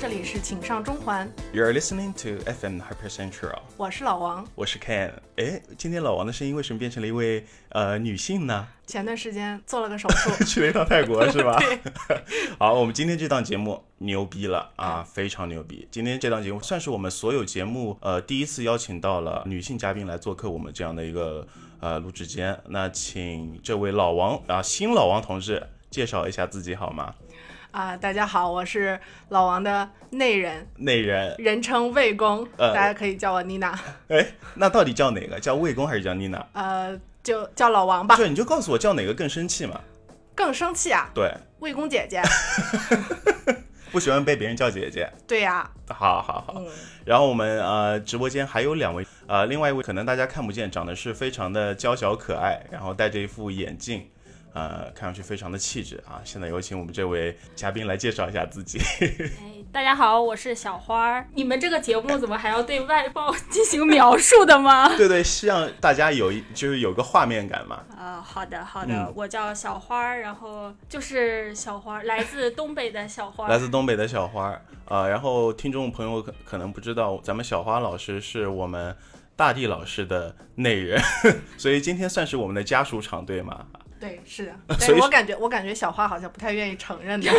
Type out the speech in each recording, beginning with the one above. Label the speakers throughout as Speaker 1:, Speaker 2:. Speaker 1: 这里是请上中环，
Speaker 2: You're listening to FM Hyper Central，
Speaker 1: 我是老王。
Speaker 2: 我是 Ken。哎，今天老王的声音为什么变成了一位呃女性呢？
Speaker 1: 前段时间做了个手术，
Speaker 2: 去了一趟泰国是吧？ 好，我们今天这档节目牛逼了啊，非常牛逼！今天这档节目算是我们所有节目呃第一次邀请到了女性嘉宾来做客我们这样的一个呃录制间。那请这位老王啊，新老王同志介绍一下自己好吗？
Speaker 1: 啊、大家好，我是老王的内人，
Speaker 2: 内人，
Speaker 1: 人称魏公，
Speaker 2: 呃
Speaker 1: 大家可以叫我妮娜，
Speaker 2: 哎，那到底叫哪个？叫魏公还是叫妮娜？
Speaker 1: 呃，就叫老王吧。
Speaker 2: 对，你就告诉我叫哪个更生气嘛？
Speaker 1: 更生气啊，
Speaker 2: 对，
Speaker 1: 魏公姐 姐，
Speaker 2: 不喜欢被别人叫姐姐。
Speaker 1: 对呀、
Speaker 2: 好好好，
Speaker 1: 嗯，
Speaker 2: 然后我们呃直播间还有两位，呃另外一位可能大家看不见，长得是非常的娇小可爱，然后戴着一副眼镜，呃看上去非常的气质啊。现在有请我们这位嘉宾来介绍一下自己。
Speaker 3: 哎，大家好，我是小花儿。你们这个节目怎么还要对外貌进行描述的 吗？
Speaker 2: 对对，是让大家有一就是有个画面感嘛。
Speaker 3: 啊，好的，好的，
Speaker 2: 嗯
Speaker 3: 我叫小花儿，然后就是小花儿，来自东北的小花儿。
Speaker 2: 来自东北的小花儿，呃，然后听众朋友可可能不知道，咱们小花老师是我们大地老师的内人， 所以今天算是我们的家属场对吗？
Speaker 1: 对，是的，
Speaker 2: 呃所
Speaker 1: 但
Speaker 2: 以
Speaker 1: 是我感觉我感觉小花好像不太愿意承认 的，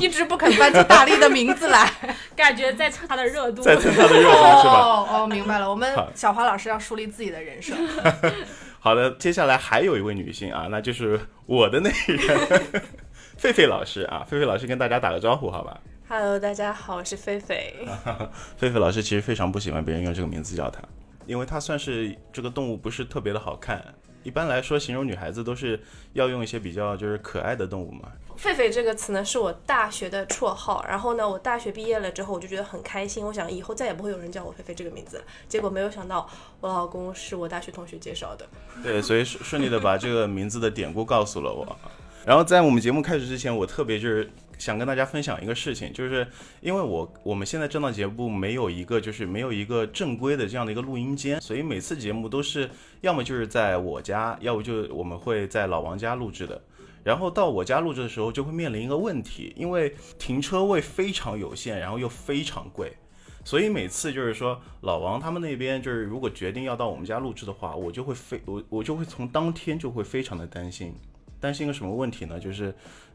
Speaker 1: 一直不肯搬出大力的名字来。
Speaker 3: 感觉在蹭他的 热度。
Speaker 2: 在蹭他的热度 是吧？
Speaker 1: 哦哦，明白了，我们
Speaker 2: 好
Speaker 1: 小花老师要树立自己的人设。
Speaker 2: 好的，接下来还有一位女性啊，那就是我的那个人， 狒狒老师啊，狒狒老师跟大家打个招呼好吧？
Speaker 4: Hello，大家好，我是菲菲。
Speaker 2: 狒狒老师其实非常不喜欢别人用这个名字叫她，因为她算是这个动物不是特别的好看。一般来说，形容女孩子都是要用一些比较就是可爱的动物嘛。
Speaker 4: 狒狒这个词呢，是我大学的绰号。然后呢，我大学毕业了之后，我就觉得很开心，我想以后再也不会有人叫我狒狒这个名字了。结果没有想到，我老公是我大学同学介绍的。
Speaker 2: 对，所以顺顺利的把这个名字的典故告诉了我。啊然后在我们节目开始之前，我特别就是想跟大家分享一个事情，就是因为我我们现在这档节目没有一个就是没有一个正规的这样的一个录音间，所以每次节目都是要么就是在我家，要不就我们会在老王家录制的。然后到我家录制的时候，就会面临一个问题，因为停车位非常有限，然后又非常贵，所以每次就是说，老王他们那边就是如果决定要到我们家录制的话，我就会非我我就会从当天就会非常的担心，担心个什么问题呢？就是。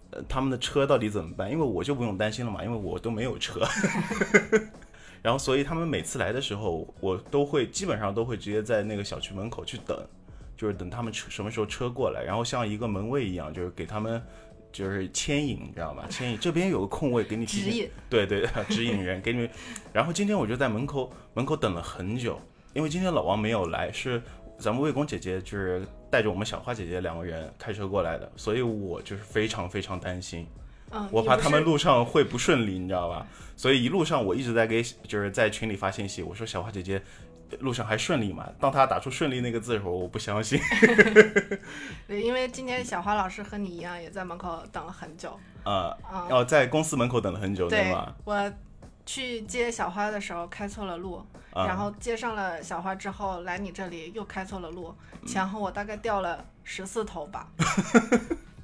Speaker 2: 呃，他们的车到底怎么办？因为我就不用担心了嘛，因为我都没有车。 然后，所以他们每次来的时候，我都会基本上都会直接在那个小区门口去等，就是等他们车什么时候车过来，然后像一个门卫一样，就是给他们就是牵引，你知道吧？牵引这边有个空位给你提
Speaker 1: 指
Speaker 2: 前
Speaker 1: 引
Speaker 2: 对对， 指引人给你。然后今天我就在门口门口等了很久，因为今天老王没有来，是咱们魏公姐姐就是带着我们小花姐姐两个人开车过来的，所以我就是非常非常担心，
Speaker 1: 嗯，
Speaker 2: 我
Speaker 1: 你
Speaker 2: 怕
Speaker 1: 不
Speaker 2: 他们
Speaker 1: 是
Speaker 2: 路上会不顺利，你知道吧？所以一路上我一直在给就是在群里发信息，我说小花姐姐。路上还顺利吗？当她打出“顺利”那个字的时候，我不相信
Speaker 1: 对，因为今天小花老师和你一样，也在门口等了很久。
Speaker 2: 啊！
Speaker 1: 啊、
Speaker 2: 哦，在公司门口等了很久，
Speaker 1: 对
Speaker 2: 吗？，
Speaker 1: 我去接小花的时候开错了路，
Speaker 2: 啊、
Speaker 1: 然后接上了小花之后，来你这里又开错了路，
Speaker 3: 嗯
Speaker 1: 前后我大概掉了十四头 吧。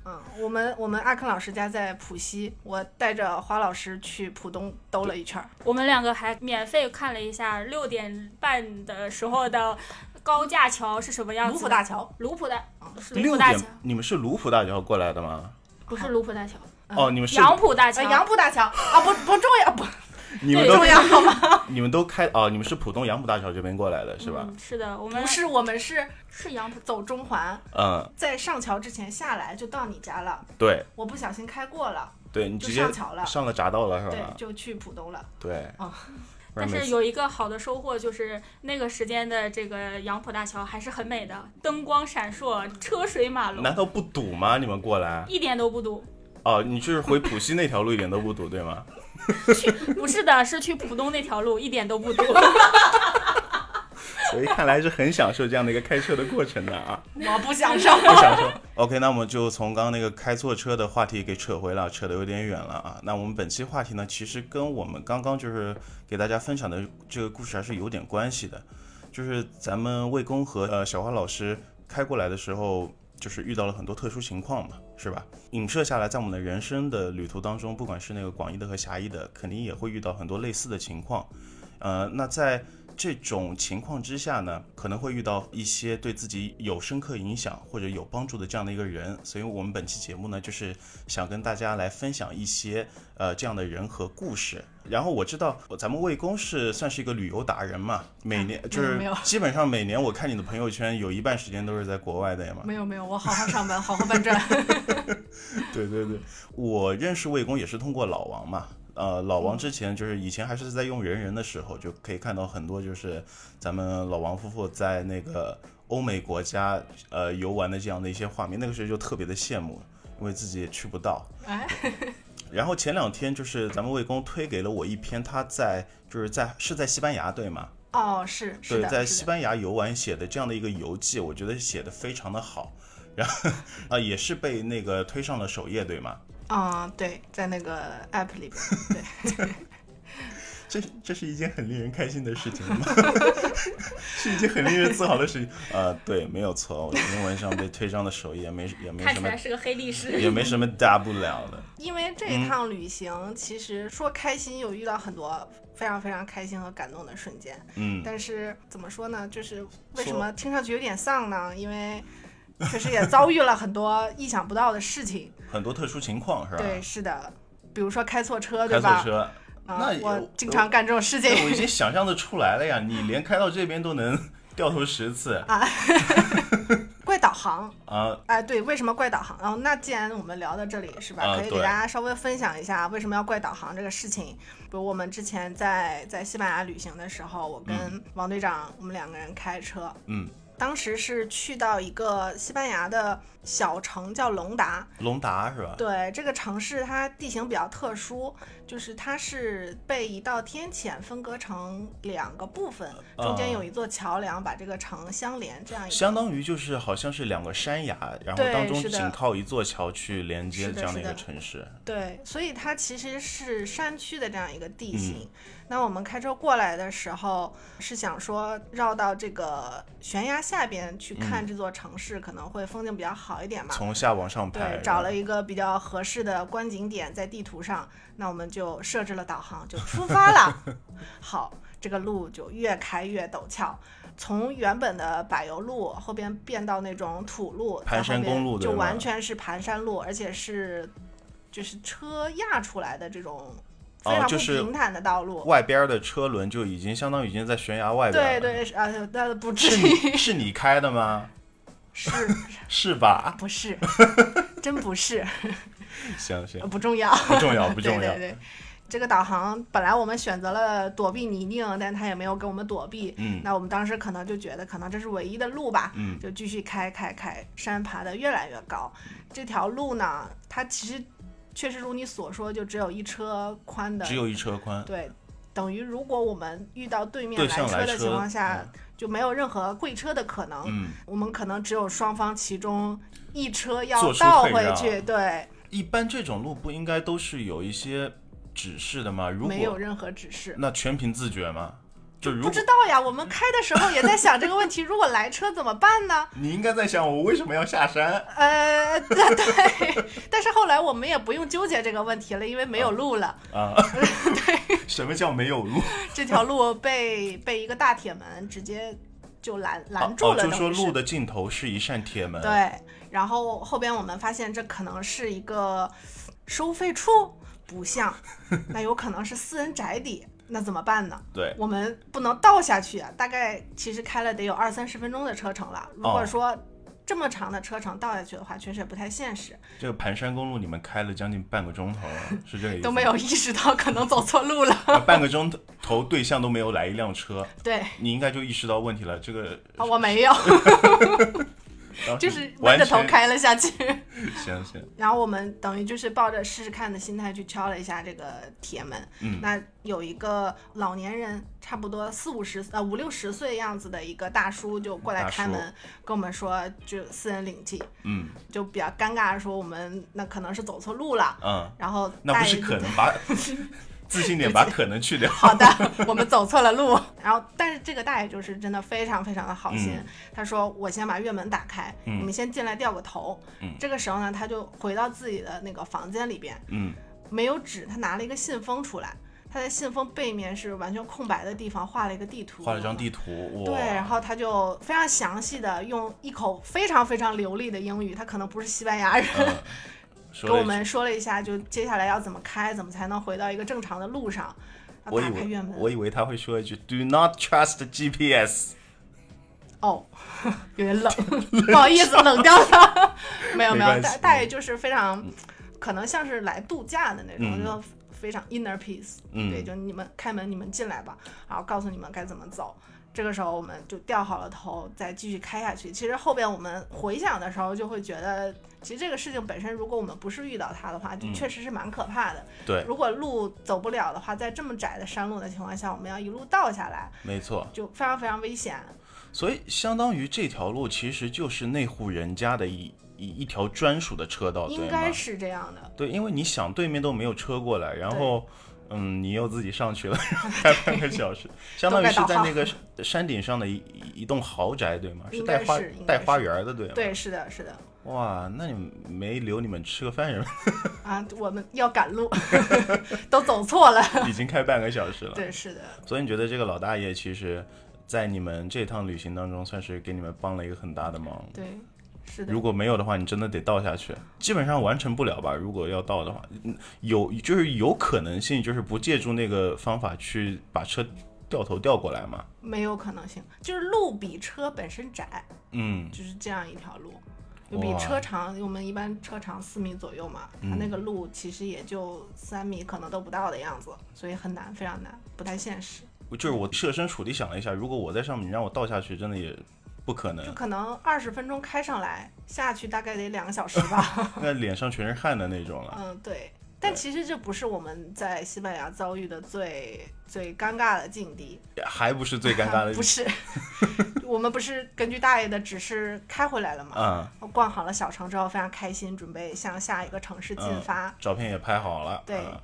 Speaker 1: 嗯，我们我们阿坑老师家在浦西，我带着花老师去浦东兜了一圈儿。
Speaker 3: 我们两个还免费看了一下六点半的时候的高架桥是什么样子。
Speaker 1: 卢浦大，桥，
Speaker 3: 卢浦大，是卢
Speaker 2: 六
Speaker 3: 浦大
Speaker 2: 点啊
Speaker 3: 桥，，
Speaker 2: 你们是卢浦大桥过来的吗？
Speaker 3: 不是卢浦大桥，
Speaker 1: 嗯
Speaker 2: 哦，你们是
Speaker 3: 杨浦大桥。
Speaker 1: 呃，杨浦大桥啊，不不重要，不
Speaker 2: 你们
Speaker 3: 对
Speaker 2: 都
Speaker 1: 重要好吗？
Speaker 2: 你们都开哦，你们是浦东杨浦大桥这边过来的是吧？
Speaker 3: 嗯是的，我们
Speaker 1: 不是，我们是
Speaker 3: 是杨浦。
Speaker 1: 走中环，
Speaker 2: 嗯，
Speaker 1: 在上桥之前下来就到你家了，
Speaker 2: 对
Speaker 1: 我不小心开过了，
Speaker 2: 对，你
Speaker 1: 就
Speaker 2: 直接
Speaker 1: 上桥了
Speaker 2: 上了匝道了是
Speaker 1: 对
Speaker 2: 吧，？
Speaker 1: 就去浦东了。
Speaker 2: 对
Speaker 1: 哦
Speaker 2: 不然
Speaker 3: 但
Speaker 2: 每
Speaker 3: 是
Speaker 2: 次
Speaker 3: 有一个好的收获，就是那个时间的这个杨浦大桥还是很美的，灯光闪烁，车水马龙，
Speaker 2: 难道不堵吗？你们过来
Speaker 3: 一点都不堵。
Speaker 2: 哦，你就是回浦西那条路一点都不堵对吗？
Speaker 3: 不是的，是去浦东那条路，一点都不堵。
Speaker 2: 所以看来是很享受这样的一个开车的过程的啊，
Speaker 1: 我不想上。
Speaker 2: 很享受。OK，那我们就从刚刚那个开错车的话题给扯回来，扯得有点远了啊。那我们本期话题呢，其实跟我们刚刚就是给大家分享的这个故事还是有点关系的。就是咱们魏公和呃小花老师开过来的时候，就是遇到了很多特殊情况嘛，是吧？影射下来，在我们的人生的旅途当中，不管是那个广义的和狭义的，肯定也会遇到很多类似的情况。呃，那在这种情况之下呢，可能会遇到一些对自己有深刻影响或者有帮助的这样的一个人，所以我们本期节目呢，就是想跟大家来分享一些呃这样的人和故事。然后我知道咱们魏公是算是一个旅游达人嘛，每年就
Speaker 1: 没有
Speaker 2: 是
Speaker 1: 没有
Speaker 2: 基本上每年我看你的朋友圈有一半时间都是在国外的 嘛。
Speaker 1: 没有没有，我好好上班，好好办证。
Speaker 2: 对对对，我认识魏公也是通过老王嘛。呃，老王之前就是以前还是在用人人的时候，就可以看到很多就是咱们老王夫妇在那个欧美国家呃游玩的这样的一些画面，那个时候就特别的羡慕，因为自己也去不到。
Speaker 1: 哎，
Speaker 2: 然后前两天就是咱们魏公推给了我一篇他在就是在是在西班牙对吗？
Speaker 1: 哦，是是
Speaker 2: 对，
Speaker 1: 的，
Speaker 2: 在
Speaker 1: 是
Speaker 2: 西
Speaker 1: 的
Speaker 2: 班牙游玩写的这样的一个游记，我觉得写的非常的好，然后啊、也是被那个推上了首页对吗？
Speaker 1: 嗯，对，在那个 app 里边， 对，
Speaker 2: 这这是一件很令人开心的事情吗？ 是一件很令人自豪的事情。呃，对，没有错，我英文上被推上了首页，没也没
Speaker 3: 看
Speaker 2: 什
Speaker 3: 起
Speaker 2: 么
Speaker 3: 来，是个黑历史。
Speaker 2: 也没什么大不了的。
Speaker 1: 因为这
Speaker 2: 嗯
Speaker 1: 一趟旅行，其实说开心，有遇到很多非常非常开心和感动的瞬间。
Speaker 2: 嗯，
Speaker 1: 但是怎么说呢？就是为什
Speaker 2: 说
Speaker 1: 么听上去有点丧呢？因为确实也遭遇了很多意想不到的事 情。
Speaker 2: 很多特殊情况是吧？
Speaker 1: 对，是的，比如说开错车，
Speaker 2: 啊开
Speaker 1: 对吧
Speaker 2: 错？车，
Speaker 1: 啊
Speaker 2: 那，
Speaker 1: 我
Speaker 2: 有
Speaker 1: 经常干这种事情。
Speaker 2: 我已经想象的出来了呀！你连开到这边都能 掉头十次
Speaker 1: 啊怪导航，
Speaker 2: 啊！
Speaker 1: 哎，对，为什么怪导航？然后那既然我们聊到这里，是吧？
Speaker 2: 啊
Speaker 1: 可以给
Speaker 2: 对
Speaker 1: 大家稍微分享一下为什么要怪导航这个事情。比如我们之前在在西班牙旅行的时候，我跟王队长，我们两个人开车，
Speaker 2: 嗯，
Speaker 1: 当时是去到一个西班牙的小城叫隆达，
Speaker 2: 隆达是吧？
Speaker 1: 对，这个城市它地形比较特殊，就是它是被一道天堑分割成两个部分，中间
Speaker 2: 啊
Speaker 1: 有一座桥梁把这个城相连，这样一个。
Speaker 2: 相当于就是好像是两个山崖，然后
Speaker 1: 对
Speaker 2: 当中
Speaker 1: 是的
Speaker 2: 仅靠一座桥去连接
Speaker 1: 是的
Speaker 2: 这样的一
Speaker 1: 是
Speaker 2: 个
Speaker 1: 的
Speaker 2: 城市。
Speaker 1: 对，所以它其实是山区的这样一个地形。那我们开车过来的时候，是想说绕到这个悬崖下边去看这座城市，可能会风景比较好一点嘛。
Speaker 2: 从下往上排
Speaker 1: 对，，找了一个比较合适的观景点在地图上，那我们就设置了导航，就出发 了。好，这个路就越开越陡峭，从原本的柏油路后边变到那种土路，
Speaker 2: 盘
Speaker 1: 再后
Speaker 2: 山
Speaker 1: 边
Speaker 2: 公路对
Speaker 1: 就
Speaker 2: 吧
Speaker 1: 完全是盘山路，而且是就是车压出来的这种非
Speaker 2: 哦
Speaker 1: 常不
Speaker 2: 就是
Speaker 1: 平坦的道路。
Speaker 2: 外边的车轮就已经相当于已经在悬崖外边
Speaker 1: 对
Speaker 2: 了。
Speaker 1: 对，是啊，那不 至
Speaker 2: 是
Speaker 1: 于
Speaker 2: 你是你开的吗？
Speaker 1: 是
Speaker 2: 是 吧？
Speaker 1: 不 是？真不是，呃
Speaker 2: 行 行，
Speaker 1: 不重要。
Speaker 2: 不重要不重要
Speaker 1: 对。对对，这个导航本来我们选择了躲避泥泞，但它也没有给我们躲避。
Speaker 2: 嗯
Speaker 1: 那我们当时可能就觉得，可能这是唯一的路吧。
Speaker 2: 嗯
Speaker 1: 就继续开开开，山爬得越来越高。这条路呢，它其实确实如你所说，就只有一车宽的。
Speaker 2: 只有一车宽，
Speaker 1: 对，等于如果我们遇到对面
Speaker 2: 对
Speaker 1: 来
Speaker 2: 向来
Speaker 1: 车的
Speaker 2: 车
Speaker 1: 情况下，就没有任何会车的可能。
Speaker 2: 嗯，
Speaker 1: 我们可能只有双方其中一车要
Speaker 2: 做出
Speaker 1: 倒
Speaker 2: 退
Speaker 1: 回
Speaker 2: 让
Speaker 1: 去，对，
Speaker 2: 一般这种路不应该都是有一些指示的吗？如
Speaker 1: 没有
Speaker 2: 果
Speaker 1: 任何指示。
Speaker 2: 那全凭自觉吗？就如
Speaker 1: 不
Speaker 2: 果
Speaker 1: 知道呀，我们开的时候也在想这个问 题，如果来车怎么办呢？
Speaker 2: 你应该在想我为什么要下山？
Speaker 1: 呃， 对，对但是后来我们也不用纠结这个问题了，因为没有路了，
Speaker 2: 啊，什么叫没有路？
Speaker 1: 这条路被被一个大铁门直接就拦拦住
Speaker 2: 哦，
Speaker 1: 了，
Speaker 2: 就说
Speaker 1: 等于是
Speaker 2: 路的尽头是一扇铁门，
Speaker 1: 对，然后后边我们发现这可能是一个收费处，不像，那有可能是私人宅邸，那怎么办呢？
Speaker 2: 对
Speaker 1: 我们不能倒下去啊，大概其实开了得有二三十分钟的车程了。如果说
Speaker 2: 哦
Speaker 1: 这么长的车程倒下去的话，确实也不太现实。
Speaker 2: 这个盘山公路你们开了将近半个钟头，是这个意思 吗？
Speaker 1: 都没有意识到可能走错路 了。
Speaker 2: 啊，半个钟头对象都没有来一辆车，
Speaker 1: 对，
Speaker 2: 你应该就意识到问题了。这个
Speaker 1: 啊我没有，
Speaker 2: 当时
Speaker 1: 就是闷
Speaker 2: 完
Speaker 1: 着
Speaker 2: 全
Speaker 1: 头开了下去。
Speaker 2: 行行，
Speaker 1: 然后我们等于就是抱着试试看的心态去敲了一下这个铁门。
Speaker 2: 嗯
Speaker 1: 那有一个老年人，差不多四五十呃五六十岁样子的一个大叔就过来
Speaker 2: 大
Speaker 1: 开
Speaker 2: 叔
Speaker 1: 门，跟我们说就私人领进，
Speaker 2: 嗯
Speaker 1: 就比较尴尬地说我们那可能是走错路了。
Speaker 2: 嗯，
Speaker 1: 然后
Speaker 2: 那
Speaker 1: 带
Speaker 2: 不是
Speaker 1: 一个
Speaker 2: 可能把 自信点，把可能去 掉。
Speaker 1: 好的，我们走错了路。 然后，但是这个大爷就是真的非常非常的好心，
Speaker 2: 嗯
Speaker 1: 他说我先把院门打开，
Speaker 2: 嗯
Speaker 1: 你们先进来掉个头。
Speaker 2: 嗯
Speaker 1: 这个时候呢，他就回到自己的那个房间里边，
Speaker 2: 嗯
Speaker 1: 没有纸，他拿了一个信封出来，他在信封背面是完全空白的地方画了一个地图，
Speaker 2: 画了张地图，
Speaker 1: 对，啊然
Speaker 2: 哇，
Speaker 1: 后他就非常详细的用一口非常非常流利的英语，他可能不是西班牙人，
Speaker 2: 嗯，
Speaker 1: 给
Speaker 2: 说了
Speaker 1: 我
Speaker 2: 一句
Speaker 1: 们说了一下，就接下来要怎么开，怎么才能回到一个正常的路上。啊
Speaker 2: 我
Speaker 1: 打
Speaker 2: 以
Speaker 1: 开
Speaker 2: 为
Speaker 1: 院门，
Speaker 2: 我以为他会说一句 “Do not trust GPS”，
Speaker 1: 哦，有点冷，不好意思，冷掉了。没有
Speaker 2: 没
Speaker 1: 没有，
Speaker 2: 关
Speaker 1: 大
Speaker 2: 系嗯
Speaker 1: 大爷就是非常，可能像是来度假的那种，
Speaker 2: 嗯
Speaker 1: 就非常 inner peace、
Speaker 2: 嗯
Speaker 1: 对，就你们开门，你们进来吧，然后告诉你们该怎么走。这个时候我们就掉好了头，再继续开下去。其实后边我们回想的时候，就会觉得，其实这个事情本身，如果我们不是遇到它的话，就
Speaker 2: 嗯
Speaker 1: 确实是蛮可怕的。
Speaker 2: 对，
Speaker 1: 如果路走不了的话，在这么窄的山路的情况下，我们要一路倒下来，
Speaker 2: 没错。
Speaker 1: 就非常非常危险。
Speaker 2: 所以相当于这条路其实就是那户人家的一一一条专属的车道，
Speaker 1: 应
Speaker 2: 对
Speaker 1: 该
Speaker 2: 吗？
Speaker 1: 是这样的。
Speaker 2: 对，因为你想对面都没有车过来，然后。嗯，你又自己 上去了，然后开半个小时，相当于是在那个山顶上的一一一栋豪宅，对吗？
Speaker 1: 应该
Speaker 2: 带花
Speaker 1: 是应该
Speaker 2: 带
Speaker 1: 是
Speaker 2: 花园的，对吗？
Speaker 1: 对，是的，是的。
Speaker 2: 哇，那你没留你们吃个饭是吧？
Speaker 1: 啊，我们要赶 路， 都走错了。
Speaker 2: 已经开半个小时了。
Speaker 1: 对，是的，
Speaker 2: 所以你觉得这个老大爷其实，在你们这趟旅行当中，算是给你们帮了一个很大的忙。
Speaker 1: 对，是的
Speaker 2: 如。果没有的话，你真的得倒下去，基本上完成不了吧？如果要倒的话，嗯有就是有可能性，就是不借助那个方法去把车掉头调过来嘛。
Speaker 1: 没有可能性，就是路比车本身窄，
Speaker 2: 嗯，
Speaker 1: 就是这样一条路，就比
Speaker 2: 哇
Speaker 1: 车长，我们一般车长四米左右嘛，它那个
Speaker 2: 嗯
Speaker 1: 路其实也就三米可能都不到的样子，所以很难，非常难，不太现实。
Speaker 2: 就是我设身处地想了一下，如果我在上面，你让我倒下去，真的也不可能
Speaker 1: 就，可能二十分钟开上来，下去大概得两个小时吧。
Speaker 2: 那脸上全是汗的那种了。
Speaker 1: 嗯，对。但其实这不是我们在西班牙遭遇的最最尴尬的境地，
Speaker 2: 还不是最尴尬 的
Speaker 1: 不是， 我们不是根据大爷的指示开回来了吗？
Speaker 2: 啊、
Speaker 1: 逛好了小城之后，非常开心，准备向下一个城市进发。
Speaker 2: 嗯照片也拍好了，
Speaker 1: 对
Speaker 2: 啊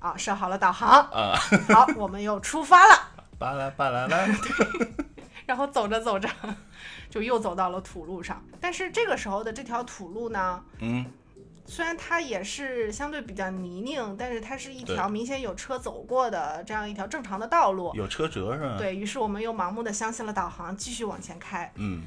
Speaker 1: 啊，设好了导航，
Speaker 2: 啊
Speaker 1: 好，我们又出发了。
Speaker 2: 巴拉巴 拉拉，
Speaker 1: 然后走着走着， 就又走到了土路上。但是这个时候的这条土路呢，
Speaker 2: 嗯，
Speaker 1: 虽然它也是相对比较泥泞，但是它是一
Speaker 2: 对
Speaker 1: 条明显有车走过的这样一条正常的道路。
Speaker 2: 有车辙是吧？，
Speaker 1: 对于是，我们又盲目的相信了导航，继续往前开。
Speaker 2: 嗯，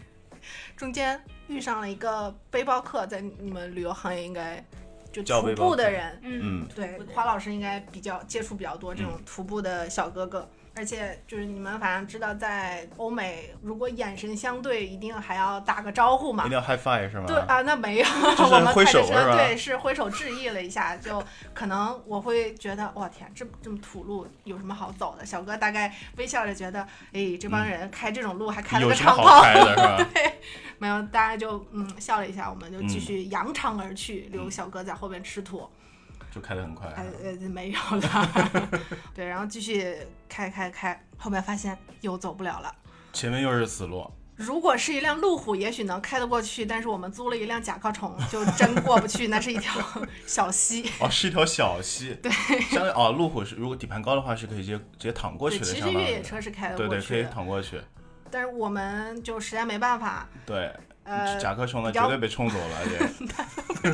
Speaker 1: 中间遇上了一个背包客，在你们旅游行业应该就
Speaker 2: 叫
Speaker 1: 徒
Speaker 2: 背包
Speaker 1: 步
Speaker 2: 客
Speaker 1: 的人，
Speaker 3: 嗯，
Speaker 2: 嗯，
Speaker 1: 对
Speaker 3: 徒步的，人
Speaker 1: 花老师应该比较接触比较多这种徒步的小哥哥。而且就是你们反正知道，在欧美如果眼神相对，一定还要打个招呼
Speaker 2: 一
Speaker 1: 嘛
Speaker 2: 定。要 high five 是吗？
Speaker 1: 对啊，那没有，
Speaker 2: 就是
Speaker 1: 我们
Speaker 2: 挥
Speaker 1: 开着
Speaker 2: 手
Speaker 1: 车
Speaker 2: 是吧
Speaker 1: 对，是挥手致意了一下，就可能我会觉得，哇天，这么这么土路有什么好走的？小哥大概微笑着觉得，哎，这帮人开这种路还开了
Speaker 2: 嗯有
Speaker 1: 个
Speaker 2: 什么
Speaker 1: 长
Speaker 2: 好
Speaker 1: 跑，
Speaker 2: 开的是 吧？
Speaker 1: 没有，大家就嗯笑了一下，我们就继
Speaker 2: 嗯
Speaker 1: 续扬长而去，留小哥在后边吃 土。
Speaker 2: 就开得很快。
Speaker 1: 呃呃，没有了。 对，然后继续开开开，后面发现又走不了了。
Speaker 2: 前面又是死路，
Speaker 1: 如果是一辆路虎，也许能开得过去，但是我们租了一辆甲壳虫，就真过不去，那是一条 小溪。
Speaker 2: 哦，是一条小溪。 对，相当于哦，路虎是如果底盘高的话，是可以直接直接躺过去
Speaker 1: 对，
Speaker 2: 的，
Speaker 1: 其
Speaker 2: 相
Speaker 1: 实
Speaker 2: 当
Speaker 1: 越
Speaker 2: 于
Speaker 1: 野。车是开得
Speaker 2: 对
Speaker 1: 过
Speaker 2: 对，可
Speaker 1: 去
Speaker 2: 以
Speaker 1: 的，
Speaker 2: 躺过去。
Speaker 1: 但是我们就实在没办法，
Speaker 2: 对，
Speaker 1: 呃，
Speaker 2: 甲壳虫呢
Speaker 1: 比较
Speaker 2: 绝对被冲走了， 对，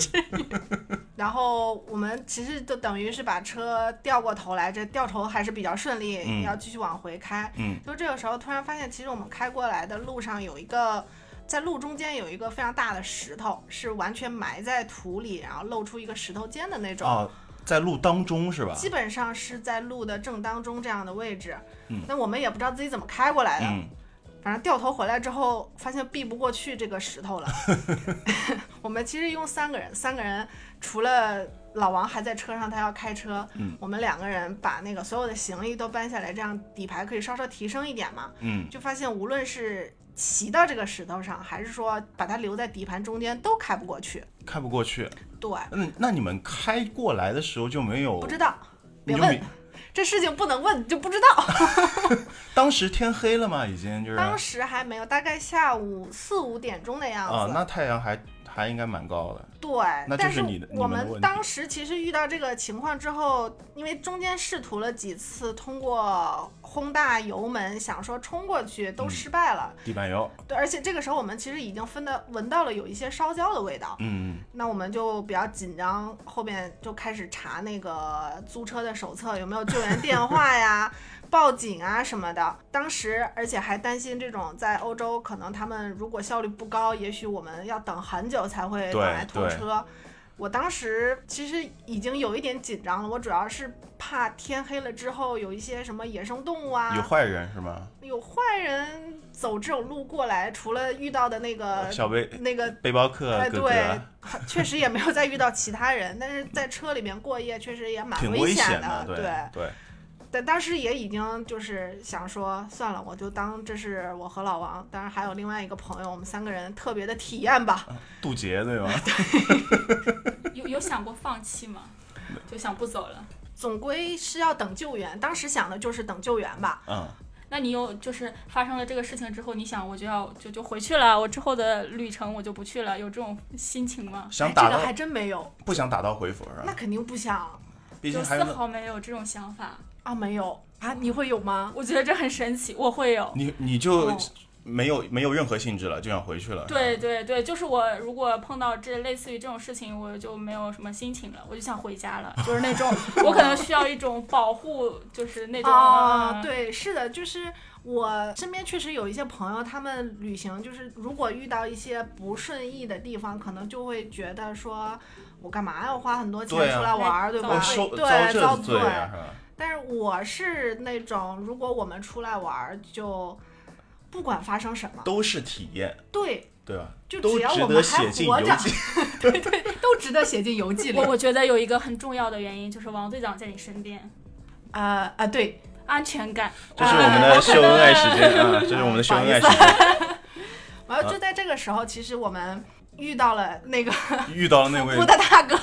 Speaker 1: 然后我们其实就等于是把车调过头来，这掉头还是比较顺利，
Speaker 2: 嗯
Speaker 1: 要继续往回开。
Speaker 2: 嗯，
Speaker 1: 就这个时候突然发现，其实我们开过来的路上有一个，在路中间有一个非常大的石头，是完全埋在土里，然后露出一个石头尖的那种。
Speaker 2: 哦，在路当中是吧？
Speaker 1: 基本上是在路的正当中这样的位置，
Speaker 2: 嗯
Speaker 1: 那我们也不知道自己怎么开过来的，
Speaker 2: 嗯，
Speaker 1: 反正掉头回来之后，发现避不过去这个石 头了。我们其实一共三个人，三个人除了老王还在车上，他要开车，
Speaker 2: 嗯
Speaker 1: 我们两个人把那个所有的行李都搬下来，这样底盘可以稍稍提升一点嘛。
Speaker 2: 嗯，
Speaker 1: 就发现无论是骑到这个石头上，还是说把它留在底盘中间，都开不过去。
Speaker 2: 开不过去。
Speaker 1: 对，
Speaker 2: 嗯，那你们开过来的时候就没有？
Speaker 1: 不知道，
Speaker 2: 你
Speaker 1: 别
Speaker 2: 就
Speaker 1: 问
Speaker 2: 没。
Speaker 1: 这事情不能问，就不知道。
Speaker 2: 当时天黑了吗？已经就是啊
Speaker 1: 当时还没有，大概下午四五点钟的样子。
Speaker 2: 哦啊，那太阳还还应该蛮高的。
Speaker 1: 对，
Speaker 2: 那就
Speaker 1: 但
Speaker 2: 是你的你
Speaker 1: 我
Speaker 2: 们的
Speaker 1: 们
Speaker 2: 问
Speaker 1: 当时其实遇到这个情况之后，因为中间试图了几次通过轰大油门，想说冲过去
Speaker 2: 嗯
Speaker 1: 都失败了。
Speaker 2: 地板油，
Speaker 1: 对，而且这个时候我们其实已经分的闻到了有一些烧焦的味道，
Speaker 2: 嗯，
Speaker 1: 那我们就比较紧张，后面就开始查那个租车的手册有没有救援电话呀、 报警啊什么的。当时而且还担心这种在欧洲可能他们如果效率不高，也许我们要等很久才会
Speaker 2: 对
Speaker 1: 等来通
Speaker 2: 对
Speaker 1: 车。我当时其实已经有一点紧张了，我主要是怕天黑了之后有一些什么野生动物啊，
Speaker 2: 有坏人是吗？
Speaker 1: 有坏人走这种路过来，除了遇到的那个
Speaker 2: 哦小背
Speaker 1: 那个，
Speaker 2: 背包客
Speaker 1: 呃哎，
Speaker 2: 呃哥啊
Speaker 1: 对
Speaker 2: 哥，
Speaker 1: 确实也没有再遇到其他人，但是在车里面过夜确实也蛮
Speaker 2: 挺
Speaker 1: 危
Speaker 2: 险
Speaker 1: 的，
Speaker 2: 对对，
Speaker 1: 但当时也已经就是想说，算了，我就当这是我和老王，当然还有另外一个朋友，我们三个人特别的体验吧。
Speaker 2: 渡 劫对吗？
Speaker 3: 有有想过放弃吗？就想不走了。
Speaker 1: 总归是要等救援，当时想的就是等救援吧。
Speaker 2: 嗯，
Speaker 3: 那你有就是发生了这个事情之后，你想我就要就就回去了，我之后的旅程我就不去了，有这种心情吗？
Speaker 2: 想
Speaker 1: 哎
Speaker 2: 打啊
Speaker 1: 这个
Speaker 2: 道
Speaker 1: 还真没有，
Speaker 2: 不想打道回府是
Speaker 1: 那
Speaker 2: 吧？
Speaker 1: 肯定不想
Speaker 2: 毕
Speaker 3: 就
Speaker 2: 竟还
Speaker 3: 丝
Speaker 2: 有那
Speaker 3: 毫没有这种想法，
Speaker 1: 啊，没有啊，你会有吗？
Speaker 3: 我觉得这很神奇。我会有，
Speaker 2: 你你就
Speaker 1: 哦
Speaker 2: 没有没有任何兴致了，就想回去了。
Speaker 3: 对对对，就是我如果碰到这类似于这种事情，我就没有什么心情了，我就想回家了，就是那种 我可能需要一种保护，就是那种
Speaker 4: 哦
Speaker 3: 嗯
Speaker 1: 啊、对，是的，就是我身边确实有一些朋友，他们旅行就是如果遇到一些不顺意的地方，可能就会觉得说，我干嘛要花很多钱
Speaker 2: 对啊
Speaker 1: 出来玩儿，对
Speaker 3: 遭
Speaker 2: 哦，
Speaker 1: 吧？
Speaker 3: 罪
Speaker 2: 受
Speaker 1: 对，
Speaker 2: 这
Speaker 1: 遭
Speaker 2: 罪啊，是吧？
Speaker 1: 但是我是那种，如果我们出来玩儿，就不管发生什么，
Speaker 2: 都是体验，
Speaker 1: 对，
Speaker 2: 对吧？
Speaker 1: 就
Speaker 2: 都
Speaker 1: 只要
Speaker 2: 值
Speaker 1: 我
Speaker 2: 得
Speaker 1: 们还
Speaker 2: 写进
Speaker 1: 活
Speaker 2: 游
Speaker 1: 着，
Speaker 2: 记。
Speaker 1: 都值得写进游记里
Speaker 3: 我。我觉得有一个很重要的原因就是王队长在你身边，
Speaker 1: 啊啊，对，
Speaker 3: 安全感。
Speaker 2: 这是我们
Speaker 1: 啊
Speaker 2: 的秀恩爱 时间啊，这是我们的秀恩爱时间。
Speaker 1: 完了
Speaker 2: 啊
Speaker 1: 就在这个时候，其实我们遇到了那个
Speaker 2: 遇到那位
Speaker 1: 哭的大哥。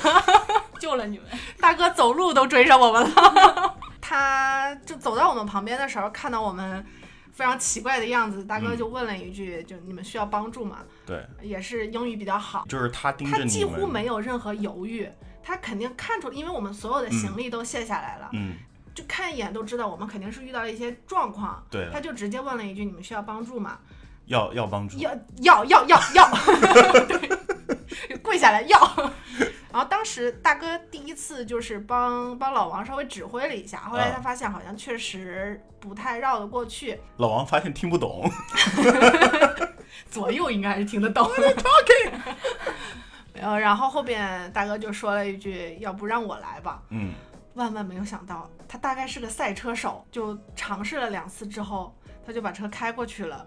Speaker 3: 救了你们，
Speaker 1: 大哥走路都追上我们了。 他就走到我们旁边的时候，看到我们非常奇怪的样子，大哥
Speaker 2: 嗯
Speaker 1: 就问了一句：“就你们需要帮助吗
Speaker 2: 对，？”
Speaker 1: 也是英语比较好，
Speaker 2: 就是他盯着
Speaker 1: 他
Speaker 2: 你
Speaker 1: 几乎
Speaker 2: 们，
Speaker 1: 没有任何犹豫，他肯定看出，因为我们所有的行李都卸下来了，
Speaker 2: 嗯，
Speaker 1: 就看一眼都知道我们肯定是遇到了一些状况。
Speaker 2: 对了
Speaker 1: 他就直接问了一句：“你们需要帮助吗
Speaker 2: 要要帮？”助，
Speaker 1: 要要要要要，对，跪下来要。然后当时大哥第一次就是帮帮老王稍微指挥了一下，后来他发现好像确实不太绕得过去，
Speaker 2: 老王发现听不懂，
Speaker 1: 左右应该是听得懂。 没有，然后后边大哥就说了一句：“要不让我来吧。
Speaker 2: 嗯，”
Speaker 1: 万万没有想到，他大概是个赛车手，就尝试了两次之后，他就把车开过去了。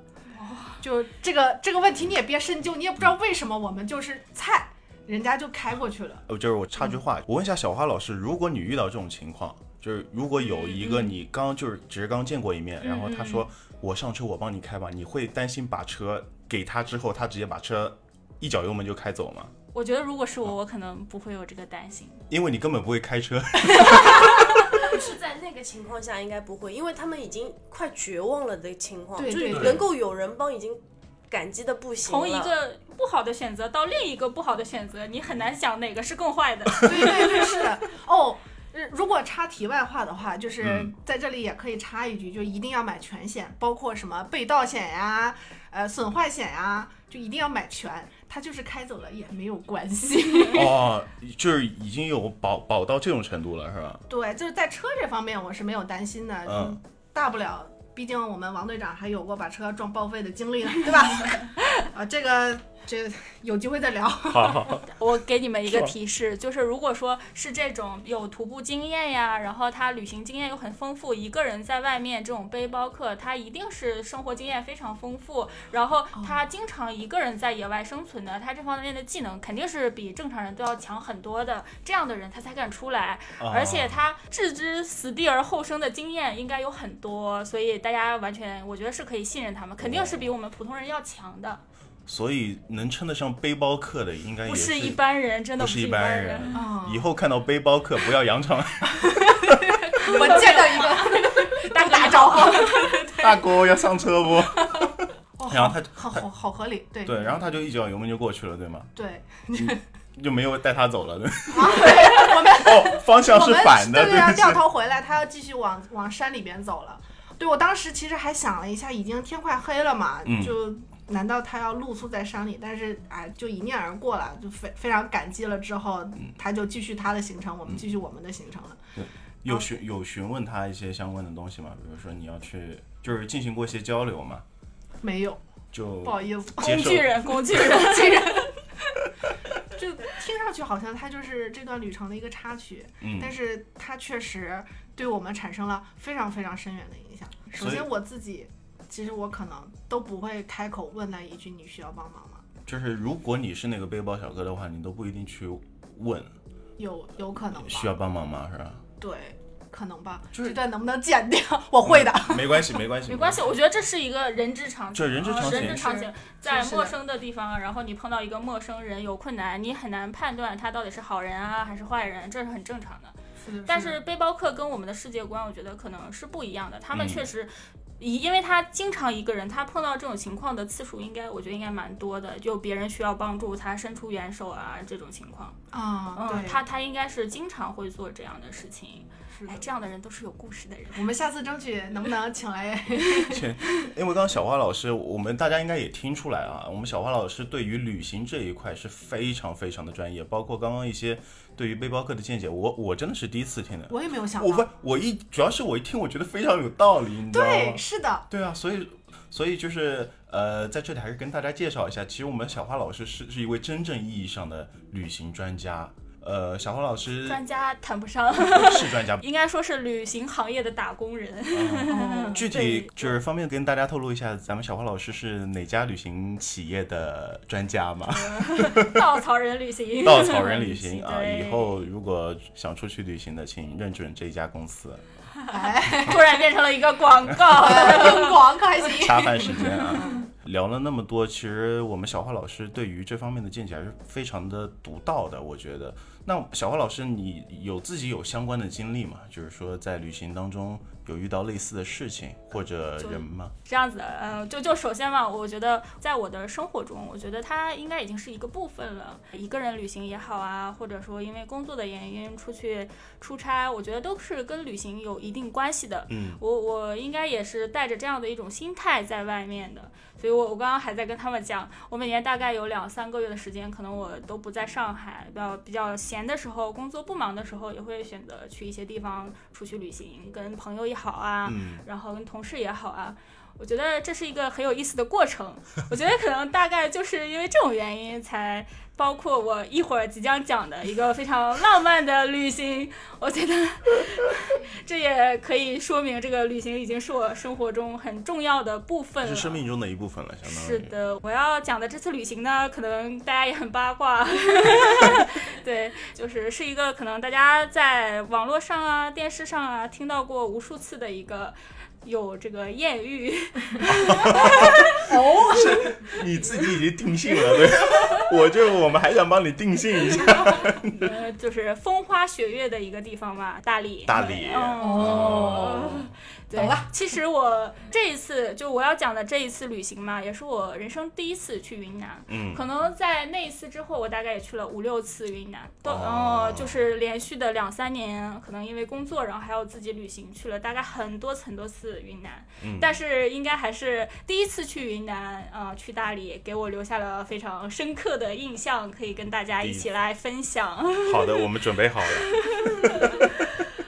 Speaker 1: 就这个这个问题你也别深究，你也不知道为什么我们就是菜，人家就开过去了。
Speaker 2: 呃，就是我
Speaker 3: 嗯
Speaker 2: 插句话，我问一下小花老师，如果你遇到这种情况，就是如果有一
Speaker 3: 嗯
Speaker 2: 个你刚就是只是刚见过一面，然后他说我上车我帮你开吧，你会担心把车给他之后，他直接把车一脚油门就开走吗？
Speaker 3: 我觉得如果是我，我可能不会有这个担心。
Speaker 2: 因为你根本不会开 车，
Speaker 4: 是在那个情况下应该不会，因为他们已经快绝望了的情况，
Speaker 1: 对
Speaker 4: 就
Speaker 1: 对
Speaker 4: 是
Speaker 2: 对
Speaker 4: 能够有人帮已经感激的不行了。
Speaker 3: 从一个不好的选择到另一个不好的选择，你很难想哪个是更坏的。
Speaker 1: 对对对，是的。哦，呃如果插题外话的话，就是
Speaker 2: 嗯
Speaker 1: 在这里也可以插一句，就一定要买全险，包括什么被盗险呀、呃损坏险呀，就一定要买全。他就是开走了也没有关系。
Speaker 2: 哦，就是已经有保保到这种程度了，是吧？
Speaker 1: 对，就是在车这方面我是没有担心的，
Speaker 2: 嗯，
Speaker 1: 大不了。毕竟我们王队长还有过把车撞报废的经历呢， 对吧？啊，这个这有机会再聊。
Speaker 2: 好好好，
Speaker 3: 我给你们一个
Speaker 2: 是吧
Speaker 3: 提示，就是如果说是这种有徒步经验呀，然后他旅行经验又很丰富，一个人在外面这种背包客，他一定是生活经验非常丰富，然后他经常一个人在野外生存的，
Speaker 2: 嗯
Speaker 3: 他这方面的技能肯定是比正常人都要强很多的。这样的人他才敢出来，
Speaker 2: 啊
Speaker 3: 而
Speaker 2: 哦
Speaker 3: 且他置之死地而后生的经验应该有很多，所以大家完全我觉得是可以信任他们，肯定是比我们普通人要强的，
Speaker 2: 所以能称得上背包客的，应该也
Speaker 3: 不
Speaker 2: 是
Speaker 3: 是一般人，真的
Speaker 2: 不
Speaker 3: 是
Speaker 2: 是一
Speaker 3: 般
Speaker 2: 般人。
Speaker 1: 啊、
Speaker 2: 以后看到背包客不要扬 长，
Speaker 1: 我见到一个
Speaker 3: 大哥
Speaker 1: 打
Speaker 3: 你好
Speaker 1: 招呼，
Speaker 2: 大哥要上车不？
Speaker 1: 哦，
Speaker 2: 然后他
Speaker 1: 好好好合理，对
Speaker 2: 对，然后他就一脚油门就过去了，对吗？
Speaker 1: 对，
Speaker 2: 就没有带他走了，对。
Speaker 1: 啊，对我们
Speaker 2: 哦，方向
Speaker 1: 我
Speaker 2: 是
Speaker 1: 们
Speaker 2: 反的，
Speaker 1: 对啊，
Speaker 2: 对
Speaker 1: 掉
Speaker 2: 不起。
Speaker 1: 头回来，他要继续往往山里边走了。对我当时其实还想了一下，已经天快黑了嘛，
Speaker 2: 嗯
Speaker 1: 就难道他要露宿在山里？但是哎，就一面而过了，就非非常感激了。之后
Speaker 2: 嗯
Speaker 1: 他就继续他的行程，我们继续我们的行程了。
Speaker 2: 有询有询问他一些相关的东西吗？比如说你要去，就是进行过一些交流嘛？
Speaker 1: 没有，
Speaker 2: 就
Speaker 1: 不好意思，
Speaker 2: 接
Speaker 3: 工
Speaker 2: 受
Speaker 3: 具人，工具人，
Speaker 1: 就听上去好像他就是这段旅程的一个插曲，
Speaker 2: 嗯
Speaker 1: 但是它确实对我们产生了非常非常深远的影响。首
Speaker 2: 所
Speaker 1: 先
Speaker 2: 以
Speaker 1: 我自己，其实我可能都不会开口问那一句“你需要帮忙吗
Speaker 2: 就是如果你是那个背包小哥的话，你都不一定去问”？
Speaker 1: 有有可能
Speaker 2: 需
Speaker 1: 吧？
Speaker 2: 要帮忙吗？是吧？
Speaker 1: 对，可能吧。
Speaker 2: 就是嗯
Speaker 1: 这段能不能剪掉？我会的。
Speaker 2: 没关系，没关系，
Speaker 3: 没关系，。我觉得这是一个人之常情，
Speaker 2: 这人之常
Speaker 3: 啊
Speaker 2: 情
Speaker 3: 人之常情
Speaker 1: 是，
Speaker 3: 在
Speaker 1: 是的
Speaker 3: 陌生的地方，然后你碰到一个陌生人有困难，你很难判断他到底是好人啊还是坏人，这是很正常的。但是背包客跟我们的世界观，我觉得可能是不一样的。他们
Speaker 2: 嗯
Speaker 3: 确实，以因为他经常一个人，他碰到这种情况的次数，应该我觉得应该蛮多的。就别人需要帮助，他伸出援手啊，这种情况，
Speaker 1: 啊，
Speaker 3: 嗯，
Speaker 1: 对，
Speaker 3: 他他应该是经常会做这样的事情。
Speaker 1: 是的
Speaker 3: 哎，这样的人都是有故事的人。
Speaker 1: 我们下次争取能不能请来？
Speaker 2: 因为刚刚小花老师，我们大家应该也听出来啊，我们小花老师对于旅行这一块是非常非常的专业，包括刚刚一些对于背包客的见解，我我真的是第一次听的。
Speaker 1: 我也没有想
Speaker 2: 我不
Speaker 1: 到。，
Speaker 2: 我一主要是我一听，我觉得非常有道理，你知道吗
Speaker 1: 对，？是 的，
Speaker 2: 对啊，所以所以就是呃，在这里还是跟大家介绍一下，其实我们小花老师是是一位真正意义上的旅行专家。呃，小花老师
Speaker 3: 专家谈不上，
Speaker 2: 是专 家，嗯
Speaker 3: 应该说是旅行行业的打工人。
Speaker 1: 哦
Speaker 2: 具体就是方便跟大家透露一下，咱们小花老师是哪家旅行企业的专家吗？
Speaker 3: 稻草人旅行，
Speaker 2: 稻草人旅行啊，
Speaker 3: 对
Speaker 2: 以后如果想出去旅行的，请认准这一家公司。
Speaker 1: 哎，
Speaker 3: 突然变成了一个广告。
Speaker 1: 用广可还 行。
Speaker 2: 恰饭时间啊。聊了那么多，其实我们小花老师对于这方面的见解还是非常的独到的，我觉得。那小花老师，你有自己有相关的经历吗？就是说在旅行当中有遇到类似的事情或者人吗？
Speaker 3: 这样子，呃，就就首先嘛，我觉得在我的生活中，我觉得它应该已经是一个部分了。一个人旅行也好啊，或者说因为工作的原因出去出差，我觉得都是跟旅行有一定关系的。
Speaker 2: 嗯，
Speaker 3: 我我应该也是带着这样的一种心态在外面的，所以我我刚刚还在跟他们讲，我每年大概有两三个月的时间，可能我都不在上海，比较比较闲的时候，工作不忙的时候，也会选择去一些地方出去旅行，跟朋友也好啊，
Speaker 2: 嗯
Speaker 3: 然后跟同事也好啊。我觉得这是一个很有意思的过程， 我觉得可能大概就是因为这种原因，才包括我一会儿即将讲的一个非常浪漫的旅行。我觉得这也可以说明，这个旅行已经是我生活中很重要的部分
Speaker 2: 嗯是
Speaker 3: 了。
Speaker 2: 生命中的一部分了，相当于
Speaker 3: 是的，我要讲的这次旅行呢，可能大家也很八卦，对，就是是一个可能大家在网络上啊、电视上啊听到过无数次的一个有这个艳遇，
Speaker 1: 哦，
Speaker 2: 你自己已经定性了，对吧。 我就我们还想帮你定性一下，
Speaker 3: 呃，就是风花雪月的一个地方吧，大理。
Speaker 2: 大理啊
Speaker 3: 嗯，
Speaker 2: 哦，
Speaker 3: 对
Speaker 1: 懂了。
Speaker 3: 其实我这一次就我要讲的这一次旅行嘛，也是我人生第一次去云南。
Speaker 2: 嗯，
Speaker 3: 可能在那一次之后，我大概也去了五六次云南，都
Speaker 2: 哦
Speaker 3: 呃就是连续的两三年，可能因为工作，然后还有自己旅行，去了大概很多次很多次云南。
Speaker 2: 嗯
Speaker 3: 但是应该还是第一次去云南，呃，去大理，给我留下了非常深刻的印象，可以跟大家一起来分享。
Speaker 2: 好的，我们准备好了，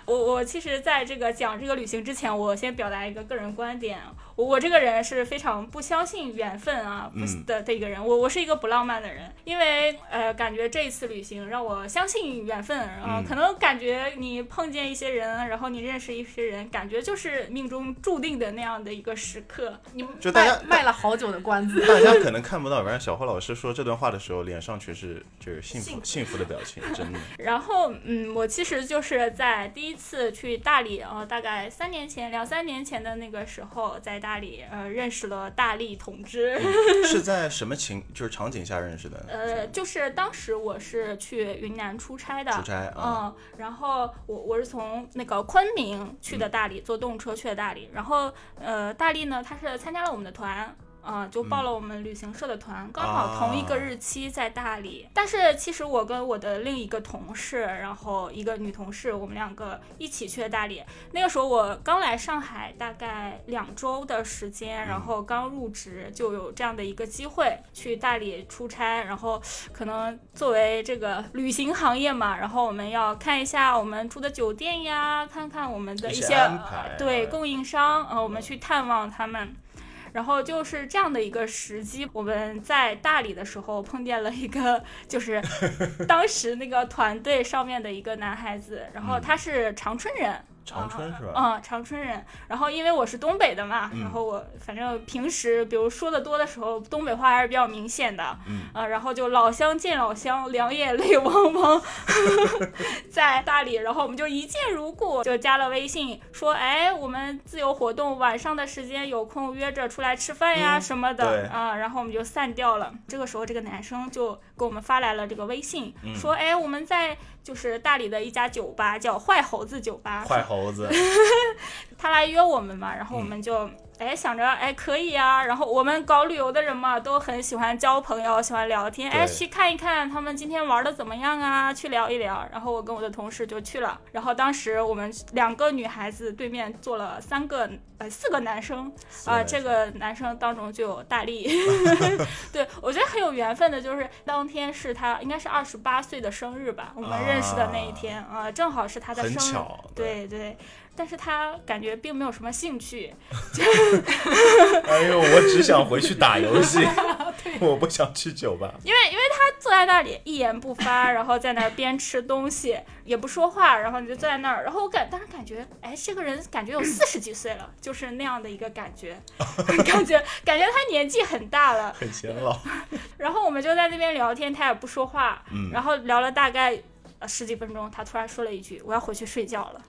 Speaker 3: 我我其实在这个讲这个旅行之前，我先表达一个个人观点。我我这个人是非常不相信缘分啊，不
Speaker 2: 嗯
Speaker 3: 的的一个人。我我是一个不浪漫的人，因为呃，感觉这一次旅行让我相信缘分啊、
Speaker 2: 嗯
Speaker 3: 可能感觉你碰见一些人，然后你认识一些人，感觉就是命中注定的那样的一个时刻。
Speaker 1: 你们
Speaker 2: 就大家
Speaker 1: 卖卖了好久的关子。
Speaker 2: 大家可能看不到，反正小花老师说这段话的时候，脸上全是就是幸
Speaker 1: 幸
Speaker 2: 福
Speaker 1: 福
Speaker 2: 幸福的表 情，真的。
Speaker 3: 然后，嗯，我其实就是在第一次去大理，呃，大概三年前、两三年前的那个时候，在大理，呃，认识了大力同志。
Speaker 2: 是在什么情就是场景下认识的？
Speaker 3: 呃，就是当时我是去云南出差的，
Speaker 2: 出差啊，
Speaker 3: 嗯，然后我我是从那个昆嗯明去的大理，坐动车去的大理，然后呃，大力呢，他是参加了我们的团。嗯、啊就报了我们旅行社的团，刚好同一个日期在大理。但是其实我跟我的另一个同事，然后一个女同事，我们两个一起去的大理。那个时候我刚来上海，大概两周的时间，然后刚入职就有这样的一个机会去大理出差，然后可能作为这个旅行行业嘛，然后我们要看一下我们住的酒店呀，看看我们的
Speaker 2: 一
Speaker 3: 一
Speaker 2: 些
Speaker 3: 些
Speaker 2: 安排
Speaker 3: 呃对供应商，呃，我们去探望他们。然后就是这样的一个时机，我们在大理的时候碰见了一个，就是当时那个团队上面的一个男孩子，然后他是长春人，
Speaker 2: 长春是吧？嗯
Speaker 3: 嗯，长春人。然后因为我是东北的嘛，然后我反正平时比如说的多的时候，东北话还是比较明显的。
Speaker 2: 嗯
Speaker 3: 啊，然后就老乡见老乡，两眼泪汪汪， 在大理，然后我们就一见如故，就加了微信，说哎，我们自由活动，晚上的时间有空约着出来吃饭呀、
Speaker 2: 嗯
Speaker 3: 什么
Speaker 2: 对
Speaker 3: 的啊，然后我们就散掉了。这个时候，这个男生就给我们发来了这个微信，
Speaker 2: 嗯
Speaker 3: 说哎，我们在就是大理的一家酒吧叫坏猴子酒吧，
Speaker 2: 坏猴子，
Speaker 3: 他来约我们嘛，然后我们就哎、想着哎可以啊，然后我们搞旅游的人嘛都很喜欢交朋友，喜欢聊天，哎
Speaker 2: 对
Speaker 3: 去看一看他们今天玩的怎么样啊，去聊一聊。然后我跟我的同事就去了，然后当时我们两个女孩子对面坐了三个呃四个男生，啊、这个男生当中就有大 力，对我觉得很有缘分的，就是当天是他应该是二十八岁的生日吧，我们认识的那一天啊、正好是他的
Speaker 2: 很
Speaker 3: 生日
Speaker 2: 巧，
Speaker 3: 对对，但是他感觉并没有什么兴趣，
Speaker 2: 哎呦，我只想回去打游 戏，我不想去酒吧。
Speaker 3: 因为因为他坐在那里一言不发，然后在那儿边吃东西也不说话，然后你就坐在那儿，然后我感当时感觉，哎，这个人感觉有四十几岁了，就是那样的一个感 觉，感觉感觉他年纪很大了，
Speaker 2: 很显 老，
Speaker 3: 然后我们就在那边聊天，他也不说话，
Speaker 2: 嗯
Speaker 3: 然后聊了大概。呃十几分钟，他突然说了一句：“我要回去睡觉了。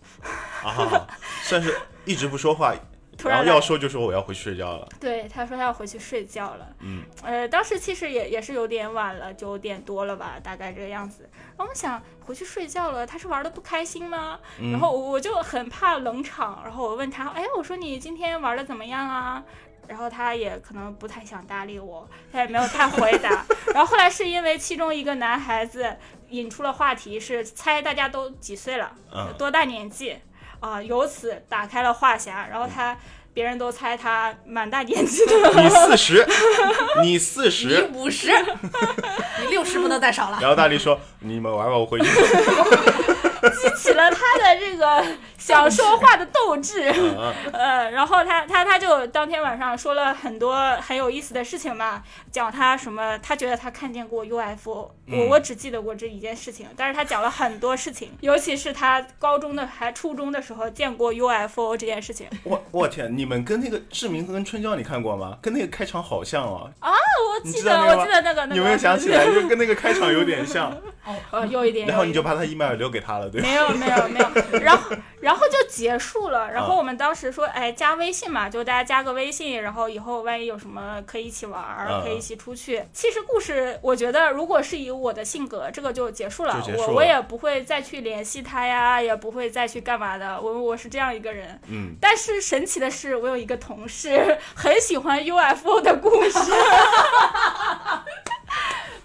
Speaker 2: 啊，算是一直不说话，”
Speaker 3: 突
Speaker 2: 然后
Speaker 3: 然
Speaker 2: 要
Speaker 3: 来
Speaker 2: 说就说我要回去睡觉了。
Speaker 3: 对，他说他要回去睡觉了。
Speaker 2: 嗯，
Speaker 3: 呃，当时其实也也是有点晚了，九点多了吧，大概这个样子。然后我们想回去睡觉了，他是玩的不开心吗？
Speaker 2: 嗯
Speaker 3: 然后我我就很怕冷场，然后我问他，哎，我说你今天玩的怎么样啊？然后他也可能不太想搭理我，他也没有太回答。然后后来是因为其中一个男孩子引出了话题，是猜大家都几岁了，
Speaker 2: 嗯
Speaker 3: 多大年纪啊、由此打开了话匣。然后他别人都猜他蛮大年纪的，
Speaker 2: 你四十，你四
Speaker 4: 你
Speaker 2: 十。嗯
Speaker 4: 五 十，
Speaker 1: 你六十不能再少了。
Speaker 2: 然后大力说：“你们玩吧，我回去。
Speaker 3: 激起了他的这个 想说话的斗 志。
Speaker 2: 嗯
Speaker 3: 呃，然后他他他就当天晚上说了很多很有意思的事情嘛，讲他什么，他觉得他看见过 UFO，、我
Speaker 2: 嗯
Speaker 3: 我只记得过这一件事情，但是他讲了很多事情，尤其是他高中的还初中的时候见过 UFO 这件事情。”
Speaker 2: 我我天，你们跟那个志明跟春娇你看过吗？跟那个开场好像哦，
Speaker 3: 我
Speaker 2: 你
Speaker 3: 记
Speaker 2: 知
Speaker 3: 得
Speaker 2: 道那个
Speaker 3: 我
Speaker 2: 吗
Speaker 3: 记得那个那个，
Speaker 2: 你有没有想起来？就跟那个开场有点像。
Speaker 3: 呃，有一点。
Speaker 2: 然后
Speaker 3: 有一
Speaker 2: 你
Speaker 3: 点
Speaker 2: 就把他 email 留给他了，对吧？
Speaker 3: 没有没有没有，然后然后就结束了。然
Speaker 2: 啊
Speaker 3: 后我们当时说，哎，加微信嘛，就大家加个微信，然后以后万一有什么可以一起玩儿，
Speaker 2: 嗯
Speaker 3: 可以一起出去。其实故事，我觉得如果是以我的性格，这个就结束了，
Speaker 2: 就结束了
Speaker 3: 我我也不会再去联系他呀，也不会再去干嘛的。我我是这样一个人。
Speaker 2: 嗯，
Speaker 3: 但是神奇的是，我有一个同事很喜欢 UFO 的故事。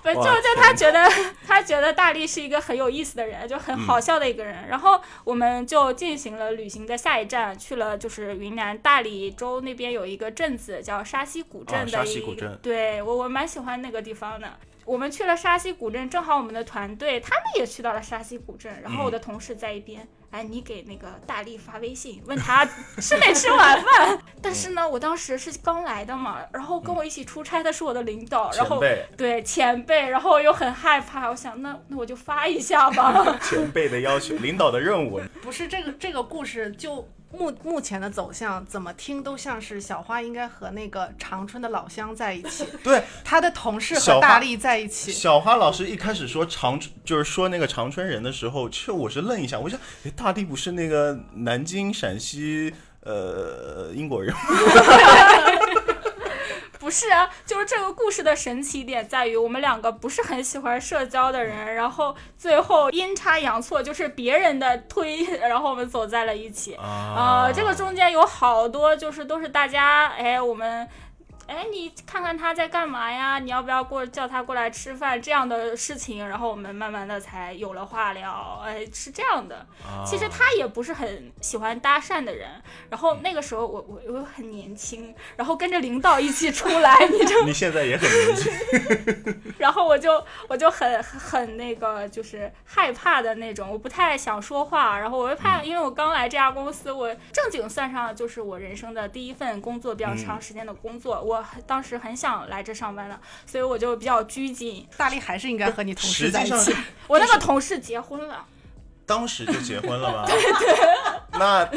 Speaker 3: 不是，就
Speaker 2: 哇
Speaker 3: 是就他觉得他觉得大力是一个很有意思的人，就
Speaker 2: 嗯
Speaker 3: 很好笑的一个人。然后我们就进行了旅行的下一站，去了就是云南大理州那边有一个镇子叫沙溪古镇
Speaker 2: 啊
Speaker 3: 的一个、
Speaker 2: 沙溪古镇
Speaker 3: 对我我蛮喜欢那个地方的。我们去了沙溪古镇，正好我们的团队他们也去到了沙溪古镇，然
Speaker 2: 嗯
Speaker 3: 后我的同事在一边，哎，你给那个大力发微信，问他吃没吃晚饭。 但是呢，我当时是刚来的嘛，然后跟我一起出差的是我的领导，然
Speaker 2: 前
Speaker 3: 后
Speaker 2: 辈，
Speaker 3: 对前辈，然后我又很害怕，我想那那我就发一下吧。
Speaker 2: 前辈的要求，领导的任务，
Speaker 1: 不是这个这个故事就目目前的走向，怎么听都像是小花应该和那个长春的老乡在一 起，
Speaker 2: 对，
Speaker 1: 她的同事
Speaker 2: 小
Speaker 1: 和
Speaker 2: 花
Speaker 1: 大力在一起。
Speaker 2: 小花老师一开始说长，就是说那个长春人的时候，其实我是愣一下，我想，哎，大地不是那个南京、陕西、呃英国人 吗？
Speaker 3: 不是啊，就是这个故事的神奇点在于，我们两个不是很喜欢社交的人，然后最后阴差阳错，就是别人的推， 然后我们走在了一起。
Speaker 2: 啊
Speaker 3: 呃，这个中间有好多就是都是大家哎，我们哎，你看看他在干嘛呀？你要不要过叫他过来吃饭这样的事情？然后我们慢慢的才有了话聊，哎，是这样的。
Speaker 2: 啊
Speaker 3: 其实他也不是很喜欢搭讪的人。然后那个时候我我我很年轻，然后跟着领导一起出来，你知 道
Speaker 2: 你现在也很年轻，
Speaker 3: 然后我就我就很很那个，就是害怕的那种，我不太想说话，然后我又怕，因为我刚来这家公司，我正经算上就是我人生的第一份工作，比较长时间的工作，我很当时很想来这上班的，所以我就比较拘谨。
Speaker 1: 大力还是应该和你同
Speaker 2: 实
Speaker 1: 事在
Speaker 2: 际
Speaker 1: 一
Speaker 2: 上
Speaker 1: 起。
Speaker 3: 我那个同事结婚了，
Speaker 2: 当时就结婚 了吗？那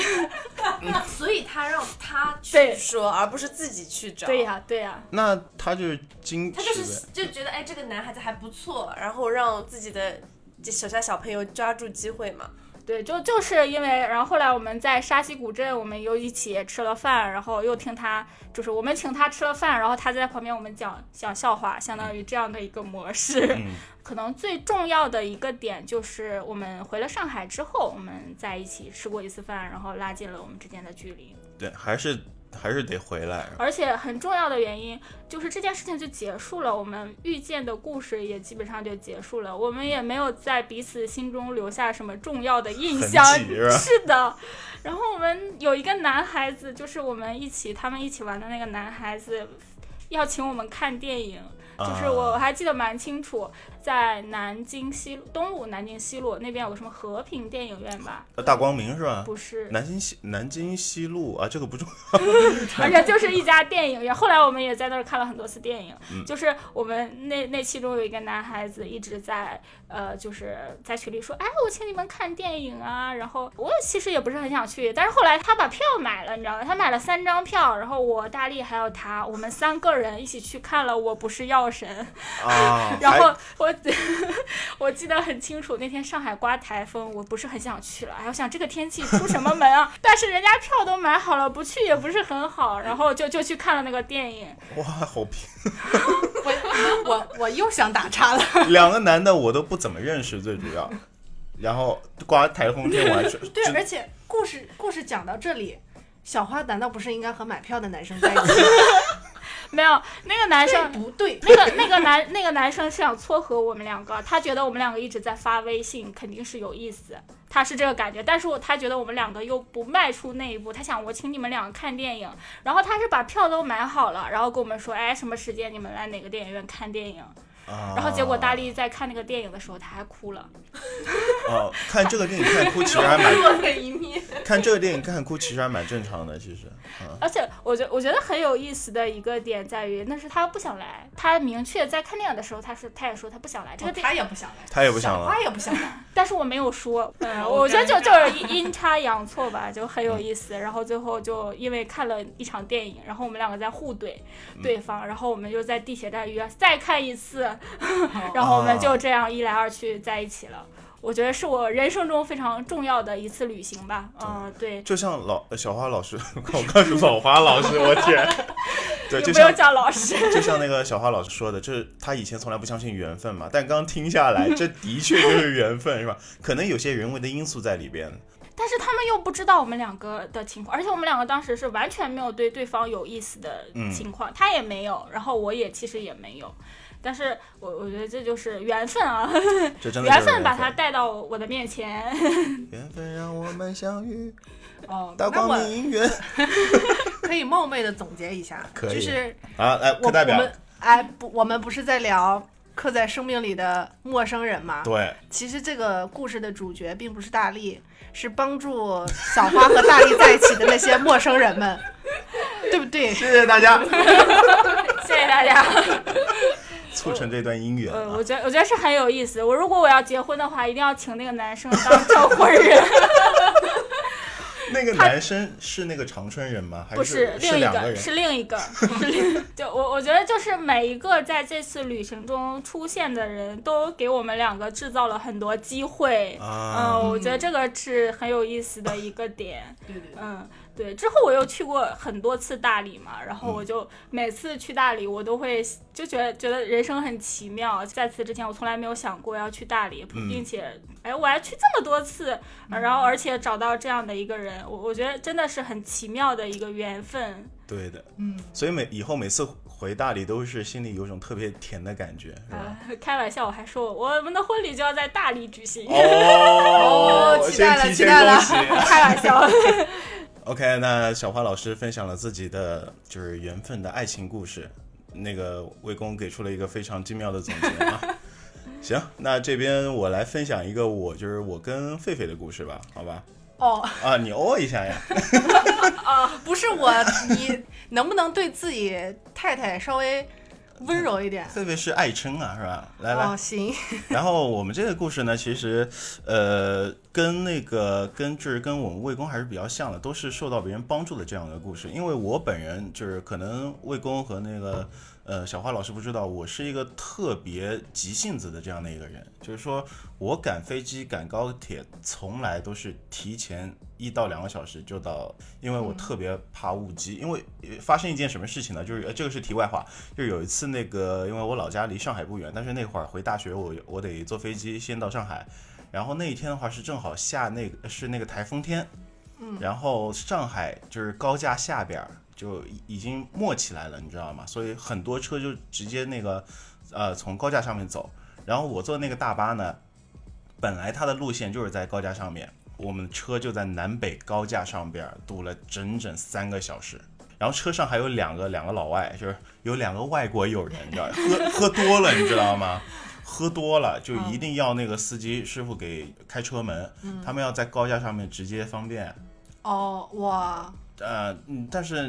Speaker 4: 那所以他让他去
Speaker 3: 对
Speaker 4: 说，而不是自己去找。
Speaker 3: 对呀、对呀、
Speaker 2: 那他就是矜
Speaker 4: 他就
Speaker 2: 持
Speaker 4: 是
Speaker 2: 呗，
Speaker 4: 就觉得哎，这个男孩子还不错，然后让自己的这手下小朋友抓住机会嘛。
Speaker 3: 对，就就是因为，然后后来我们在沙溪古镇，我们又一起吃了饭，然后又听他，就是我们请他吃了饭，然后他在旁边我们讲讲笑话，相当于这样的一个模式。
Speaker 2: 嗯
Speaker 3: 可能最重要的一个点就是，我们回了上海之后，我们在一起吃过一次饭，然后拉近了我们之间的距离。
Speaker 2: 对，还是还是得回来。
Speaker 3: 而且很重要的原因就是这件事情就结束了，我们遇见的故事也基本上就结束了，我们也没有在彼此心中留下什么重要的印象。
Speaker 2: 痕迹是吧
Speaker 3: 是的，然后我们有一个男孩子，就是我们一起他们一起玩的那个男孩子，要请我们看电影。就是我
Speaker 2: 啊
Speaker 3: 还记得蛮清楚，在南京西路东路南京西路那边有个什么和平电影院吧？
Speaker 2: 呃大光明是吧？
Speaker 3: 不是，
Speaker 2: 南京西南京西路啊，这个不重要。
Speaker 3: 而且就是一家电影院。后来我们也在那儿看了很多次电影，就是我们那那其中有一个男孩子一直在呃，就是在群里说，哎，我请你们看电影啊。然后我其实也不是很想去，但是后来他把票买了，你知道吗？他买了三张票，然后我大力还有他，我们三个人一起去看了《我不是药神》。
Speaker 2: 啊，
Speaker 3: 然
Speaker 2: 还
Speaker 3: 后我 我记得很清楚，那天上海刮台风，我不是很想去了。哎，我想这个天气出什么门啊？ 但是人家票都买好了，不去也不是很好。然后就就去看了那个电影，
Speaker 2: 哇，好拼！
Speaker 1: 我 我我又想打岔了。
Speaker 2: 两个男的我都不怎么认识，最主要。然后刮台风天我还 去，
Speaker 1: 对，
Speaker 2: 就
Speaker 1: 而且故事故事讲到这里，小花难道不是应该和买票的男生在一起？
Speaker 3: 没有那个男
Speaker 1: 这
Speaker 3: 生。
Speaker 1: 不对，
Speaker 3: 那个那个男那个男生是想撮合我们两个，他觉得我们两个一直在发微信，肯定是有意思，他是这个感觉。但是我他觉得我们两个又不迈出那一步，他想我请你们两个看电影，然后他是把票都买好了，然后跟我们说，哎，什么时间你们来哪个电影院看电影？
Speaker 2: 啊
Speaker 3: 然后结果大力在看那个电影的时候，他还哭了。
Speaker 2: 哦，看这个电影看哭其实还蛮，
Speaker 4: 弱的一面。
Speaker 2: 看这个电影看哭其实还蛮正常的，其实啊，
Speaker 3: 而且我觉我觉得很有意思的一个点在于，那是他不想来，他明确在看电影的时候，他是他也说他不想来这个 电
Speaker 1: 他也不想来，
Speaker 2: 他也不想
Speaker 1: 小
Speaker 2: 了
Speaker 1: 花。也不 想来。
Speaker 3: 但是我没有说，嗯，
Speaker 1: 好
Speaker 3: 我觉得就
Speaker 1: 尴
Speaker 3: 就是嗯阴阴差阳错吧，就很有意思。然后最后就因为看了一场电影，然后我们两个在互怼对方，然后我们就在地铁站约再看一次，然后我们就这样一来二去在一起了。我觉得是我人生中非常重要的一次旅行吧，嗯，对，
Speaker 2: 就像老小花老师， 我告诉老花老师，我 天，对，
Speaker 3: 有
Speaker 2: 就
Speaker 3: 没有
Speaker 2: 像
Speaker 3: 叫老师？
Speaker 2: 就像那个小花老师说的，就是他以前从来不相信缘分嘛，但刚听下来，这的确就是缘分，是吧？可能有些人为的因素在里边。
Speaker 3: 但是他们又不知道我们两个的情况，而且我们两个当时是完全没有对对方有意思的
Speaker 2: 嗯
Speaker 3: 情况，他也没有，然后我也其实也没有。但是我我觉得这就是缘分啊，
Speaker 2: 这真的就是
Speaker 3: 缘分把他带到我的 面前。
Speaker 2: 缘分让我们相遇，
Speaker 1: 哦，
Speaker 2: 大
Speaker 1: 那
Speaker 2: 光
Speaker 1: 我
Speaker 2: 明影院
Speaker 1: 可以冒昧的总结一下，
Speaker 2: 可以
Speaker 1: 就是
Speaker 2: 啊！来，
Speaker 1: 我
Speaker 2: 课代
Speaker 1: 我
Speaker 2: 表
Speaker 1: 们哎不，我们不是在聊刻在生命里的陌生人吗？
Speaker 2: 对，
Speaker 1: 其实这个故事的主角并不是大力，是帮助小花和大力在一起的那些陌生人 们，对不对？
Speaker 2: 谢谢大家
Speaker 3: 谢谢大家。
Speaker 2: 促成这段姻缘
Speaker 3: 呃，
Speaker 2: 啊！
Speaker 3: 我觉得我觉得是很有意思。我如果我要结婚的话，一定要请那个男生 当证婚人，
Speaker 2: 那个男生是那个长春人吗？还
Speaker 3: 不
Speaker 2: 是
Speaker 3: 另一
Speaker 2: 两
Speaker 3: 个，
Speaker 2: 人？
Speaker 3: 是 另一个， 是另。就我我觉得就是每一个在这次旅行中出现的人都给我们两个制造了很多机会。
Speaker 2: 啊，
Speaker 1: 呃
Speaker 3: 嗯，我觉得这个是很有意思的一个点。
Speaker 1: 对对
Speaker 3: 嗯，对。之后我又去过很多次大理嘛，然后我就每次去大理，我都会就觉得觉得人生很奇妙。在此之前，我从来没有想过要去大理，
Speaker 2: 嗯
Speaker 3: 并且，哎，我还去这么多次，然后而且找到这样的一个人，我我觉得真的是很奇妙的一个缘分。
Speaker 2: 对的。
Speaker 1: 嗯，
Speaker 2: 所以每以后每次回大理都是心里有种特别甜的感觉，是
Speaker 1: 啊
Speaker 2: 吧？
Speaker 3: 呃开玩笑，我还说我们的婚礼就要在大理举行。
Speaker 2: 哦
Speaker 1: 期待了，期待了，开玩 笑。
Speaker 2: OK，那小花老师分享了自己的就是缘分的爱情故事，那个魏公给出了一个非常精妙的总结啊。 行，那这边我来分享一个我就是我跟狒狒的故事吧，好吧？
Speaker 1: 哦，
Speaker 2: 啊，你哦一下呀，
Speaker 1: 不是我，你能不能对自己太太稍微温柔一点？
Speaker 2: 狒狒是爱称啊，是吧？来来，
Speaker 1: 哦，行，
Speaker 2: 然后我们这个故事呢，其实呃，跟那个跟就是跟我们魏公还是比较像的，都是受到别人帮助的这样的故事。因为我本人就是可能魏公和那个呃小花老师不知道，我是一个特别急性子的这样的一个人，就是说我赶飞机赶高铁从来都是提前一到两个小时就到，因为我特别怕误机。因为呃发生一件什么事情呢？就是、呃、这个是题外话，就有一次那个，因为我老家离上海不远，但是那会儿回大学我我得坐飞机先到上海，然后那一天的话是正好下那个是那个台风天，嗯，然后上海就是高架下边儿就已已经没起来了，你知道吗？所以很多车就直接那个呃从高架上面走，然后我坐那个大巴呢，本来它的路线就是在高架上面，我们车就在南北高架上边儿堵了整整三个小时。然后车上还有两个两个老外，就是有两个外国友人，你知道，喝喝多了，你知道吗？喝多了就一定要那个司机师傅给开车门，他们要在高架上面直接方便。
Speaker 1: 哦，我
Speaker 2: 呃，嗯但是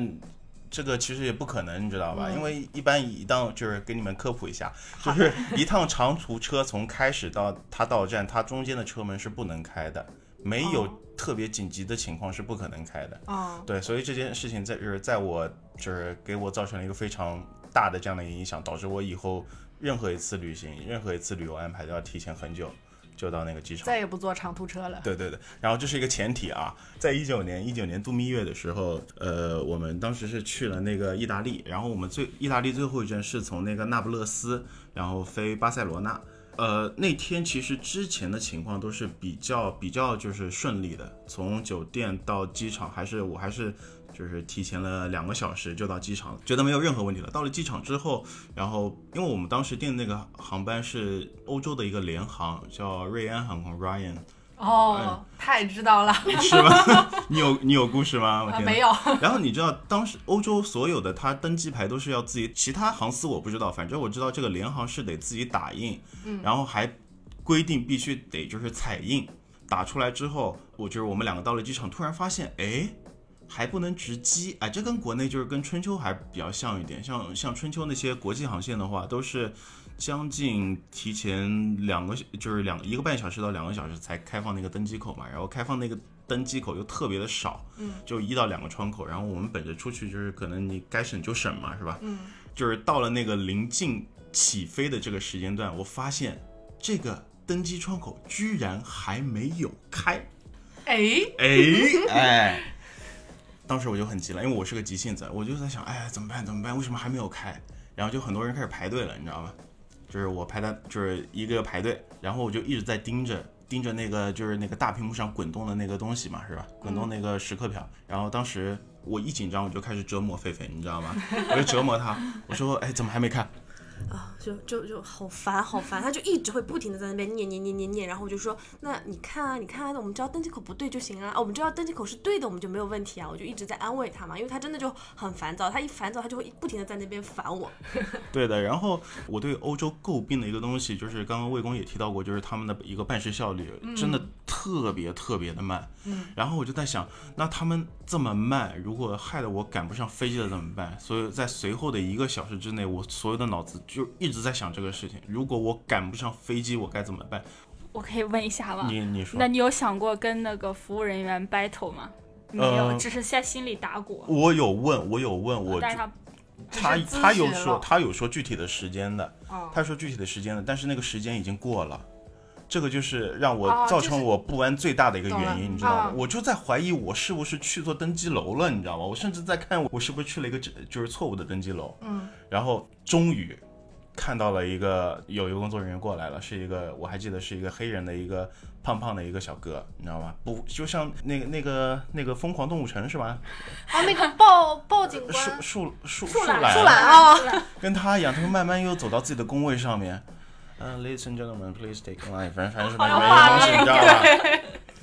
Speaker 2: 这个其实也不可能，你知道吧？因为一般一趟就是给你们科普一下， 就是一趟长途车从开始到它到站，它中间的车门是不能开的，没有
Speaker 1: 哦
Speaker 2: 特别紧急的情况是不可能开的。
Speaker 1: 哦，
Speaker 2: 对，所以这件事情在就是在我就是给我造成了一个非常大的这样的影响，导致我以后任何一次旅行、任何一次旅游安排都要提前很久就到那个机场。
Speaker 1: 再也不坐长途车了。
Speaker 2: 对对对，然后这是一个前提啊，在一九年一九年度蜜月的时候，呃，我们当时是去了那个意大利，然后我们最意大利最后一站是从那个那不勒斯，然后飞巴塞罗那。呃，那天其实之前的情况都是比较比较就是顺利的，从酒店到机场还是我还是就是提前了两个小时就到机场了，觉得没有任何问题了。到了机场之后，然后因为我们当时订的那个航班是欧洲的一个联航，叫瑞安航空 Ryan，
Speaker 1: 哦，
Speaker 2: 哎
Speaker 1: 太知道了，
Speaker 2: 是吗？你有你有故事吗？我
Speaker 1: 啊
Speaker 2: 天哪
Speaker 1: 没。有。
Speaker 2: 然后你知道，当时欧洲所有的它登机牌都是要自己，其他航司我不知道，反正我知道这个联航是得自己打印，然后还规定必须得就是彩印。打出来之后，我就是我们两个到了机场，突然发现，哎，还不能值机，哎，这跟国内就是跟春秋还比较像一点，像像春秋那些国际航线的话，都是将近提前两个就是两一个半小时到两个小时才开放那个登机口嘛，然后开放那个登机口又特别的少，嗯，就一到两个窗口，然后我们本着出去就是可能你该省就省嘛，是吧？嗯，就是到了那个临近起飞的这个时间段，我发现这个登机窗口居然还没有开，
Speaker 1: 哎，
Speaker 2: 哎哎。当时我就很急了，因为我是个急性子，我就在想，哎，怎么办？怎么办？为什么还没有开？然后就很多人开始排队了，你知道吗？就是我排单，就是一个排队，然后我就一直在盯着盯着那个就是那个大屏幕上滚动的那个东西嘛，是吧？滚动那个时刻表。然后当时我一紧张，我就开始折磨狒狒，你知道吗？我就折磨他，我说，哎，怎么还没开？
Speaker 4: 啊，就就就好烦好烦，他就一直会不停的在那边念念念念念，然后我就说，那你看啊你看啊，那我们知道登机口不对就行啊，啊我们知道登机口是对的，我们就没有问题啊，我就一直在安慰他嘛，因为他真的就很烦躁，他一烦躁他就会不停的在那边烦我，
Speaker 2: 对的，然后我对欧洲诟病的一个东西，就是刚刚魏公也提到过，就是他们的一个办事效率真的特别特别的慢。嗯，然后我就在想，那他们这么慢，如果害得我赶不上飞机了怎么办？所以在随后的一个小时之内，我所有的脑子就一直在想这个事情，如果我赶不上飞机，我该怎么办？
Speaker 3: 我可以问一下吗？
Speaker 2: 你你说
Speaker 3: 啊那，你有想过跟那个服务人员 battle 吗？没有，
Speaker 2: 呃
Speaker 3: 只是在心里打鼓。
Speaker 2: 我有问，我有问，我
Speaker 3: 但是他
Speaker 2: 他
Speaker 1: 只是咨
Speaker 2: 他有
Speaker 1: 询
Speaker 2: 说
Speaker 1: 了
Speaker 2: 他有说具体的时间的，
Speaker 1: 哦
Speaker 2: 他说具体的时间的，但是那个时间已经过了，这个就是让
Speaker 3: 哦
Speaker 2: 我造成
Speaker 3: 就是嗯
Speaker 2: 我不安最大的一个原
Speaker 1: 懂了
Speaker 2: 因，你知道吗
Speaker 1: 哦？
Speaker 2: 我就在怀疑我是不是去错登机楼了，你知道呃吗？我甚至在看我是不是去了一个这就是错误的登机楼。嗯，然后终于看到了一个有一个工作人员过来了，是一个我还记得是一个黑人的一个胖胖的一个小哥，你知道吗？不，就像那个那个那个疯狂动物城是吧？
Speaker 1: 啊，那个报报警
Speaker 2: 树
Speaker 1: 官，
Speaker 2: 树树
Speaker 3: 树
Speaker 2: 懒
Speaker 3: 懒
Speaker 1: 树
Speaker 2: 啊
Speaker 1: 懒啊，
Speaker 2: 跟他一样，他们慢慢又走到自己的工位上面。嗯、l a d i e s and gentlemen, please take line。反正反正是
Speaker 3: 好
Speaker 2: 没
Speaker 3: 有
Speaker 2: 没
Speaker 3: 画
Speaker 2: 东西，
Speaker 3: 面
Speaker 2: 你知道吧？啊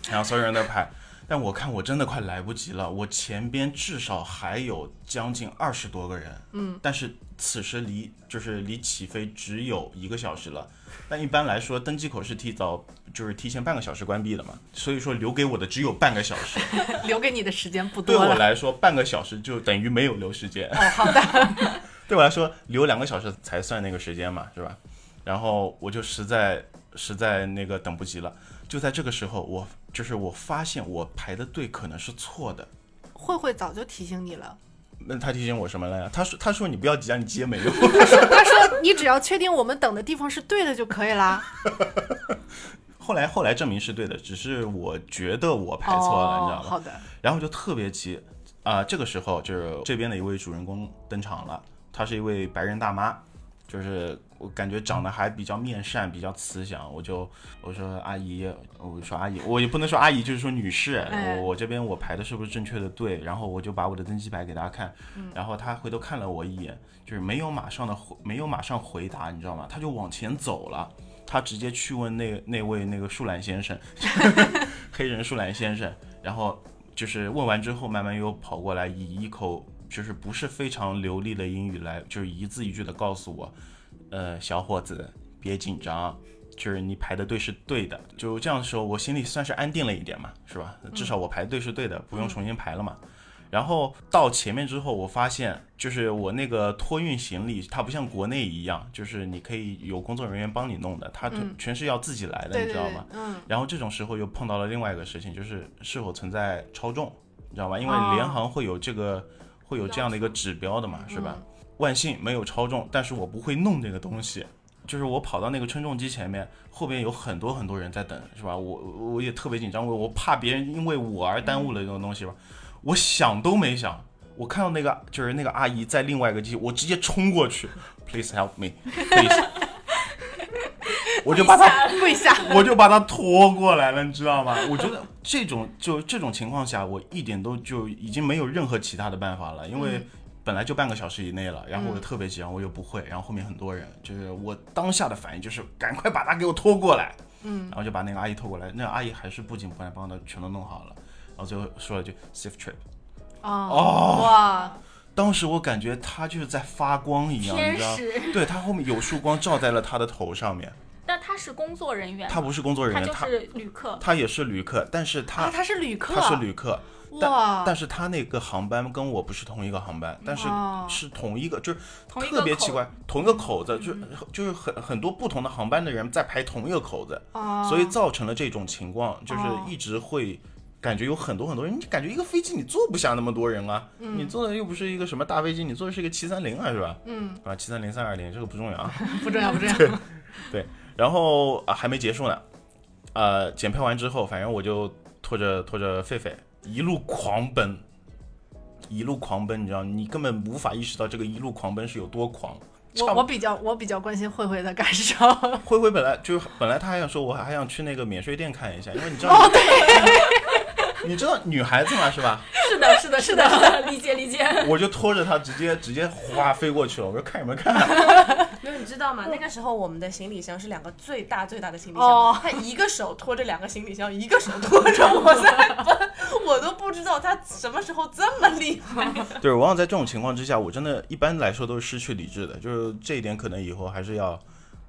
Speaker 2: 然后所有人都拍，但我看我真的快来不及了，我前边至少还有将近二十多个人，嗯，但是此时离就是离起飞只有一个小时了。但一般来说，登机口是提早就是提前半个小时关闭的嘛，所以说留给我的只有半个小时。
Speaker 1: 留给你的时间不
Speaker 2: 对
Speaker 1: 多
Speaker 2: 我
Speaker 1: 了。哦
Speaker 2: 来说，半个小时就等于没有留时间。好的。 对我来说，留两个小时才算那个时间嘛，是吧？然后我就实在实在那个等不及了，就在这个时候，我就是我发现我排的队可能是错的。
Speaker 1: 慧慧早就提醒你了，
Speaker 2: 那他提醒我什么了呀？他说他说你不要急啊，你急也没用。
Speaker 1: 她说你只要确定我们等的地方是对的就可以啦。
Speaker 2: 后来后来证明是对的，只是我觉得我排错了，你知道
Speaker 1: 哦
Speaker 2: 吗？
Speaker 1: 好的，
Speaker 2: 然后就特别急啊、这个时候就是这边的一位主人公登场了，她是一位白人大妈，就是我感觉长得还比较面善，比较慈祥。我就我说阿姨，我就说阿姨，我也不能说阿姨，就是说女士，
Speaker 1: 哎
Speaker 2: 我我这边我排的是不是正确的队？然后我就把我的登机牌给大家看，然后她回头看了我一眼，就是没有马上的回，没有马上回答，你知道吗？她就往前走了。她直接去问那那位那个树懒先生， 黑人树懒先生，然后就是问完之后，慢慢又跑过来，以一口就是不是非常流利的英语来，就是一字一句的告诉我，呃，小伙子，别紧张，就是你排的队是对的。就这样的时候，我心里算是安定了一点嘛，是吧？至少我排队是对的，不用重新排了嘛。然后到前面之后，我发现就是我那个托运行李，它不像国内一样，就是你可以有工作人员帮你弄的，它全是要自己来的，
Speaker 1: 对
Speaker 2: 你
Speaker 1: 对
Speaker 2: 知道
Speaker 1: 对
Speaker 2: 吗？，
Speaker 1: 嗯，
Speaker 2: 然后这种时候又碰到了另外一个事情，就是是否存在超重，你知道吧？因为
Speaker 1: 哦
Speaker 2: 联航会有这个会有这样的一个指标的
Speaker 1: 嗯
Speaker 2: 嘛，是吧？万幸没有超重，但是我不会弄这个东西。就是我跑到那个称重机前面，后边有很多很多人在等，是吧？我我我也特别紧张，我我怕别人因为我而耽误了这种
Speaker 1: 嗯
Speaker 2: 东西吧。我想都没想，我看到那个就是那个阿姨在另外一个机，我直接冲过去，Please help me，please，我就把她
Speaker 1: 嗯跪下。
Speaker 2: 我就把他拖过来了，你知道吗？我觉得这种就这种情况下，我一点都就已经没有任何其他的办法了，因
Speaker 3: 嗯
Speaker 2: 为本来就半个小时以内了，然后我特别急，然后我又不会，然后后面很多人，就是我当下的反应就是赶快把他给我拖过来，嗯，然后就把那个阿姨拖过来，那个阿姨还是不紧不慢帮他全都弄好了，然后最后说了句 safe trip，
Speaker 1: 哦，哇，
Speaker 2: 当时我感觉他就是在发光一样，你
Speaker 3: 天
Speaker 2: 知道吗，
Speaker 3: 使。
Speaker 2: 对他后面有束光照在了他的头上面，
Speaker 3: 但他是工作人员，
Speaker 2: 他不是工作人员，
Speaker 3: 就
Speaker 2: 他
Speaker 3: 是旅客。
Speaker 2: 他也是旅客，但是他
Speaker 1: 啊，他是旅客，
Speaker 2: 他是旅客，但
Speaker 1: 哇
Speaker 2: 但是他那个航班跟我不是同一个航班，但是
Speaker 1: 哦
Speaker 2: 是同一个，就是
Speaker 3: 同一个
Speaker 2: 特别奇
Speaker 3: 口嗯
Speaker 2: 怪，同一个口子，就是就是很很多不同的航班的人在排同一个口子，
Speaker 3: 啊
Speaker 1: 哦，
Speaker 2: 所以造成了这种情况，就是
Speaker 1: 哦
Speaker 2: 一直会。感觉有很多很多人，你感觉一个飞机你坐不下那么多人啊，
Speaker 3: 嗯
Speaker 2: 你坐的又不是一个什么大飞机，你坐的是一个七三零啊，是吧？嗯，啊，七三零三二零这个不重要啊，
Speaker 1: 不重 要不重要。
Speaker 2: 然后、啊、还没结束呢，呃，检票完之后，反正我就拖着拖着狒狒一路狂奔，一路狂奔，你知道，你根本无法意识到这个一路狂奔是有多狂。
Speaker 1: 我我比较我比较关心慧慧的感受。哦，
Speaker 2: 灰灰本来就是本来他还想说，我还想去那个免税店看一下，因为你知 道，
Speaker 1: 对，
Speaker 2: 你知道女孩子嘛，是吧？
Speaker 3: 是的，是的，是的，是的， 理解理解。
Speaker 2: 我就拖着她直接直接哗飞过去了，我说看什么看、
Speaker 4: 没有，你知道吗？那个时候我们的行李箱是两个最大最大的行李
Speaker 1: 哦
Speaker 4: 箱，他一个手拖着两个行李箱，一个手拖着我在奔，我都不知道他什么时候这么厉害。
Speaker 2: 对，往往在这种情况之下，我真的一般来说都是失去理智的，就是这一点可能以后还是要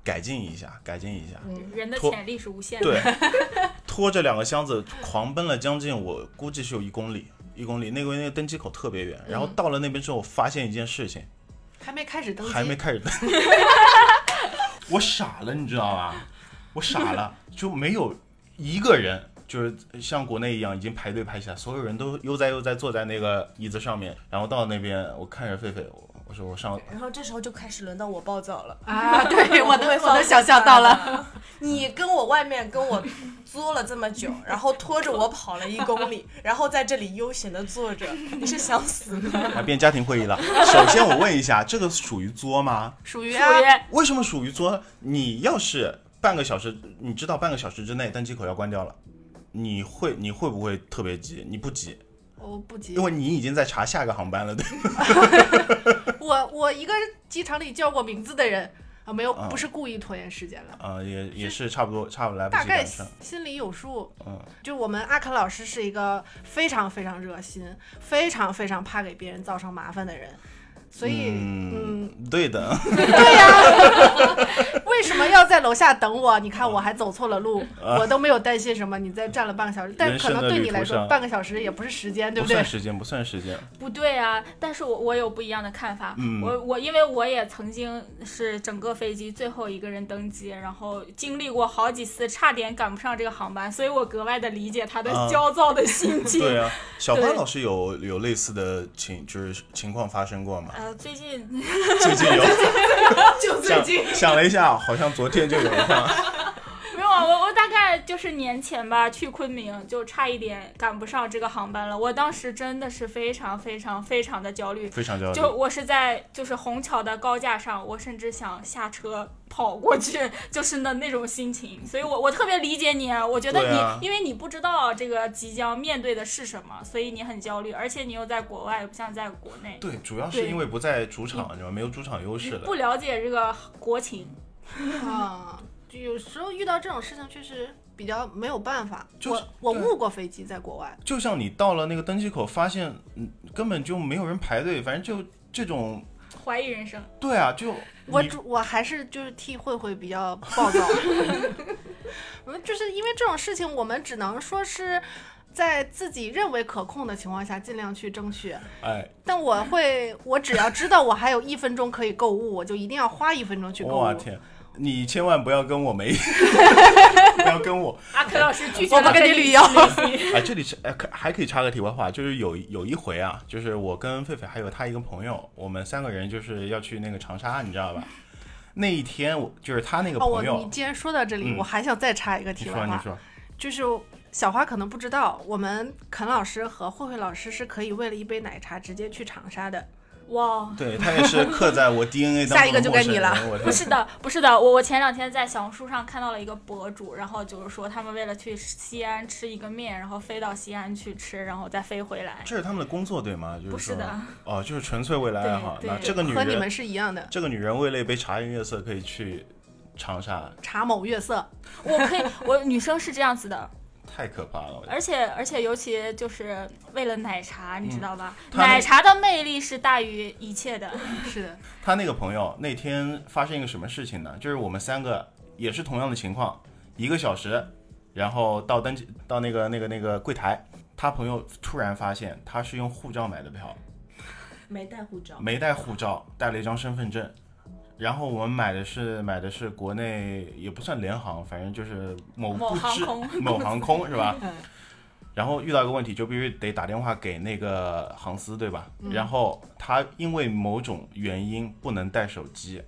Speaker 2: 改进一下，改进一下。
Speaker 3: 人的
Speaker 2: 脱
Speaker 3: 潜力是无限 的。
Speaker 2: 对，拖着两个箱子狂奔了将近，我估计是有一公里，一公里。那个那个登机口特别远，
Speaker 1: 嗯
Speaker 2: 然后到了那边之后，我发现一件事情，
Speaker 1: 还没开始登机，
Speaker 2: 还没开 始登，我傻了，你知道吗？我傻了，就没有一个人。就是像国内一样，已经排队排起来，所有人都悠哉悠哉坐在那个椅子上面。然后到那边，我看着狒狒，我我说我上
Speaker 4: 然后这时候就开始轮到我暴躁了。
Speaker 1: 啊！对，我能
Speaker 4: 会
Speaker 1: 我
Speaker 4: 放
Speaker 1: 能想象到了，
Speaker 4: 你跟我外面跟我
Speaker 5: 作了这么久，然后拖着我跑了一公里，然后在这里悠闲的坐着，你是想死吗？
Speaker 2: 还变家庭会议 了。首先我问一下，这个属于作吗？
Speaker 1: 属于
Speaker 3: 属
Speaker 1: 啊，
Speaker 3: 于
Speaker 2: 为什么属于作？你要是半个小时，你知道半个小时之内登机口要关掉了，你会你会不会特别急？你不急，
Speaker 1: 我不急
Speaker 2: 因。为你已经在查下个航班了，对吧？
Speaker 1: 我我一个机场里叫过名字的人啊，没有，
Speaker 2: 嗯
Speaker 1: 不是故意拖延时间了。
Speaker 2: 啊、也也是差不多，差不多来不
Speaker 1: 大
Speaker 2: 及
Speaker 1: 概
Speaker 2: 赶上
Speaker 1: 心。心里有数。
Speaker 2: 嗯，
Speaker 1: 就我们阿肯老师是一个非常非常热心、非常非常怕给别人造成麻烦的人，所以，嗯，
Speaker 2: 嗯，对的，
Speaker 1: 为什么要在楼下等我？你看我还走错了 路，我都没有担心什么。你再站了半个小时，但
Speaker 2: 啊人
Speaker 1: 可
Speaker 2: 生的
Speaker 1: 能对
Speaker 2: 旅
Speaker 1: 你来
Speaker 2: 途
Speaker 1: 说
Speaker 2: 上
Speaker 1: 半个小时也不是时间，对
Speaker 2: 不
Speaker 1: 对
Speaker 2: 算？时间，不算时间。
Speaker 3: 不对啊，但是我我有不一样的看法。
Speaker 2: 嗯
Speaker 3: 我我因为我也曾经是整个飞机最后一个人登机，然后经历过好几次差点赶不上这个航班，所以我格外的理解他的
Speaker 2: 啊
Speaker 3: 焦躁的 心情。
Speaker 2: 对啊，小
Speaker 3: 对
Speaker 2: 潘老师有有类似的情就是情况发生过 吗？
Speaker 3: 呃，最近
Speaker 2: 最近有，
Speaker 1: 就
Speaker 2: 想想了一下，好像昨天就有一趟。
Speaker 3: 没有啊，我我大概就是年前吧去昆明，就差一点赶不上这个航班了。我当时真的是非常非常非常的焦虑，
Speaker 2: 非常焦虑。
Speaker 3: 就我是在就是虹桥的高架上，我甚至想下车跑过去，就是那那种心情。所以我我 特别理解你，啊，我觉得
Speaker 2: 对
Speaker 3: 你、
Speaker 2: 啊
Speaker 3: 因为你不知道这个即将面对的是什么，所以你很焦虑，而且你又在国外，不像在国内，
Speaker 2: 对，主要是
Speaker 1: 对
Speaker 2: 因为不在主场，你知道吗没有主场优势的
Speaker 3: 不。了解这个国情。
Speaker 1: 啊，就有时候遇到这种事情确实比较没有办法。
Speaker 2: 就是
Speaker 1: 我我
Speaker 2: 对
Speaker 1: 误过飞机，在国外。
Speaker 2: 就像你到了那个登机口，发现嗯根本就没有人排队，反正就这种，
Speaker 3: 怀疑人生，
Speaker 2: 对啊，就
Speaker 1: 我
Speaker 2: 你
Speaker 1: 主我还是就是替慧慧比较暴躁， 我们就是因为这种事情，我们只能说是在自己认为可控的情况下，尽量去争取。
Speaker 2: 哎，
Speaker 1: 但我会，我只要知道我还有一分钟可以购物，我就一定要花一分钟去购
Speaker 2: 哇
Speaker 1: 物。
Speaker 2: 天，你千万不要跟我 没，不要跟我
Speaker 3: 阿克老师拒绝
Speaker 1: 我不
Speaker 3: 了
Speaker 1: 跟你
Speaker 3: 旅
Speaker 1: 旅游
Speaker 2: 哎，这里是哎，可还可以插个题外话，就是有有一回啊，就是我跟狒狒还有他一个朋友，我们三个人就是要去那个长沙，你 知道吧？那一天我就是他那个
Speaker 1: 哦，我
Speaker 2: 朋友，
Speaker 1: 你既然说到这里，
Speaker 2: 嗯
Speaker 1: 我还想再插一个
Speaker 2: 你
Speaker 1: 题
Speaker 2: 说
Speaker 1: 外
Speaker 2: 你
Speaker 1: 话，
Speaker 2: 说，
Speaker 1: 就是小花可能不知道，我们肯老师和慧慧老师是可以为了一杯奶茶直接去长沙的。
Speaker 3: 哇，
Speaker 2: 对他也是刻在我 DNA 当中的
Speaker 1: 下一个就该你了
Speaker 2: 陌生人我
Speaker 3: 不是
Speaker 2: 的
Speaker 3: 的，不是的，我我前两天在小红书上看到了一个博主，然后就是说他们为了去西安吃一个面，然后飞到西安去吃，然后再飞回来。
Speaker 2: 这是他们的工作对吗？就是
Speaker 3: 不是
Speaker 2: 说
Speaker 3: 的，
Speaker 2: 哦，就是纯粹为了爱好。
Speaker 3: 对
Speaker 2: 那
Speaker 3: 对
Speaker 2: 这个女
Speaker 1: 和你
Speaker 2: 人
Speaker 1: 们，是一样的，
Speaker 2: 这个女人为了一杯茶颜悦色可以去长沙，
Speaker 1: 茶某月 色。
Speaker 3: 我可以，我女生是这样子的，
Speaker 2: 太可怕了。我觉得
Speaker 3: 而且而且尤其就是为了奶茶，你知道吧？
Speaker 2: 嗯他那
Speaker 3: 奶茶的魅力是大于一切的。
Speaker 1: 是的，
Speaker 2: 他那个朋友那天发生一个什么事情呢？就是我们三个也是同样的情况，一个小时，然后到登记到那个那个那个柜台，他朋友突然发现他是用护照买的票，
Speaker 4: 没带护照，
Speaker 2: 没带护照，带了一张身份证。然后我们买的是买的是国内也不算联航，反正就是某
Speaker 3: 某
Speaker 2: 不
Speaker 3: 航
Speaker 2: 知
Speaker 3: 空
Speaker 2: 某航空是 吧
Speaker 1: 嗯？
Speaker 2: 然后遇到一个问题，就必须得打电话给那个航司，对吧？
Speaker 3: 嗯
Speaker 2: 然后他因为某种原因不能带手机，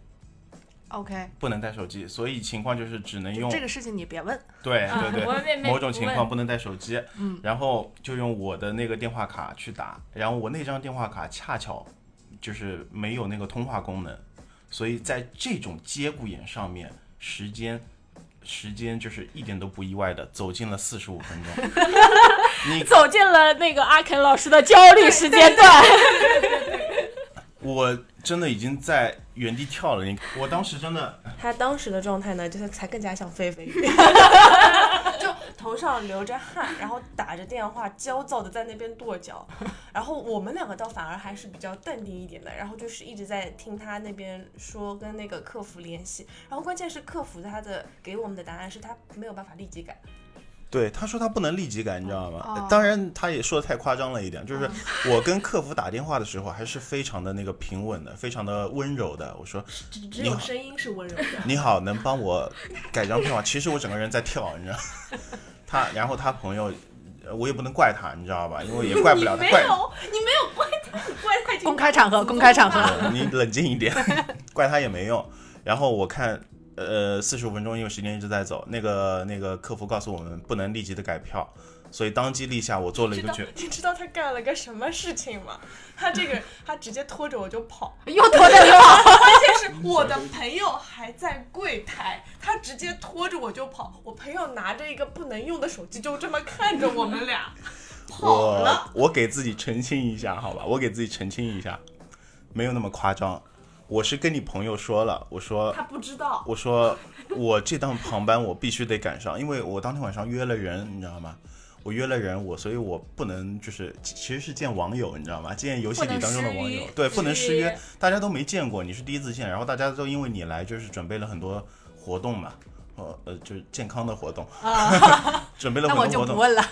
Speaker 1: OK，
Speaker 2: 不能带手机，所以情况就是只能用
Speaker 1: 这个事情你别问。
Speaker 2: 对
Speaker 3: 啊
Speaker 2: 对对，
Speaker 3: 我没没
Speaker 2: 某种情
Speaker 3: 不
Speaker 2: 况
Speaker 3: 问
Speaker 2: 不能带手机，
Speaker 1: 嗯
Speaker 2: 然后就用我的那个电话卡去打，然后我那张电话卡恰巧就是没有那个通话功能，所以在这种节骨眼上面，时间时间就是一点都不意外的走进了四十五分钟，你
Speaker 3: 走进了那个阿肯老师的焦虑时间段。
Speaker 2: 我真的已经在原地跳了，你我当时真的
Speaker 5: 他当时的状态呢，就是才更加像 飞飞，就头上流着汗，然后打着电话，焦躁的在那边跺脚。然后我们两个倒反而还是比较淡定一点的，然后就是一直在听他那边说跟那个客服联系。然后关键是客服他的给我们的答案是他没有办法立即改，
Speaker 2: 对，他说他不能立即改，你知道吗？呃
Speaker 1: 哦
Speaker 2: 当然，他也说的太夸张了一点，就是我跟客服打电话的时候，还是非常的那个平稳的，非常的温柔的。我说
Speaker 4: 只只
Speaker 2: 你
Speaker 4: 有
Speaker 2: 好
Speaker 4: 声音是温柔的。
Speaker 2: 你好，能帮我改张票吗？其实我整个人在跳，你知道。 他，然后他朋友，呃我也不能怪他，你知道吧？因为也怪不了他，怪
Speaker 4: 你没有怪他，你怪他已经
Speaker 1: 公开场合，公开场合。
Speaker 2: 你冷静一点，怪他也没用。然后我看呃四十五分钟，因为时间一直在走，那个那个客服告诉我们不能立即的改票，所以当机立下，我做了一
Speaker 5: 知
Speaker 2: 个
Speaker 5: 道
Speaker 2: 决，
Speaker 5: 你知道他干了个什么事情吗？他这个他直接拖着我就跑，
Speaker 1: 又拖着又
Speaker 5: 关键是我的朋友还在柜台，他直接拖着我就跑。我朋友拿着一个不能用的手机，就这么看着我们俩 跑了。
Speaker 2: 我我给自己澄清一下，好吧，我给自己澄清一下，没有那么夸张。我是跟你朋友说了，我说
Speaker 5: 他不知道，
Speaker 2: 我说我这趟航班我必须得赶上，因为我当天晚上约了人，你知道吗？我约了人，我所以我不能就是其其实是见网友，你知道吗？见游戏里当中的网友
Speaker 3: 不能失约，
Speaker 2: 对，不能失
Speaker 3: 失
Speaker 2: 约
Speaker 3: 约，
Speaker 2: 大家都没见过，你是第一次见，然后大家都因为你来就是准备了很多活动嘛，呃呃，就是健康的活动， 准备了
Speaker 1: 那
Speaker 2: 很
Speaker 1: 我
Speaker 2: 多
Speaker 1: 就
Speaker 2: 活
Speaker 1: 不
Speaker 2: 动，
Speaker 1: 问了。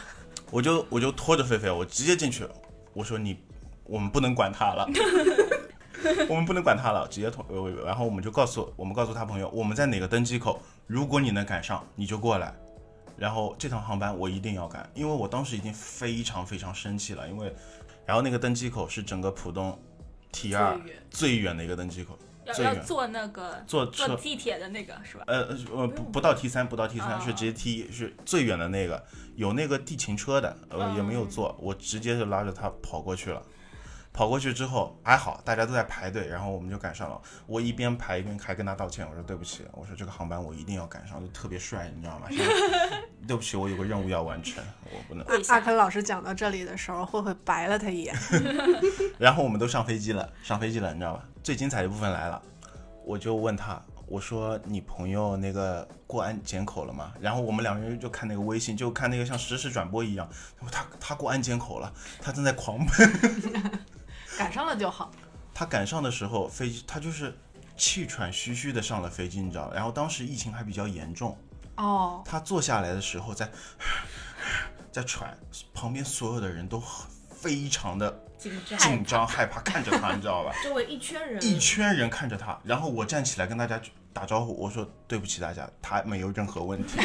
Speaker 2: 我就我就拖着菲菲，我直接进去，我说你，我们不能管他了，我们不能管他了，直接通，我然后我们就告诉我们告诉他朋友，我们在哪个登机口，如果你能赶上，你就过来。然后这趟航班我一定要赶，因为我当时已经非常非常生气了，因为，然后那个登机口是整个浦东 T 二
Speaker 1: 最远
Speaker 2: 最远的一个登机口，
Speaker 3: 要
Speaker 2: 最
Speaker 3: 要
Speaker 2: 远
Speaker 3: 坐那个
Speaker 2: 坐
Speaker 3: 坐
Speaker 2: 车
Speaker 3: 地铁的那个是吧？
Speaker 2: 呃呃不不到 T 三，不到 T 三、
Speaker 3: 啊
Speaker 2: 是直接 T 是最远的那个，有那个地勤车的，呃、也
Speaker 3: 嗯
Speaker 2: 没有坐，我直接就拉着他跑过去了。跑过去之后还好，大家都在排队，然后我们就赶上了。我一边排一边还跟他道歉，我说对不起，我说这个航班我一定要赶上，就特别帅，你知道吗？现在 对不起，我有个任务要完成，我不能。
Speaker 1: 阿坑老师讲到这里的时候，慧慧白了他一 眼。
Speaker 2: 然后我们都上飞机了，上飞机了，你知道吧？最精彩的部分来了，我就问他，我说你朋友那个过安检口了吗？然后我们两个人就看那个微信，就看那个像实时转播一样，他他过安检口了，他正在狂奔。
Speaker 1: 赶上了就好。
Speaker 2: 他赶上的时候，飞机他就是气喘吁吁的上了飞机，你知道吧？然后当时疫情还比较严重，
Speaker 1: 哦，
Speaker 2: 他坐下来的时候在在喘，旁边所有的人都非常的
Speaker 4: 紧张
Speaker 2: 紧张害怕看着他，你知道吧？
Speaker 4: 周围一圈
Speaker 3: 嗯
Speaker 4: 人，
Speaker 2: 一圈人看着他，然后我站起来跟大家打招呼，我说对不起大家，他没有任何问 题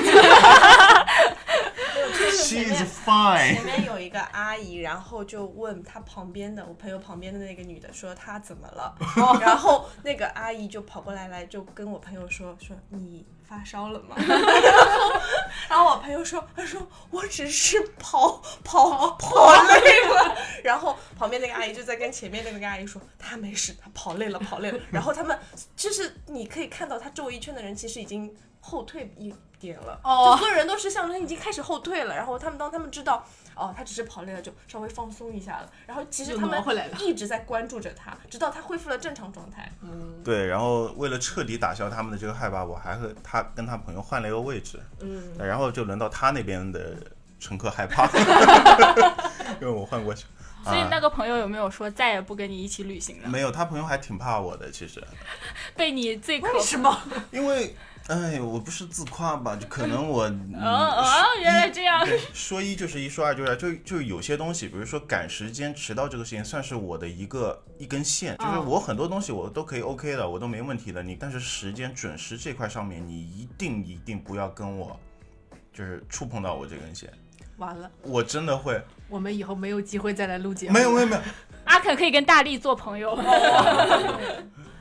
Speaker 2: ，she is fine。
Speaker 5: 前面有一个阿姨，然后就问她旁边的我朋友旁边的那个女的说她怎么了，然后那个阿姨就跑过来来就跟我朋友说说你发烧了吗？ 然后然后我朋友说他说我只是跑跑跑累了， 然后旁边那个阿姨就在跟前面那个阿姨说她没事，她跑累了跑累了，然后他们就是你可以看到她周围一圈的人其实已经后退一点了，
Speaker 1: 哦
Speaker 5: 就所有人都是像人已经开始后退了，然后他们当他们知道哦他只是跑累了就稍微放松一下了，然后其实
Speaker 1: 又
Speaker 5: 他
Speaker 1: 挪
Speaker 5: 们
Speaker 1: 回来了
Speaker 5: 一直在关注着他，直到他恢复了正常状态。
Speaker 2: 对，然后为了彻底打消他们的这个害怕，我还和他跟他朋友换了一个位置，嗯，然后就轮到他那边的乘客害 怕，因为我换过去。
Speaker 3: 所以那
Speaker 2: 啊
Speaker 3: 个朋友有没有说再也不跟你一起旅行了？
Speaker 2: 没有，他朋友还挺怕我的，其实，
Speaker 3: 被你最可
Speaker 1: 么？
Speaker 2: 因为，哎，我不是自夸吧，就可能我，嗯
Speaker 3: 哦哦，原来这样。
Speaker 2: 对， 说一就是一，说二就是二，就就有些东西，比如说赶时间、迟到这个事情，算是我的一个一根线，就是我很多东西我都可以 OK 的，我都没问题的。你但是时间准时这块上面，你一定一定不要跟我就是触碰到我这根线，
Speaker 1: 完了，
Speaker 2: 我真的会
Speaker 1: 我们以后没有机会再来录节目。
Speaker 2: 没有没有没有。
Speaker 3: 阿肯可以跟大力做朋友，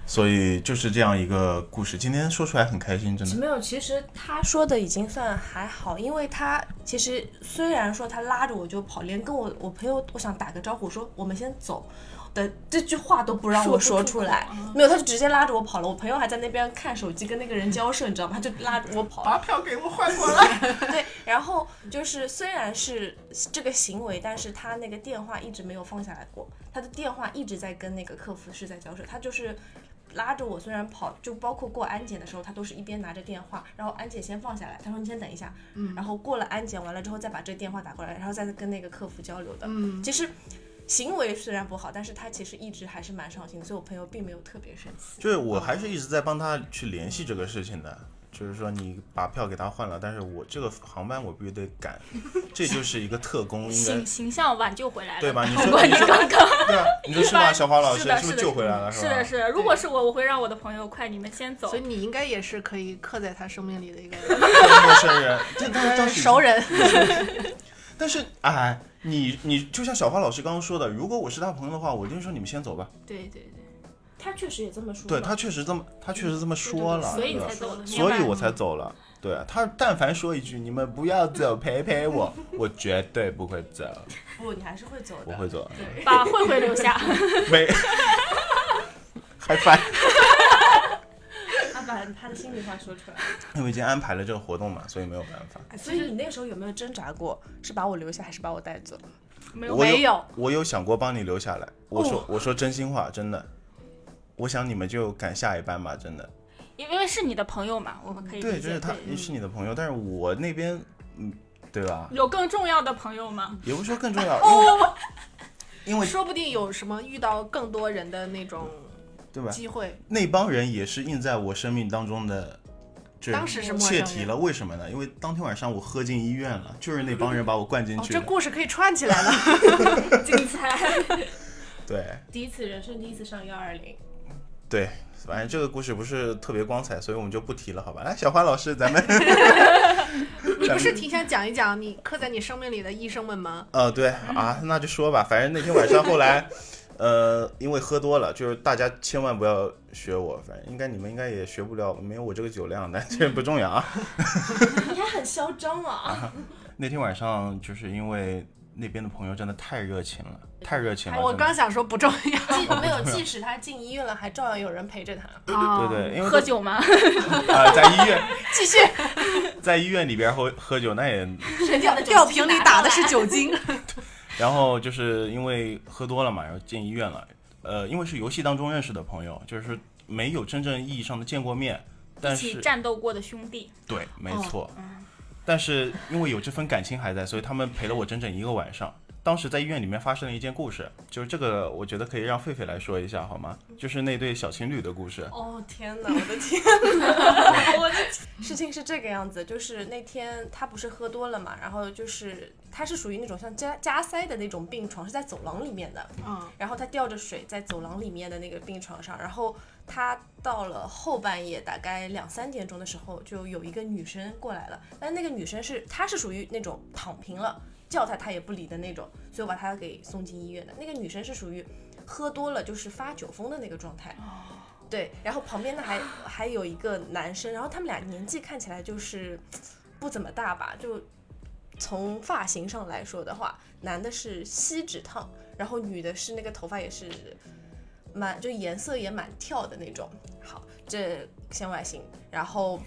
Speaker 2: 所以就是这样一个故事，今天说出来很开心，真的。
Speaker 5: 没有，其实他说的已经算还好，因为他其实虽然说他拉着我就跑，连跟我我朋友我想打个招呼说我们先走的这句话都不让我说出来，没有，他就直接拉着我跑了。我朋友还在那边看手机跟那个人交涉，你知道吗？他就拉着我跑了。
Speaker 2: 票给我换过来。
Speaker 5: 对，然后就是虽然是这个行为，但是他那个电话一直没有放下来过，他的电话一直在跟那个客服是在交涉，他就是。拉着我，虽然跑，就包括过安检的时候，他都是一边拿着电话，然后安检先放下来，他说你先等一下，嗯，然后过了安检完了之后再把这电话打过来，然后再跟那个客服交流的。嗯，其实行为虽然不好，但是他其实一直还是蛮上心，所以我朋友并没有特别生气。
Speaker 2: 就是我还是一直在帮他去联系这个事情的，就是说你把票给他换了，但是我这个航班我必须得赶，这就是一个特工应该
Speaker 3: 形形象挽救回来了，
Speaker 2: 对吧？ 你
Speaker 3: 通过
Speaker 2: 说
Speaker 3: 你
Speaker 2: 你说
Speaker 3: 刚刚。
Speaker 2: 对啊， 你说是吧？小华老师
Speaker 3: 是的
Speaker 2: 不
Speaker 3: 是
Speaker 2: 是
Speaker 3: 的
Speaker 2: 救回来了？
Speaker 3: 是
Speaker 2: 吧？
Speaker 3: 的，是的。如果是我，我会让我的朋友快，你们先走
Speaker 1: 所以。你应该也是可以刻在他生命里的一个
Speaker 2: 陌生人，这当然
Speaker 1: 熟。人。
Speaker 2: 但是哎，你你就像小花老师刚刚说的，如果我是他朋友的话，我一定说你们先走吧。
Speaker 3: 对对对，
Speaker 5: 他确实也这么说嘛。
Speaker 2: 对他确实这么，他确实这么说了，
Speaker 3: 所
Speaker 2: 啊对
Speaker 3: 以你
Speaker 2: 吧
Speaker 3: 才走了，
Speaker 2: 所以
Speaker 3: 明白
Speaker 2: 我才走了。对啊他，但凡说一句“你们不要走，陪陪我”，我绝对不会走，
Speaker 5: 不，你还是会走
Speaker 2: 我
Speaker 5: 的。
Speaker 2: 会走，
Speaker 3: 把慧慧留 下，
Speaker 2: 没，还烦。
Speaker 5: 他把他的心里话说出来。
Speaker 2: 因为已经安排了这个活动嘛，所以没有办法。
Speaker 5: 哎所以你那个时候有没有挣扎过，是把我留下还是把我带走？
Speaker 3: 没
Speaker 2: 我
Speaker 1: 没有
Speaker 2: 有，我有想过帮你留下来。
Speaker 1: 哦
Speaker 2: 我说，我说真心话，真的，我想你们就赶下一班吧，真的。
Speaker 3: 因为是你的朋友嘛，我们可以
Speaker 2: 对，
Speaker 3: 理
Speaker 2: 就
Speaker 3: 解
Speaker 2: 是他
Speaker 1: 嗯
Speaker 2: 是你的朋友，但是我那边，嗯，对吧？
Speaker 3: 有更重要的朋 友吗？
Speaker 2: 也不是说更重要，因为、
Speaker 1: 哦
Speaker 2: 因为
Speaker 1: 说不定有什么遇到更多人的那种
Speaker 2: 对吧？
Speaker 1: 机会。
Speaker 2: 那帮人也是印在我生命当中的，这
Speaker 1: 当时是陌生
Speaker 2: 切
Speaker 1: 人
Speaker 2: 题了。为什么呢？因为当天晚上我喝进医院了，就是那帮人把我灌进
Speaker 1: 哦，
Speaker 2: 去
Speaker 1: 这
Speaker 2: 的。
Speaker 1: 故事可以串起来了。
Speaker 3: 精 彩，
Speaker 2: 对
Speaker 5: 第一次人生第一次上幺二零，
Speaker 2: 对，反正这个故事不是特别光彩，所以我们就不提了，好吧？来，哎小花老师，咱们
Speaker 1: 你不是挺想讲一讲你刻在你生命里的医生们吗？
Speaker 2: 呃，对啊，那就说吧，反正那天晚上后来，呃，因为喝多了，就是大家千万不要学我，反正应该你们应该也学不了，没有我这个酒量，但 这不重要啊。
Speaker 5: 你还很嚣张啊！
Speaker 2: 那天晚上就是因为那边的朋友真的太热情了，太热
Speaker 3: 哎
Speaker 2: 情了，
Speaker 1: 我
Speaker 2: 真的
Speaker 1: 刚想说不重 要
Speaker 5: 即没有，即使他进医院了，还照样有人陪着 他。
Speaker 1: 啊，
Speaker 2: 对对，因为
Speaker 3: 喝酒吗？
Speaker 2: 啊、在医院，
Speaker 1: 继续
Speaker 2: 在医院里边喝喝酒，那也，
Speaker 1: 掉吊瓶里打的是酒 精，
Speaker 2: 然后就是因为喝多了嘛，然后进医院了。呃，因为是游戏当中认识的朋友，就是没有真正意义上的见过面，但
Speaker 3: 一
Speaker 2: 是
Speaker 3: 起战斗过的兄弟，
Speaker 2: 对，没错。
Speaker 3: 嗯
Speaker 2: 但是因为有这份感情还在，所以他们陪了我整整一个晚上。当时在医院里面发生了一件故事，就是这个，我觉得可以让狒狒来说一下好吗？
Speaker 3: 嗯
Speaker 2: 就是那对小情侣的故事。
Speaker 5: 哦天哪，我的天 哪！我的事情是这个样子，就是那天他不是喝多了嘛，然后就是他是属于那种像加加塞的那种病床，是在走廊里面的。
Speaker 1: 嗯，
Speaker 5: 然后他吊着水在走廊里面的那个病床上，然后他到了后半夜大概两三点钟的时候，就有一个女生过来了，但那个女生是她是属于那种躺平了，叫她她也不理的那种，所以我把她给送进医院的。那个女生是属于喝多了就是发酒疯的那个状态。
Speaker 1: 哦
Speaker 5: 对，然后旁边的还还有一个男生，然后他们俩年纪看起来就是不怎么大吧，就从发型上来说的话，男的是锡纸烫，然后女的是那个头发也是蛮就颜色也蛮跳的那种。好，这先外形，然后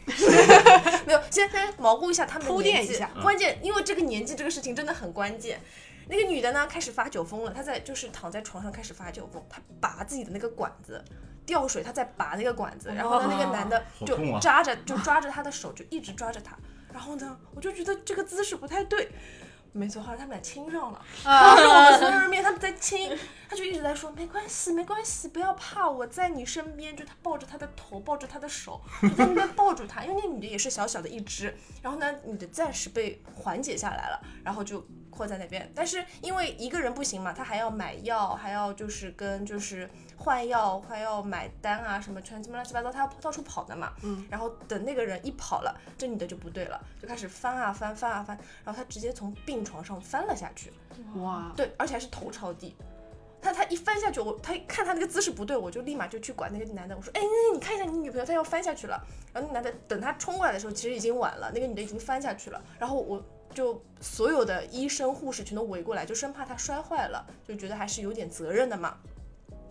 Speaker 5: 没有先先毛估一下他们的
Speaker 1: 铺垫
Speaker 5: 年纪
Speaker 1: 一下
Speaker 5: 关键因为这个年纪这个事情真的很关键。那个女的呢，开始发酒疯了，她在就是躺在床上开始发酒疯，她拔自己的那个管子。吊水，她在拔那个管子，然后呢，那个男的
Speaker 2: 好
Speaker 5: 就
Speaker 2: 痛啊
Speaker 5: 抓着，就抓着她的手，就一直抓着她。然后呢，我就觉得这个姿势不太对，没错，后来他们俩亲上了，当着我们所有人面，他们在亲，他就一直在说没关系，没关系，不要怕，我在你身边。就他抱着他的头，抱着他的手，就在那边抱住他，因为那女的也是小小的一只。然后呢，女的暂时被缓解下来了，然后就扩在那边。但是因为一个人不行嘛，他还要买药，还要就是跟就是换药，还要买单啊什么，全什么乱七八糟，他要到处跑的嘛。嗯。然后等那个人一跑了，这女的就不对了，就开始翻啊翻，翻啊翻，然后她直接从病床上翻了下去。
Speaker 1: 哇，
Speaker 5: 对，而且还是头朝地。他他一翻下去，我他一看他那个姿势不对，我就立马就去管那个男的，我说，哎，那你看一下你女朋友，她要翻下去了。然后那男的等他冲过来的时候，其实已经晚了，那个女的已经翻下去了。然后我就所有的医生护士全都围过来，就生怕她摔坏了，就觉得还是有点责任的嘛。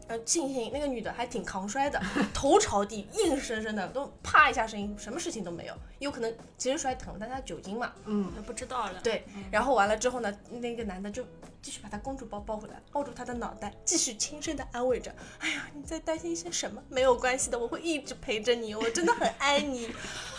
Speaker 5: 呃，庆幸那个女的还挺扛摔的，头朝地，硬生生的都啪一下声音，什么事情都没有。有可能其实摔疼了，但她酒精嘛，
Speaker 1: 嗯
Speaker 3: 我不知道了。
Speaker 5: 对，然后完了之后呢，那个男的就继续把她公主抱抱回来，抱住她的脑袋，继续轻声的安慰着：“哎呀，你在担心些什么？没有关系的，我会一直陪着你，我真的很爱你。”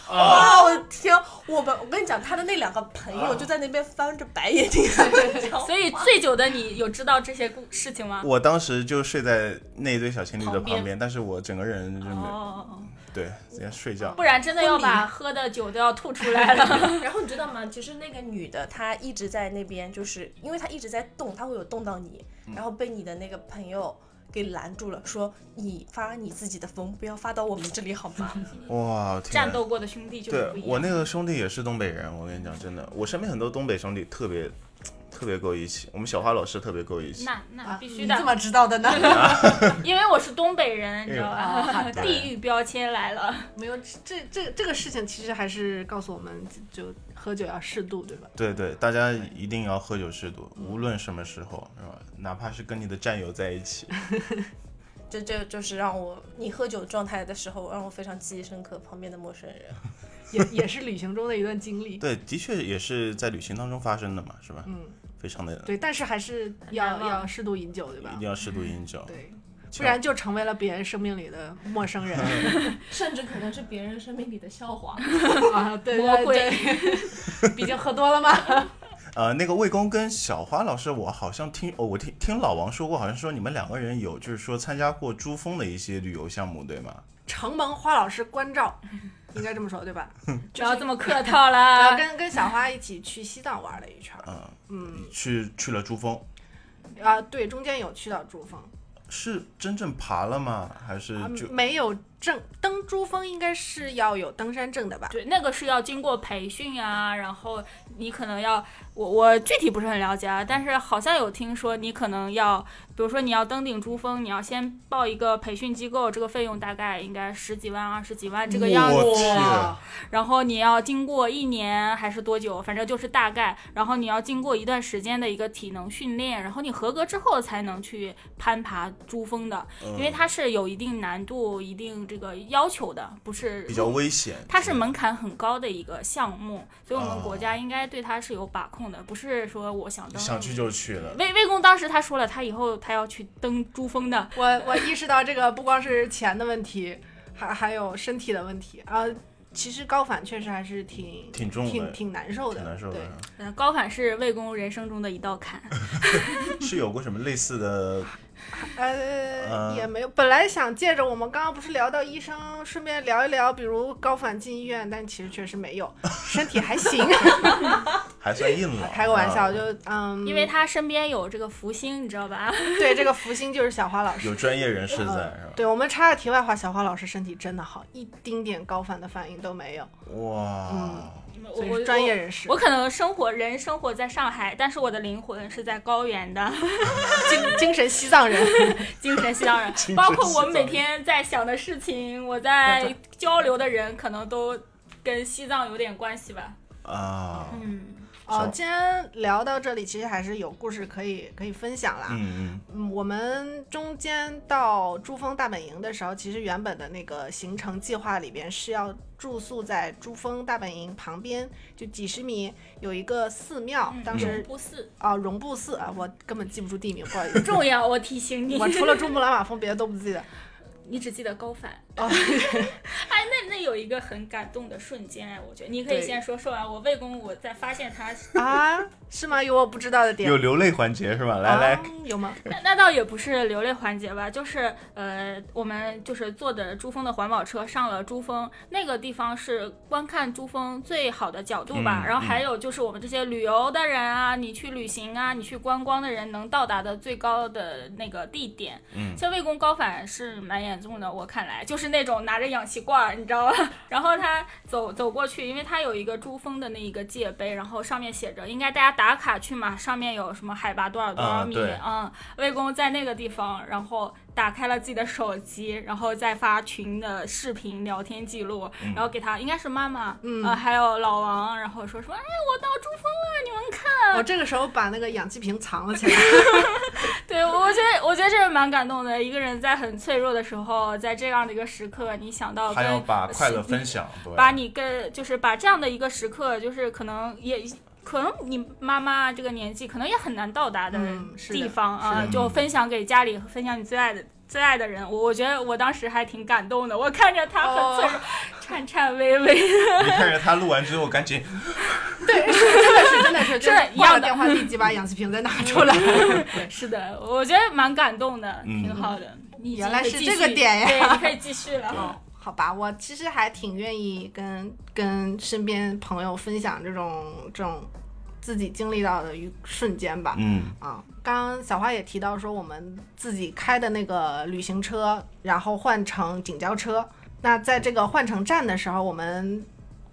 Speaker 5: 哇，我的天！我们我跟你讲，他的那两个朋友就在那边翻着白眼睛看他讲话
Speaker 3: 所以醉酒的你有知道这些故事情吗？
Speaker 2: 我当时就睡在那对小情侣的旁边，
Speaker 3: 旁边
Speaker 2: 但是我整个人就是没、
Speaker 3: 哦，
Speaker 2: 对在睡觉
Speaker 3: 不。然真的要把喝的酒都要吐出来了。
Speaker 5: 然后你知道吗？其实那个女的她一直在那边，就是因为她一直在动，她会有动到你，然后被你的那个朋友给拦住了，说你发你自己的疯，不要发到我们这里好吗？
Speaker 2: 哇，天
Speaker 3: 战
Speaker 2: 哪
Speaker 3: 斗过的兄弟就是
Speaker 2: 对
Speaker 3: 不一样。
Speaker 2: 我那个兄弟也是东北人，我跟你讲，真的，我身边很多东北兄弟特别特别够义气，我们小花老师特别够义气。
Speaker 3: 那那必须
Speaker 5: 你
Speaker 3: 的，
Speaker 5: 怎么知道的呢？
Speaker 3: 因为我是东北人，你知道
Speaker 5: 哎呦哦
Speaker 3: 吧
Speaker 5: 好？的
Speaker 3: 地域标签来了。
Speaker 1: 没有这这这个事情，其实还是告诉我们，就喝酒要适度，对吧？
Speaker 2: 对对，大家一定要喝酒适度，无论什么时候，是吧？哪怕是跟你的战友在一 起，
Speaker 5: 这这就是让我你喝酒状态的时候，让我非常记忆深刻。旁边的陌生人，
Speaker 1: 也也是旅行中的一段经历。
Speaker 2: 对，的确也是在旅行当中发生的嘛，是吧？
Speaker 1: 嗯，
Speaker 2: 非常的，
Speaker 1: 对，但是还是
Speaker 3: 难
Speaker 1: 要
Speaker 3: 忘
Speaker 1: 要适度饮酒，对吧
Speaker 2: 一定？要适度饮酒，
Speaker 1: 对，不
Speaker 2: 千万
Speaker 1: 然就成为了别人生命里的陌生人
Speaker 4: 甚至可能是别人生命里的笑 话。
Speaker 1: 啊！对
Speaker 3: 魔
Speaker 1: 对
Speaker 3: 鬼
Speaker 1: 对，毕竟喝多了嘛。
Speaker 2: 呃，那个魏公跟小花老师，我好像听哦，我听听老王说过，好像说你们两个人有就是说参加过珠峰的一些旅游项目，对吗？
Speaker 1: 承蒙花老师关照，应该这么说对吧？
Speaker 3: 不要这么客套
Speaker 1: 呃，
Speaker 3: 啦，
Speaker 1: 跟跟小花一起去西藏玩了一圈儿，
Speaker 2: 嗯，
Speaker 1: 嗯
Speaker 2: 去去了珠峰，
Speaker 1: 啊，对，中间有去到珠峰，
Speaker 2: 是真正爬了吗？还是
Speaker 1: 啊
Speaker 2: 就、
Speaker 1: 没有证登珠峰应该是要有登山证的吧？
Speaker 3: 对，那个是要经过培训啊，然后你可能要，我我具体不是很了解啊，但是好像有听说你可能要，比如说你要登顶珠峰，你要先报一个培训机构，这个费用大概应该十几万、二十几万这个样
Speaker 2: 我
Speaker 3: 子，
Speaker 2: 去，
Speaker 3: 然后你要经过一年还是多久，反正就是大概，然后你要经过一段时间的一个体能训练，然后你合格之后才能去攀爬珠峰的，
Speaker 2: 嗯
Speaker 1: 嗯
Speaker 3: 因为它是有一定难度、一定这个要求的，不是
Speaker 2: 比较危险，
Speaker 3: 它是门槛很高的一个项目，所以我们
Speaker 2: 哦
Speaker 3: 国家应该对它是有把控的，不是说我想登。
Speaker 2: 想去就去了。
Speaker 1: 嗯
Speaker 3: 魏魏公当时他说了，他以后他要去登珠峰的，
Speaker 1: 我我意识到这个不光是钱的问题，还还有身体的问题啊。其实高反确实还是挺
Speaker 2: 挺重的
Speaker 1: 挺挺难受的，
Speaker 2: 挺难受
Speaker 1: 对
Speaker 2: 的，
Speaker 3: 呃高反是魏公人生中的一道坎。
Speaker 1: 嗯
Speaker 2: 是有过什么类似的？
Speaker 1: 呃，
Speaker 2: 呃
Speaker 1: 也没有。本来想借着我们刚刚不是聊到医生，顺便聊一聊，比如高反进医院，但其实确实没 有，身体还行。
Speaker 2: 还算硬朗啊，
Speaker 1: 开个玩笑，就嗯，
Speaker 3: 因为他身边有这个福星，你知道吧？
Speaker 1: 对这个福星就是嗯小花老师。
Speaker 2: 有专业人士在，是吧？
Speaker 1: 对我们插个题外话，小花老师身体真的好，一丁点高反的反应都没有，
Speaker 2: 哇，
Speaker 3: 我
Speaker 1: 所以
Speaker 3: 我
Speaker 1: 是专业人士
Speaker 3: 我。可能生活人生活在上海，但是我的灵魂是在高原的，
Speaker 1: 精精神西藏 人，
Speaker 3: 精神西藏人。包括我每天在想的事情，我在交流的人，可能都跟西藏有点关系吧。
Speaker 2: 啊，
Speaker 3: 嗯，
Speaker 1: 哦
Speaker 2: 小，
Speaker 1: 今天聊到这里，其实还是有故事可以可以分享啦。
Speaker 2: 嗯
Speaker 1: 嗯，我们中间到珠峰大本营的时候，其实原本的那个行程计划里边是要住宿在珠峰大本营旁边，就几十米有一个寺庙，
Speaker 3: 嗯
Speaker 1: 当时
Speaker 3: 不是，
Speaker 1: 啊绒布寺啊，我根本记不住地名，不好意思
Speaker 3: 重要，我提醒你，
Speaker 1: 我除了珠穆朗玛峰，别的都不记得。
Speaker 3: 你只记得高反。
Speaker 1: 哦，
Speaker 3: 哎，那那有一个很感动的瞬间，哎，我觉得你可以
Speaker 1: 对
Speaker 3: 先说说完。我魏公，我在发现他
Speaker 1: 啊，是吗？有我不知道的
Speaker 2: 嗯，
Speaker 1: 点
Speaker 2: 有。流泪环节是吧？来来
Speaker 1: 啊，，有吗？
Speaker 3: 那那倒也不是流泪环节吧，就是呃，我们就是坐的珠峰的环保车上了珠峰，那个地方是观看珠峰最好的角度吧。
Speaker 2: 嗯
Speaker 3: 然后还有就是我们这些旅游的人啊，你去旅行啊，你去观光的人能到达的最高的那个地点。
Speaker 2: 嗯
Speaker 3: 像魏公高反是蛮严重的，我看来就是那种拿着氧气罐儿，你知道吧？ 然后他走走过去，因为他有一个珠峰的那一个界碑，然后上面写着应该大家打卡去嘛，上面有什么海拔多少多少
Speaker 2: 啊
Speaker 3: 米，
Speaker 2: 对
Speaker 3: 嗯，魏公在那个地方，然后打开了自己的手机，然后再发群的视频聊天记录，
Speaker 2: 嗯
Speaker 3: 然后给他应该是妈妈，
Speaker 1: 嗯
Speaker 3: 呃，还有老王，然后说什么，哎，我到珠峰了，你们看，
Speaker 1: 我这个时候把那个氧气瓶藏了起来。
Speaker 3: 对我觉得我觉得这是蛮感动的，一个人在很脆弱的时候，在这样的一个时刻，你想到
Speaker 2: 还
Speaker 3: 跟
Speaker 2: 要把快乐分享，对
Speaker 3: 把你跟就是把这样的一个时刻，就是可能也可能你妈妈这个年纪，可能也很难到达的
Speaker 1: 嗯是的
Speaker 3: 地方啊，
Speaker 2: 是的
Speaker 3: 就分享给家里，分享你最爱的。最爱的人，我我觉得我当时还挺感动的，我看着他很
Speaker 1: 哦
Speaker 3: 脆弱，颤颤巍巍，
Speaker 2: 你看着他录完之后，赶紧
Speaker 1: 对，是 真的是真的是，就是
Speaker 3: 一
Speaker 1: 挂了
Speaker 3: 样的
Speaker 1: 电话立即把氧气瓶再拿出 来。
Speaker 3: 是的，我觉得蛮感动的，
Speaker 2: 嗯
Speaker 3: 挺好的。你已经
Speaker 1: 原来是
Speaker 3: 可以继续
Speaker 1: 这个点呀
Speaker 3: 对，你可以继 续了哈。
Speaker 1: 好吧，我其实还挺愿意跟跟身边朋友分享这种这种自己经历到的一瞬间吧。
Speaker 2: 嗯
Speaker 1: 啊，刚刚小花也提到说，我们自己开的那个旅行车，然后换成警交车。那在这个换乘站的时候，我们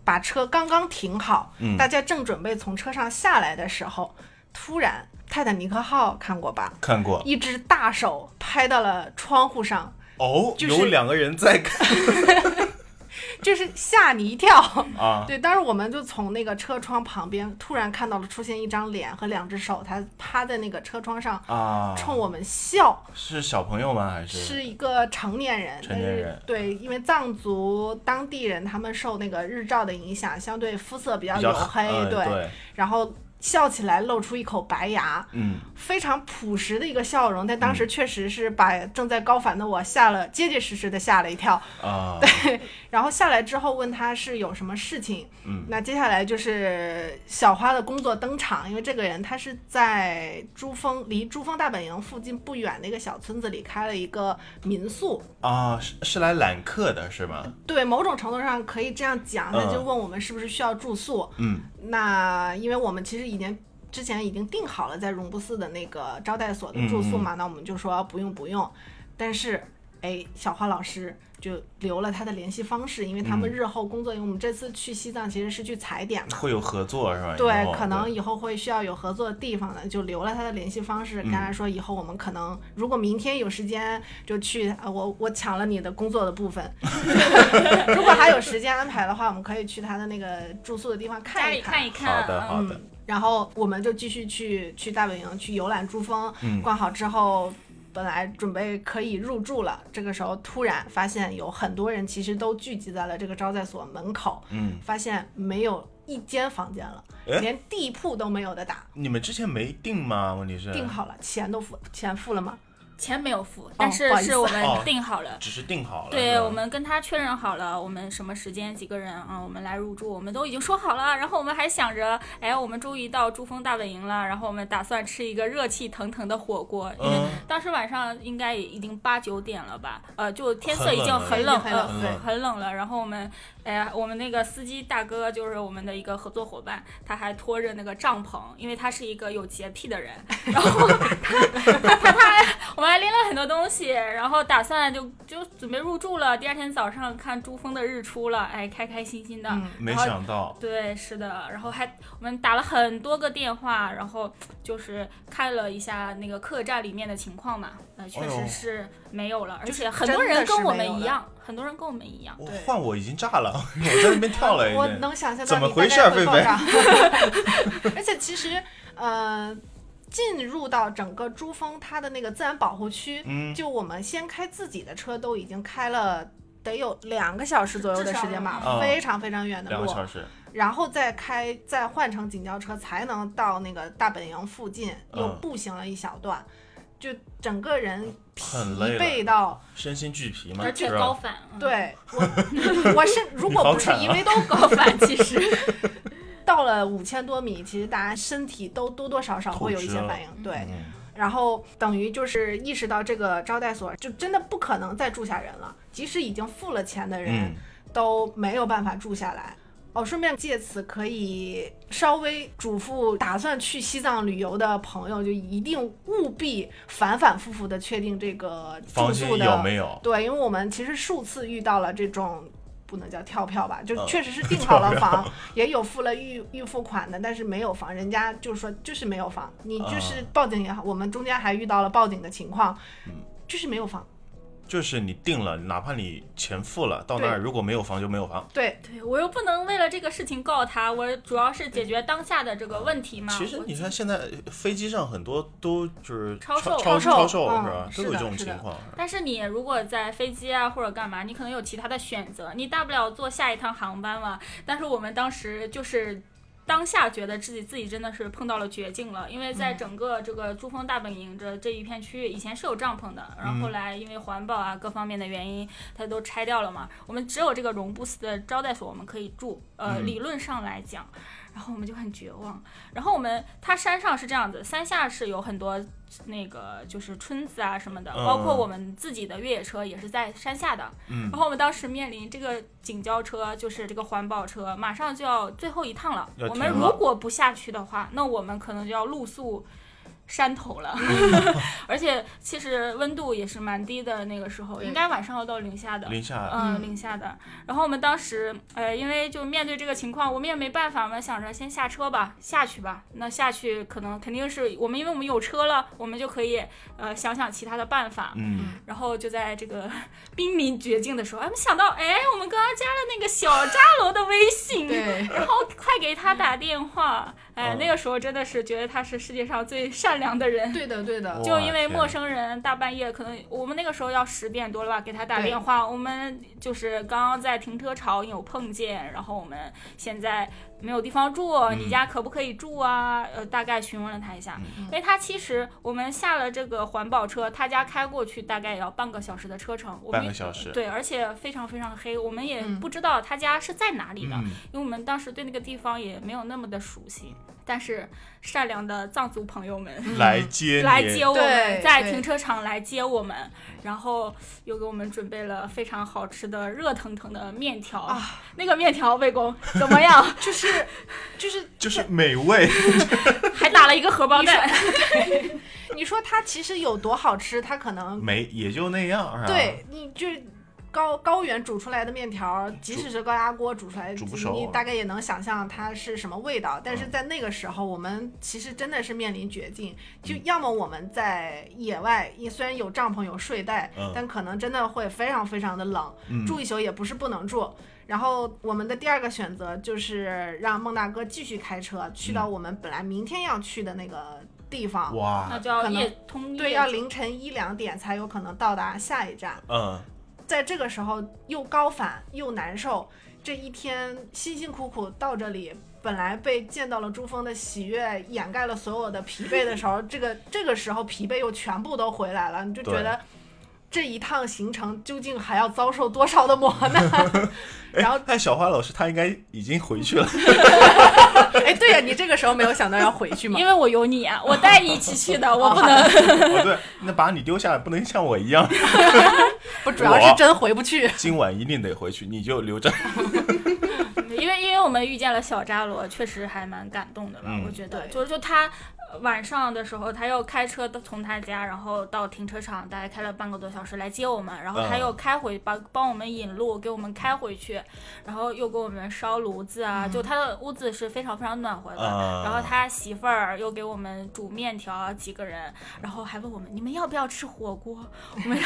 Speaker 1: 把车刚刚停好，
Speaker 2: 嗯
Speaker 1: 大家正准备从车上下来的时候，突然，泰坦尼克号看过吧？
Speaker 2: 看过
Speaker 1: 一只大手拍到了窗户上，
Speaker 2: 哦，
Speaker 1: 就是
Speaker 2: 有两个人在看
Speaker 1: 就是吓你一跳。
Speaker 2: 啊，
Speaker 1: 对，当时我们就从那个车窗旁边突然看到了出现一张脸和两只手，它趴在那个车窗上
Speaker 2: 啊，
Speaker 1: 冲我们笑，
Speaker 2: 是小朋友吗？还
Speaker 1: 是一个成年人。
Speaker 2: 成
Speaker 1: 但
Speaker 2: 年
Speaker 1: 是
Speaker 2: 人
Speaker 1: 对，因为藏族当地人他们受那个日照的影响，相对肤色比较
Speaker 2: 比
Speaker 1: 黝
Speaker 2: 较
Speaker 1: 黑，
Speaker 2: 嗯
Speaker 1: 对，
Speaker 2: 对，
Speaker 1: 然后笑起来露出一口白牙，
Speaker 2: 嗯，
Speaker 1: 非常朴实的一个笑容，但当时确实是把正在高反的我吓了，结结实实的吓了一跳。
Speaker 2: 啊，
Speaker 1: 然后下来之后问他是有什么事情，
Speaker 2: 嗯
Speaker 1: 那接下来就是小花的工作登场，因为这个人他是在珠峰离珠峰大本营附近不远的一个小村子里开了一个民宿，
Speaker 2: 啊，是是来揽客的是吗？
Speaker 1: 对，某种程度上可以这样讲，
Speaker 2: 嗯
Speaker 1: 他就问我们是不是需要住宿，
Speaker 2: 嗯，
Speaker 1: 那因为我们其实已经。之前已经定好了在绒布寺的那个招待所的住宿
Speaker 2: 嗯
Speaker 1: 嘛，那我们就说不用不用，但是哎，小花老师就留了他的联系方式，因为他们
Speaker 2: 嗯
Speaker 1: 日后工作，因为我们这次去西藏其实是去踩点嘛，
Speaker 2: 会有合作是吧？以
Speaker 1: 对
Speaker 2: 后，
Speaker 1: 可能以后会需要有合作的地方的，就留了他的联系方式，跟
Speaker 2: 嗯
Speaker 1: 他说以后我们可能如果明天有时间就去，呃我我抢了你的工作的部分， 如果还有时间安排的话，我们可以去他的那个住宿的地方
Speaker 3: 家
Speaker 1: 看
Speaker 3: 里
Speaker 1: 一
Speaker 3: 看一看，
Speaker 2: 好的
Speaker 3: 嗯
Speaker 2: 好的，
Speaker 1: 然后我们就继续去去大本营去游览珠峰，
Speaker 2: 嗯
Speaker 1: 逛好之后，本来准备可以入住了，这个时候突然发现有很多人其实都聚集在了这个招待所门口，
Speaker 2: 嗯，哎
Speaker 1: 发现没有一间房间了，
Speaker 2: 诶
Speaker 1: 连地铺都没有的打，
Speaker 2: 你们之前没定吗？问题是
Speaker 1: 订好了，钱都付钱付了吗？
Speaker 3: 钱没有付，但是
Speaker 1: 不好意思
Speaker 3: 是我
Speaker 2: 哦
Speaker 3: 们定好了。
Speaker 2: 只是定好了，
Speaker 3: 对
Speaker 2: 是吧
Speaker 3: 我们跟他确认好了，我们什么时间几个人啊，我们来入住，我们都已经说好了。然后我们还想着，哎，我们终于到珠峰大本营了，然后我们打算吃一个热气腾腾的火锅。因为
Speaker 2: 嗯
Speaker 3: 当时晚上应该也已经八九点了吧，呃，就天色
Speaker 2: 很
Speaker 3: 已经
Speaker 2: 冷了
Speaker 3: 很冷
Speaker 1: 已经很
Speaker 3: 了，
Speaker 1: 冷
Speaker 2: 了
Speaker 3: 很很冷了。然后我们，哎呀，我们那个司机大哥就是我们的一个合作伙伴，他还拖着那个帐篷，因为他是一个有洁癖的人，然后他他他他，我们还拎了很多东西，然后打算就就准备入住了。第二天早上看珠峰的日出了，哎，开开心心的。
Speaker 1: 嗯
Speaker 2: 没想到
Speaker 3: 对，是的，然后还我们打了很多个电话，然后就是看了一下那个客栈里面的情况嘛，呃，确
Speaker 2: 哎
Speaker 3: 实
Speaker 2: 呦
Speaker 3: 是没有了，而
Speaker 1: 就是
Speaker 3: 且很多
Speaker 1: 真的
Speaker 3: 人跟
Speaker 1: 是
Speaker 3: 我
Speaker 1: 没有
Speaker 3: 们一
Speaker 1: 了
Speaker 3: 样，很多人跟我们一样，
Speaker 2: 我
Speaker 1: 对
Speaker 2: 换我已经炸了， 我哎在那边跳了一
Speaker 1: 我
Speaker 2: 遍
Speaker 1: 能想象到
Speaker 2: 怎么
Speaker 1: 你
Speaker 2: 回
Speaker 1: 大
Speaker 2: 事
Speaker 1: 概
Speaker 2: 儿
Speaker 1: 会
Speaker 2: 菲
Speaker 1: 爆
Speaker 2: 菲
Speaker 1: 炸 而且其实，呃，进入到整个珠峰它的那个自然保护区，
Speaker 2: 嗯
Speaker 1: 就我们先开自己的车，都已经开了。得有两个小时左右的时间吧
Speaker 3: 至，
Speaker 2: 少
Speaker 1: 非常非常远的
Speaker 2: 嗯两个
Speaker 1: 路，
Speaker 2: 小时，
Speaker 1: 然后再开再换乘警交车才能到那个大本营附近，
Speaker 2: 嗯
Speaker 1: 又步行了一小段，就整个人疲
Speaker 2: 很累了
Speaker 1: 惫到
Speaker 2: 身心俱疲嘛，
Speaker 3: 而且
Speaker 2: 是啊吧
Speaker 3: 高反，嗯，
Speaker 1: 对我，我是如果不是
Speaker 2: 你好惨啊
Speaker 1: 因为都
Speaker 3: 高反其实。
Speaker 1: 到了五千多米，其实大家身体都多多少少会有一些反应，对。
Speaker 2: 嗯
Speaker 1: 然后等于就是意识到这个招待所就真的不可能再住下人了，即使已经付了钱的人
Speaker 2: 嗯，
Speaker 1: 都没有办法住下来。哦，顺便借此可以稍微嘱咐打算去西藏旅游的朋友，就一定务必反反复复的确定这个住
Speaker 2: 房间
Speaker 1: 宿的
Speaker 2: 有没有？
Speaker 1: 对，因为我们其实数次遇到了这种不能叫跳票吧，就
Speaker 2: 嗯
Speaker 1: 确实 是订好了房，也有付了预预付款的，但是没有房，人家就说就是没有房，你就是
Speaker 2: 啊嗯
Speaker 1: 报警也好，我们中间还遇到了报警的情况，就是没有房。
Speaker 2: 就是你定了，哪怕你钱付了，到那儿
Speaker 1: 对
Speaker 2: 如果没有房就没有房。
Speaker 1: 对，
Speaker 3: 对我又不能为了这个事情告他，我主要是解决当下的这个问题嘛。
Speaker 2: 其实
Speaker 3: 我
Speaker 2: 你看，现在飞机上很多都就是
Speaker 3: 超售
Speaker 1: 超
Speaker 2: 超
Speaker 1: 售
Speaker 2: 超售
Speaker 1: 嗯
Speaker 2: 是吧？
Speaker 1: 是
Speaker 2: 都
Speaker 1: 的
Speaker 2: 有这种
Speaker 1: 是的
Speaker 2: 情况。
Speaker 3: 但是你如果在飞机啊或者干嘛，你可能有其他的选择，你大不了坐下一趟航班嘛。但是我们当时就是。当下觉得自己自己真的是碰到了绝境了，因为在整个这个珠峰大本营这这一片区域，以前是有帐篷的，然后后来因为环保啊各方面的原因，它都拆掉了嘛。我们只有这个绒布寺的招待所我们可以住，呃，
Speaker 2: 嗯
Speaker 3: 理论上来讲，然后我们就很绝望。然后我们它山上是这样子，三下是有很多那个就是村子啊什么的，
Speaker 2: 嗯
Speaker 3: 包括我们自己的越野车也是在山下的。
Speaker 2: 嗯
Speaker 3: 然后我们当时面临这个警交车，就是这个环保车，马上就要最后一趟了。
Speaker 2: 要
Speaker 3: 我
Speaker 2: 停
Speaker 3: 们
Speaker 2: 了
Speaker 3: 如果不下去的话，那我们可能就要露宿。山头了，
Speaker 2: 嗯
Speaker 3: 而且其实温度也是蛮低的，那个时候
Speaker 1: 对
Speaker 3: 应该晚上要到零下的。
Speaker 2: 零下
Speaker 3: 嗯，
Speaker 1: 嗯
Speaker 3: 零下的。然后我们当时，呃，因为就面对这个情况，我们也没办法嘛，想着先下车吧，下去吧。那下去可能肯定是我们，因为我们有车了，我们就可以呃想想其他的办法。
Speaker 2: 嗯，
Speaker 3: 然后就在这个 濒临绝境的时候，哎，我们想到，哎，我们刚刚加了那个小扎楼的微信，
Speaker 1: 对，
Speaker 3: 然后快给他打电话。哎，
Speaker 2: 嗯
Speaker 3: 那个时候真的是觉得他是世界上最善良的人。
Speaker 1: 对的，对的，
Speaker 2: 我
Speaker 3: 就因为
Speaker 2: 天
Speaker 3: 陌生人大半夜，可能我们那个时候要十点多了吧，给他打
Speaker 1: 对
Speaker 3: 电话，我们就是刚刚在停车场有碰见，然后我们现在没有地方住，
Speaker 2: 嗯
Speaker 3: 你家可不可以住啊？呃，大概询问了他一下，
Speaker 2: 嗯
Speaker 3: 因为他其实我们下了这个环保车，他家开过去大概也要半个小时的车程，我们
Speaker 2: 半个小时
Speaker 3: 对，而且非常非常黑，我们也
Speaker 1: 嗯
Speaker 3: 不知道他家是在哪里的，
Speaker 2: 嗯
Speaker 3: 因为我们当时对那个地方也没有那么的熟悉，但是善良的藏族朋友们。
Speaker 2: 来接
Speaker 3: 来
Speaker 2: 你
Speaker 3: 接我们，
Speaker 1: 对
Speaker 3: 在
Speaker 1: 对
Speaker 3: 停车场来接我们，然后又给我们准备了非常好吃的热腾腾的面条。
Speaker 1: 啊
Speaker 3: 那个面条，魏工怎么样？
Speaker 1: 就是就是
Speaker 2: 就是美味，
Speaker 3: 还打了一个荷包蛋。
Speaker 1: 你说它其实有多好吃，它可能
Speaker 2: 没也就那样嗯啊。
Speaker 1: 对，你就是高高原煮出来的面条，即使是高压锅煮出来，
Speaker 2: 煮不熟啊嗯
Speaker 1: 你大概也能想象它是什么味道。但是在那个时候，我们其实真的是面临绝境，就
Speaker 2: 嗯
Speaker 1: 要么我们在野外，也虽然有帐篷有睡袋
Speaker 2: 嗯，
Speaker 1: 但可能真的会非常非常的冷，
Speaker 2: 嗯，
Speaker 1: 住一宿也不是不能住。然后我们的第二个选择就是让孟大哥继续开车去
Speaker 2: 嗯
Speaker 1: 到我们本来明天要去的那个地方，
Speaker 3: 那
Speaker 2: 哇，
Speaker 3: 就要
Speaker 1: 可能
Speaker 3: 夜通夜
Speaker 1: 对，要凌晨一两点才有可能到达下一站。
Speaker 2: 嗯，
Speaker 1: 在这个时候又高反又难受，这一天辛辛苦苦到这里，本来被见到了珠峰的喜悦掩盖了所有的疲惫的时候，这个这个时候疲惫又全部都回来了，你就觉得这一趟行程究竟还要遭受多少的磨难？ 然后，
Speaker 2: 哎，小花老师他应该已经回去 了，
Speaker 1: 哎，对呀、你这个时候没有想到要回去啊吗
Speaker 3: 因？为我有你啊，我带你一起去 的，我不能。
Speaker 2: 哦对，那把你丢下来不能像我一样，
Speaker 1: 不，主要是真回不去。
Speaker 2: 今晚一定得回去，你就留着。
Speaker 3: 因为因为我们遇见了小扎罗，确实还蛮感动的吧？
Speaker 2: 嗯
Speaker 3: 我觉得，
Speaker 1: 对
Speaker 3: 就是就他呃晚上的时候，他又开车的从他家，然后到停车场，大概开了半个多小时来接我们，然后他
Speaker 2: 嗯
Speaker 3: 又开回帮帮我们引路，给我们开回去，然后又给我们烧炉子啊，就他的屋子是非常非常暖和的。
Speaker 2: 啊
Speaker 3: 然后他媳妇儿又给我们煮面条，啊几个人，然后还问我们你们要不要吃火锅？我 们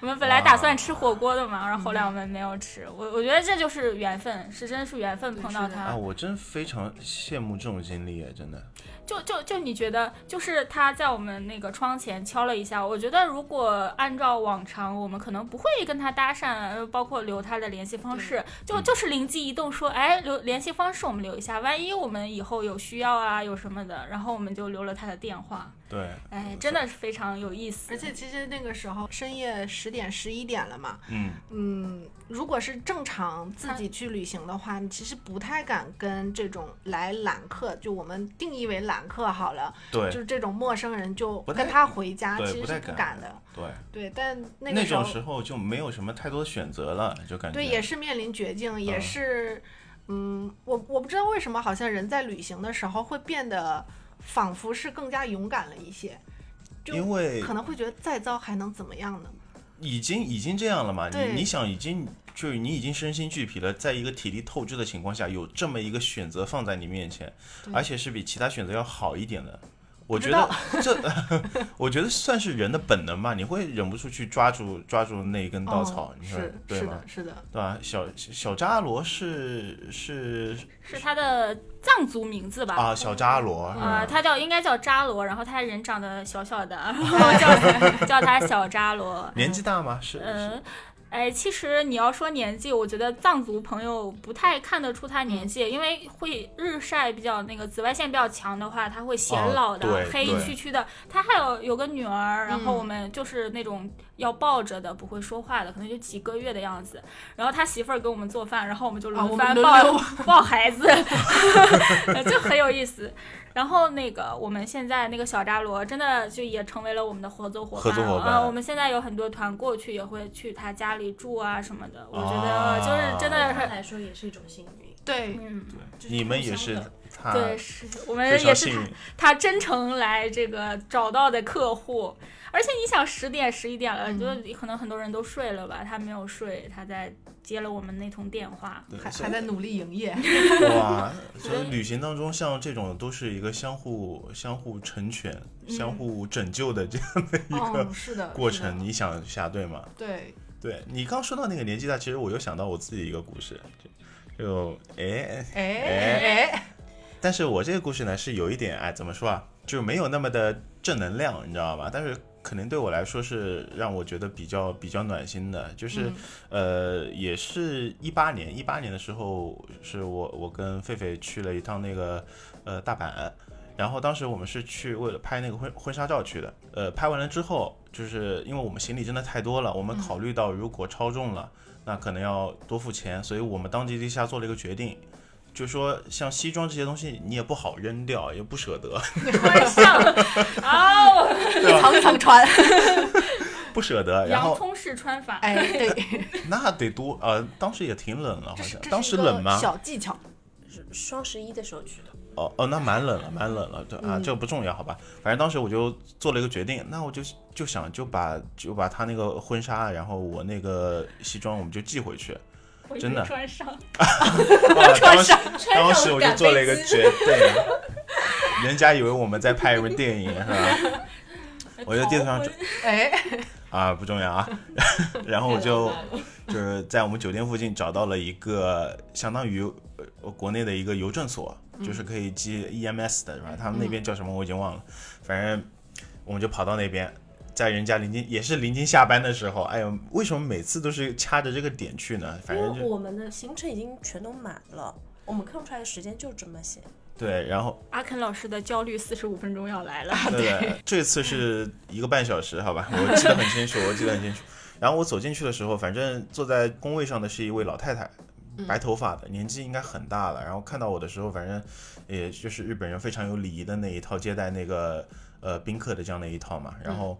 Speaker 3: 我们本来打算吃火锅的嘛，然后
Speaker 1: 嗯
Speaker 3: 后来我们没有吃。我我觉得这就是缘分，是真是缘分
Speaker 1: 对
Speaker 3: 碰到
Speaker 1: 是的
Speaker 2: 啊，
Speaker 3: 他。
Speaker 2: 我真非常羡慕这种经历，真的。
Speaker 3: 就就就你觉得，就是他在我们那个窗前敲了一下。我觉得如果按照往常，我们可能不会跟他搭讪，呃包括留他的联系方式，就
Speaker 2: 嗯
Speaker 3: 就是灵机一动说，哎，留联系方式我们留一下，万一我们以后有需要啊，有什么的，然后我们就留了他的电话。
Speaker 2: 对，
Speaker 3: 哎，真的是非常有意思。
Speaker 1: 而且其实那个时候深夜十点十一点了嘛，
Speaker 2: 嗯，
Speaker 1: 嗯，如果是正常自己去旅行的话，你其实不太敢跟这种来揽客，就我们定义为揽客好了，
Speaker 2: 对
Speaker 1: 就是这种陌生人就
Speaker 2: 不太
Speaker 1: 跟他回家，
Speaker 2: 对
Speaker 1: 其
Speaker 2: 不
Speaker 1: 实
Speaker 2: 太
Speaker 1: 是
Speaker 2: 敢
Speaker 1: 敢的。
Speaker 2: 对，
Speaker 1: 对，但那
Speaker 2: 那
Speaker 1: 个时候
Speaker 2: 种，时候就没有什么太多选择了，就感觉
Speaker 1: 对，也是面临绝境，也
Speaker 2: 嗯
Speaker 1: 是，嗯，我我不知道为什么，好像人在旅行的时候会变得仿佛是更加勇敢了一些，就
Speaker 2: 因为
Speaker 1: 可能会觉得再糟还能怎么样呢？
Speaker 2: 已经已经这样了嘛，
Speaker 1: 对
Speaker 2: 你你想已经就是你已经身心俱疲了，在一个体力透支的情况下，有这么一个选择放在你面前，
Speaker 1: 对
Speaker 2: 而且是比其他选择要好一点的。我觉
Speaker 1: 知
Speaker 2: 得这， 我觉得算是人的本能吧，你会忍不住去抓住抓住那一根嗯稻草，
Speaker 1: 哦
Speaker 2: 你说
Speaker 1: 是
Speaker 2: 对
Speaker 1: 是
Speaker 2: 吗
Speaker 1: 的，？是的，
Speaker 2: 对吧？小小扎罗是是
Speaker 3: 是他的藏族名字吧？
Speaker 2: 啊，小扎罗
Speaker 1: 嗯
Speaker 3: 啊、
Speaker 2: 啊，
Speaker 3: 他叫应该叫扎罗，然后他人长得小 小的， 然后叫叫他小扎罗。
Speaker 2: 年纪大吗？是是
Speaker 3: 嗯，哎，其实你要说年纪，我觉得藏族朋友不太看得出他
Speaker 2: 嗯
Speaker 3: 年纪，因为会日晒比较那个紫外线比较强的话，他会显
Speaker 2: 哦
Speaker 3: 老的，
Speaker 2: 对
Speaker 3: 黑
Speaker 2: 对
Speaker 3: 黢黢的。他还有有个女儿，然后
Speaker 1: 嗯
Speaker 3: 我们就是那种要抱着的，不会说话的，可能就几个月的样子。然后他媳妇儿给我们做饭，然后我们就
Speaker 1: 啊
Speaker 3: 轮
Speaker 1: 我们
Speaker 3: 番
Speaker 1: 轮
Speaker 3: 抱、
Speaker 1: 流
Speaker 3: 抱孩子， 就很有意思。然后那个我们现在那个小扎罗真的就也成为了我们的合作伙伴，
Speaker 2: 合作伙伴
Speaker 3: 呃我们现在有很多团过去也会去他家里住啊什么的，我觉得
Speaker 2: 啊
Speaker 3: 呃就是真的
Speaker 4: 对他
Speaker 3: 是。
Speaker 4: 来说也是一种幸运。
Speaker 1: 对，
Speaker 3: 嗯，
Speaker 2: 你们也是他
Speaker 3: 对，是我们
Speaker 2: 啊非
Speaker 3: 也
Speaker 2: 常
Speaker 3: 是
Speaker 2: 幸
Speaker 3: 他
Speaker 2: 运，
Speaker 3: 他真诚来这个找到的客户，而且你想十点十一点了，
Speaker 1: 嗯
Speaker 3: 就可能很多人都睡了吧，他没有睡，他在接了我们那通 电话。
Speaker 2: 对
Speaker 1: 还
Speaker 2: 所
Speaker 1: 还
Speaker 2: 以
Speaker 1: 在努力营业。
Speaker 2: 哇， 所以旅行当中像这种都是一个相互相互成全、相互拯救的这样的一个
Speaker 1: 嗯，是的，
Speaker 2: 过
Speaker 1: 嗯是的
Speaker 2: 程。你想一下对吗？
Speaker 1: 对，
Speaker 2: 对你刚说到那个年纪大，其实我又想到我自己一个故事，就就哎
Speaker 5: 哎，
Speaker 2: 哎，
Speaker 1: 哎，
Speaker 2: 但是我这个故事呢是有一点哎，怎么说啊，就是没有那么的正能量，你知道吧？但是可能对我来说是让我觉得比较比较暖心的，就是、呃，也是一八年，一八年的时候是我我跟狒狒去了一趟那个呃大阪，然后当时我们是去为了拍那个婚婚纱照去的，呃，拍完了之后，就是因为我们行李真的太多了，我们考虑到如果超重了，那可能要多付钱，所以我们当即立下做了一个决定。就说像西装这些东西，你也不好扔掉，也不舍得，
Speaker 3: 穿上，哦，
Speaker 2: 对吧？
Speaker 1: 层层穿。
Speaker 2: 不舍得。然
Speaker 3: 洋
Speaker 2: 后
Speaker 3: 葱式穿法，
Speaker 1: 哎，对，
Speaker 2: 那得多，呃，当时也挺冷了，好
Speaker 1: 这是
Speaker 2: 像
Speaker 1: 这是
Speaker 2: 当
Speaker 1: 一
Speaker 2: 时
Speaker 1: 个
Speaker 2: 冷吗？
Speaker 1: 小技巧，
Speaker 4: 双十一的时候去的，
Speaker 2: 哦哦，那蛮冷了，蛮冷了，对啊，
Speaker 1: 嗯
Speaker 2: 这个不重要，好吧。反正当时我就做了一个决定，那我就就想就把就把他那个婚纱，然后我那个西装，我们就寄 回去。
Speaker 3: 我一
Speaker 2: 真的
Speaker 3: 直穿上，
Speaker 2: 啊、当时
Speaker 3: 上
Speaker 2: 当时我就做了一个
Speaker 3: 赶飞机
Speaker 2: 决定，人家以为我们在拍什么电影是吧？ 我就地 图上
Speaker 3: 逃婚
Speaker 1: 哎，
Speaker 2: 啊，不重要 啊。然后我就就是在我们酒店附近找到了一个相当于呃国内的一个邮政所，
Speaker 5: 嗯
Speaker 2: 就是可以寄 EMS 的，是吧？他们那边叫什么我已经忘了，反正我们就跑到那边。在人家临近也是临近下班的时候，哎呦，为什么每次都是掐着这个点去呢？反正
Speaker 5: 因为
Speaker 2: 就
Speaker 5: 我们的行程已经全都满了，我们空出来的时间就这么些。
Speaker 2: 对，然后
Speaker 3: 阿肯老师的焦虑四十五分钟要来了，
Speaker 2: 对对，这次是一个半小时，好吧，我记得很清楚，我记得很清楚。然后我走进去的时候，反正坐在工位上的是一位老太太，白头发的，年纪应该很大了。然后看到我的时候，反正也就是日本人非常有礼仪的那一套接待那个呃宾客的这样的一套嘛。然后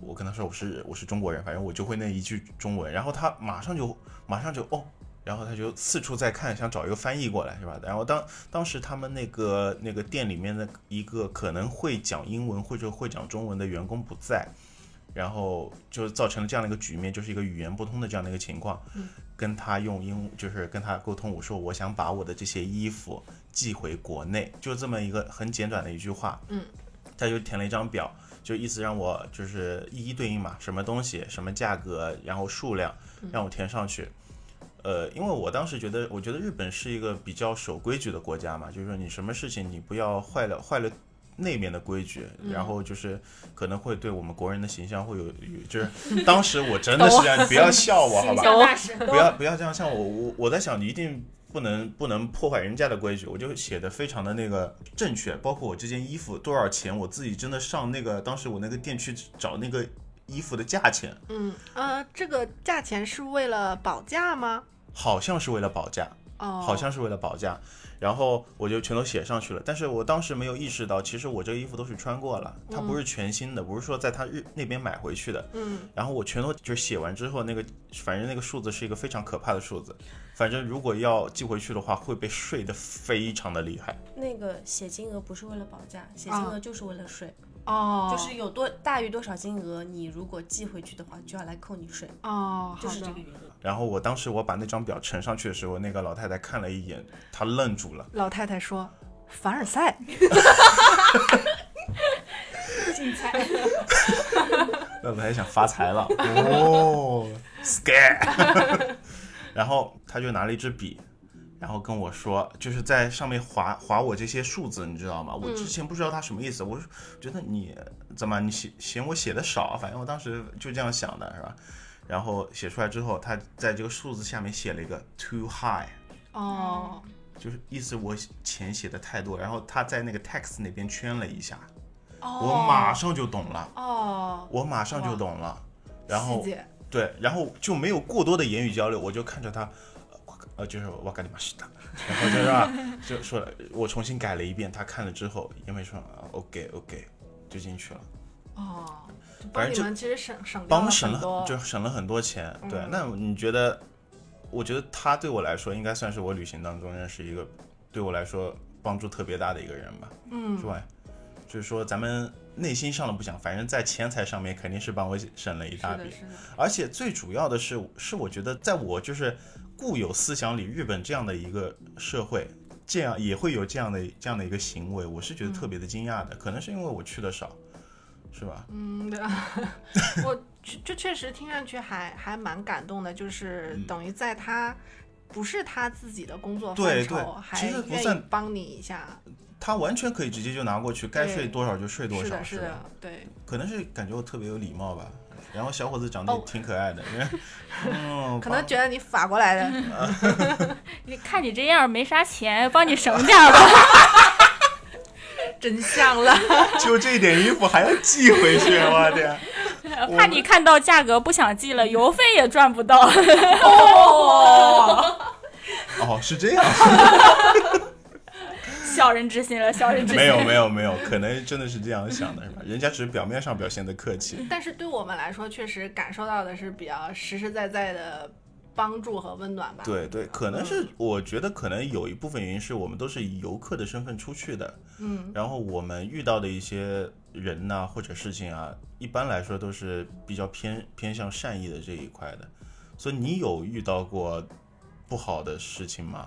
Speaker 2: 我跟她说我是我是中国人，反正我就会那一句中文。然后她马上就马上就哦。然后她就四处在看，想找一个翻译过来，是吧？然后当当时他们那个那个店里面的一个可能会讲英文或者会讲中文的员工不在，然后就造成了这样的一个局面，就是一个语言不通的这样的一个情况。跟他用英就是跟他沟通，我说我想把我的这些衣服寄回国内，就这么一个很简短的一句话。
Speaker 1: 嗯，
Speaker 2: 他就填了一张表，就意思让我就是一一对应嘛，什么东西、什么价格，然后数量，让我填上去。呃，因为我当时觉得，我觉得日本是一个比较守规矩的国家嘛，就是说你什么事情你不要坏了坏了那面的规矩，然后就是可能会对我们国人的形象会有，有就是当时我真的是这样，你不要笑我好
Speaker 3: 形
Speaker 2: 吧？
Speaker 3: 象大使
Speaker 2: 不要不要这样，像我我我在想，你一定不能不能破坏人家的规矩，我就写的非常的那个正确，包括我这件衣服多少钱，我自己真的上那个当时我那个店去找那个衣服的价钱，
Speaker 1: 嗯，呃，这个价钱是为了保价吗？
Speaker 2: 好像是为了保价，
Speaker 1: 哦，
Speaker 2: 好像是为了保价，然后我就全都写上去了。但是我当时没有意识到，其实我这个衣服都是穿过了，它不是全新的，不是说在他日那边买回去的。
Speaker 1: 嗯，
Speaker 2: 然后我全都就是写完之后，那个反正那个数字是一个非常可怕的数字，反正如果要寄回去的话，会被税的非常的厉害。
Speaker 5: 那个写金额不是为了保价，写金
Speaker 4: 啊
Speaker 5: 额就是为了税，
Speaker 1: 哦，
Speaker 5: 就是有多大于多少金额，你如果寄回去的话，就要来扣你 税，
Speaker 1: 哦，
Speaker 5: 就是这
Speaker 1: 好
Speaker 5: 个
Speaker 1: 的。
Speaker 5: 原因。
Speaker 2: 然后我当时我把那张表呈上去的时候，那个老太太看了一眼，她愣住了。
Speaker 1: 老太太说：“凡尔赛，
Speaker 3: 竞猜，
Speaker 2: 那我还想发财了哦，scare。然 后他就拿了一支笔，然后跟我说，就是在上面划划我这些数字，你知道吗？我之前不知道他什么意思，我是觉得你怎么你写嫌我写的少，啊反正我当时就这样想的，是吧？然后写出来之后，他在这个数字下面写了一个 too high，
Speaker 1: 哦，
Speaker 2: 就是意思我钱写的太多，然后他在那个 text 那边圈了一下，
Speaker 1: 哦，
Speaker 2: 我马上就懂了，
Speaker 1: 哦，
Speaker 2: 我马上就懂了，然后
Speaker 1: 细节
Speaker 2: 对，然后就没有过多的言语交流，我就看着他，呃我呃，就是我跟你妈是的，然后就是吧， 就说了，我重新改了一遍，他看了之后，因为说啊 OK OK，就进去了，
Speaker 1: 哦，就
Speaker 2: 反
Speaker 1: 帮
Speaker 2: 正
Speaker 1: 你
Speaker 2: 就
Speaker 1: 们其实省省掉
Speaker 2: 帮
Speaker 1: 了
Speaker 2: 省
Speaker 1: 很多嗯
Speaker 2: 了，就省了很多钱。对，那你觉得我觉得他对我来说应该算是我旅行当中认识一个对我来说帮助特别大的一个人吧，
Speaker 1: 嗯
Speaker 2: 是吧？就是说咱们内心上的不讲，反正在钱财上面肯定是帮我省了
Speaker 1: 是
Speaker 2: 一大笔
Speaker 1: 的，。是的，
Speaker 2: 而且最主要的是，是我觉得在我就是固有思想里，日本这样的一个社会，这样也会有这样的这样的一个行为，我是觉得特别的惊讶的。可能是因为我去的少，是吧？
Speaker 1: 嗯，对， 我确这确实听上去还还蛮感动的，就是
Speaker 2: 嗯
Speaker 1: 等于在他。不是他自己的工作
Speaker 2: 对
Speaker 1: 范
Speaker 2: 对
Speaker 1: 畴，还
Speaker 2: 其实不
Speaker 1: 愿意
Speaker 2: 算
Speaker 1: 帮你一下，
Speaker 2: 他完全可以直接就拿过去，该税
Speaker 1: 对
Speaker 2: 多少就税多
Speaker 1: 是
Speaker 2: 少，
Speaker 1: 的，是
Speaker 2: 吧？
Speaker 1: 的，对，
Speaker 2: 可能是感觉我特别有礼貌吧。然后小伙子长得
Speaker 1: 哦
Speaker 2: 也挺可爱的，因为嗯，
Speaker 1: 可能
Speaker 2: 把
Speaker 1: 觉得你法国来 的，
Speaker 3: 你看你这样没啥钱，帮你省点儿吧。
Speaker 1: 真相了。
Speaker 2: 就这点衣服还要寄回去，我天！我
Speaker 3: 怕你看到价格不想寄了，邮费也赚不到。
Speaker 2: 哦，是这样，
Speaker 3: 小人之心了，小 人之心。
Speaker 2: 没有没有没有，可能真的是这样想的，是吧？人家只是表面上表现的客气，
Speaker 1: 但是对我们来说，确实感受到的是比较实实在在的帮助和温暖吧。
Speaker 2: 对对，可能是我觉得可能有一部分原因是我们都是以游客的身份出去的，
Speaker 1: 嗯，
Speaker 2: 然后我们遇到的一些人呐、或者事情啊，一般来说都是比较偏偏向善意的这一块的，所以你有遇到过不好的事情吗？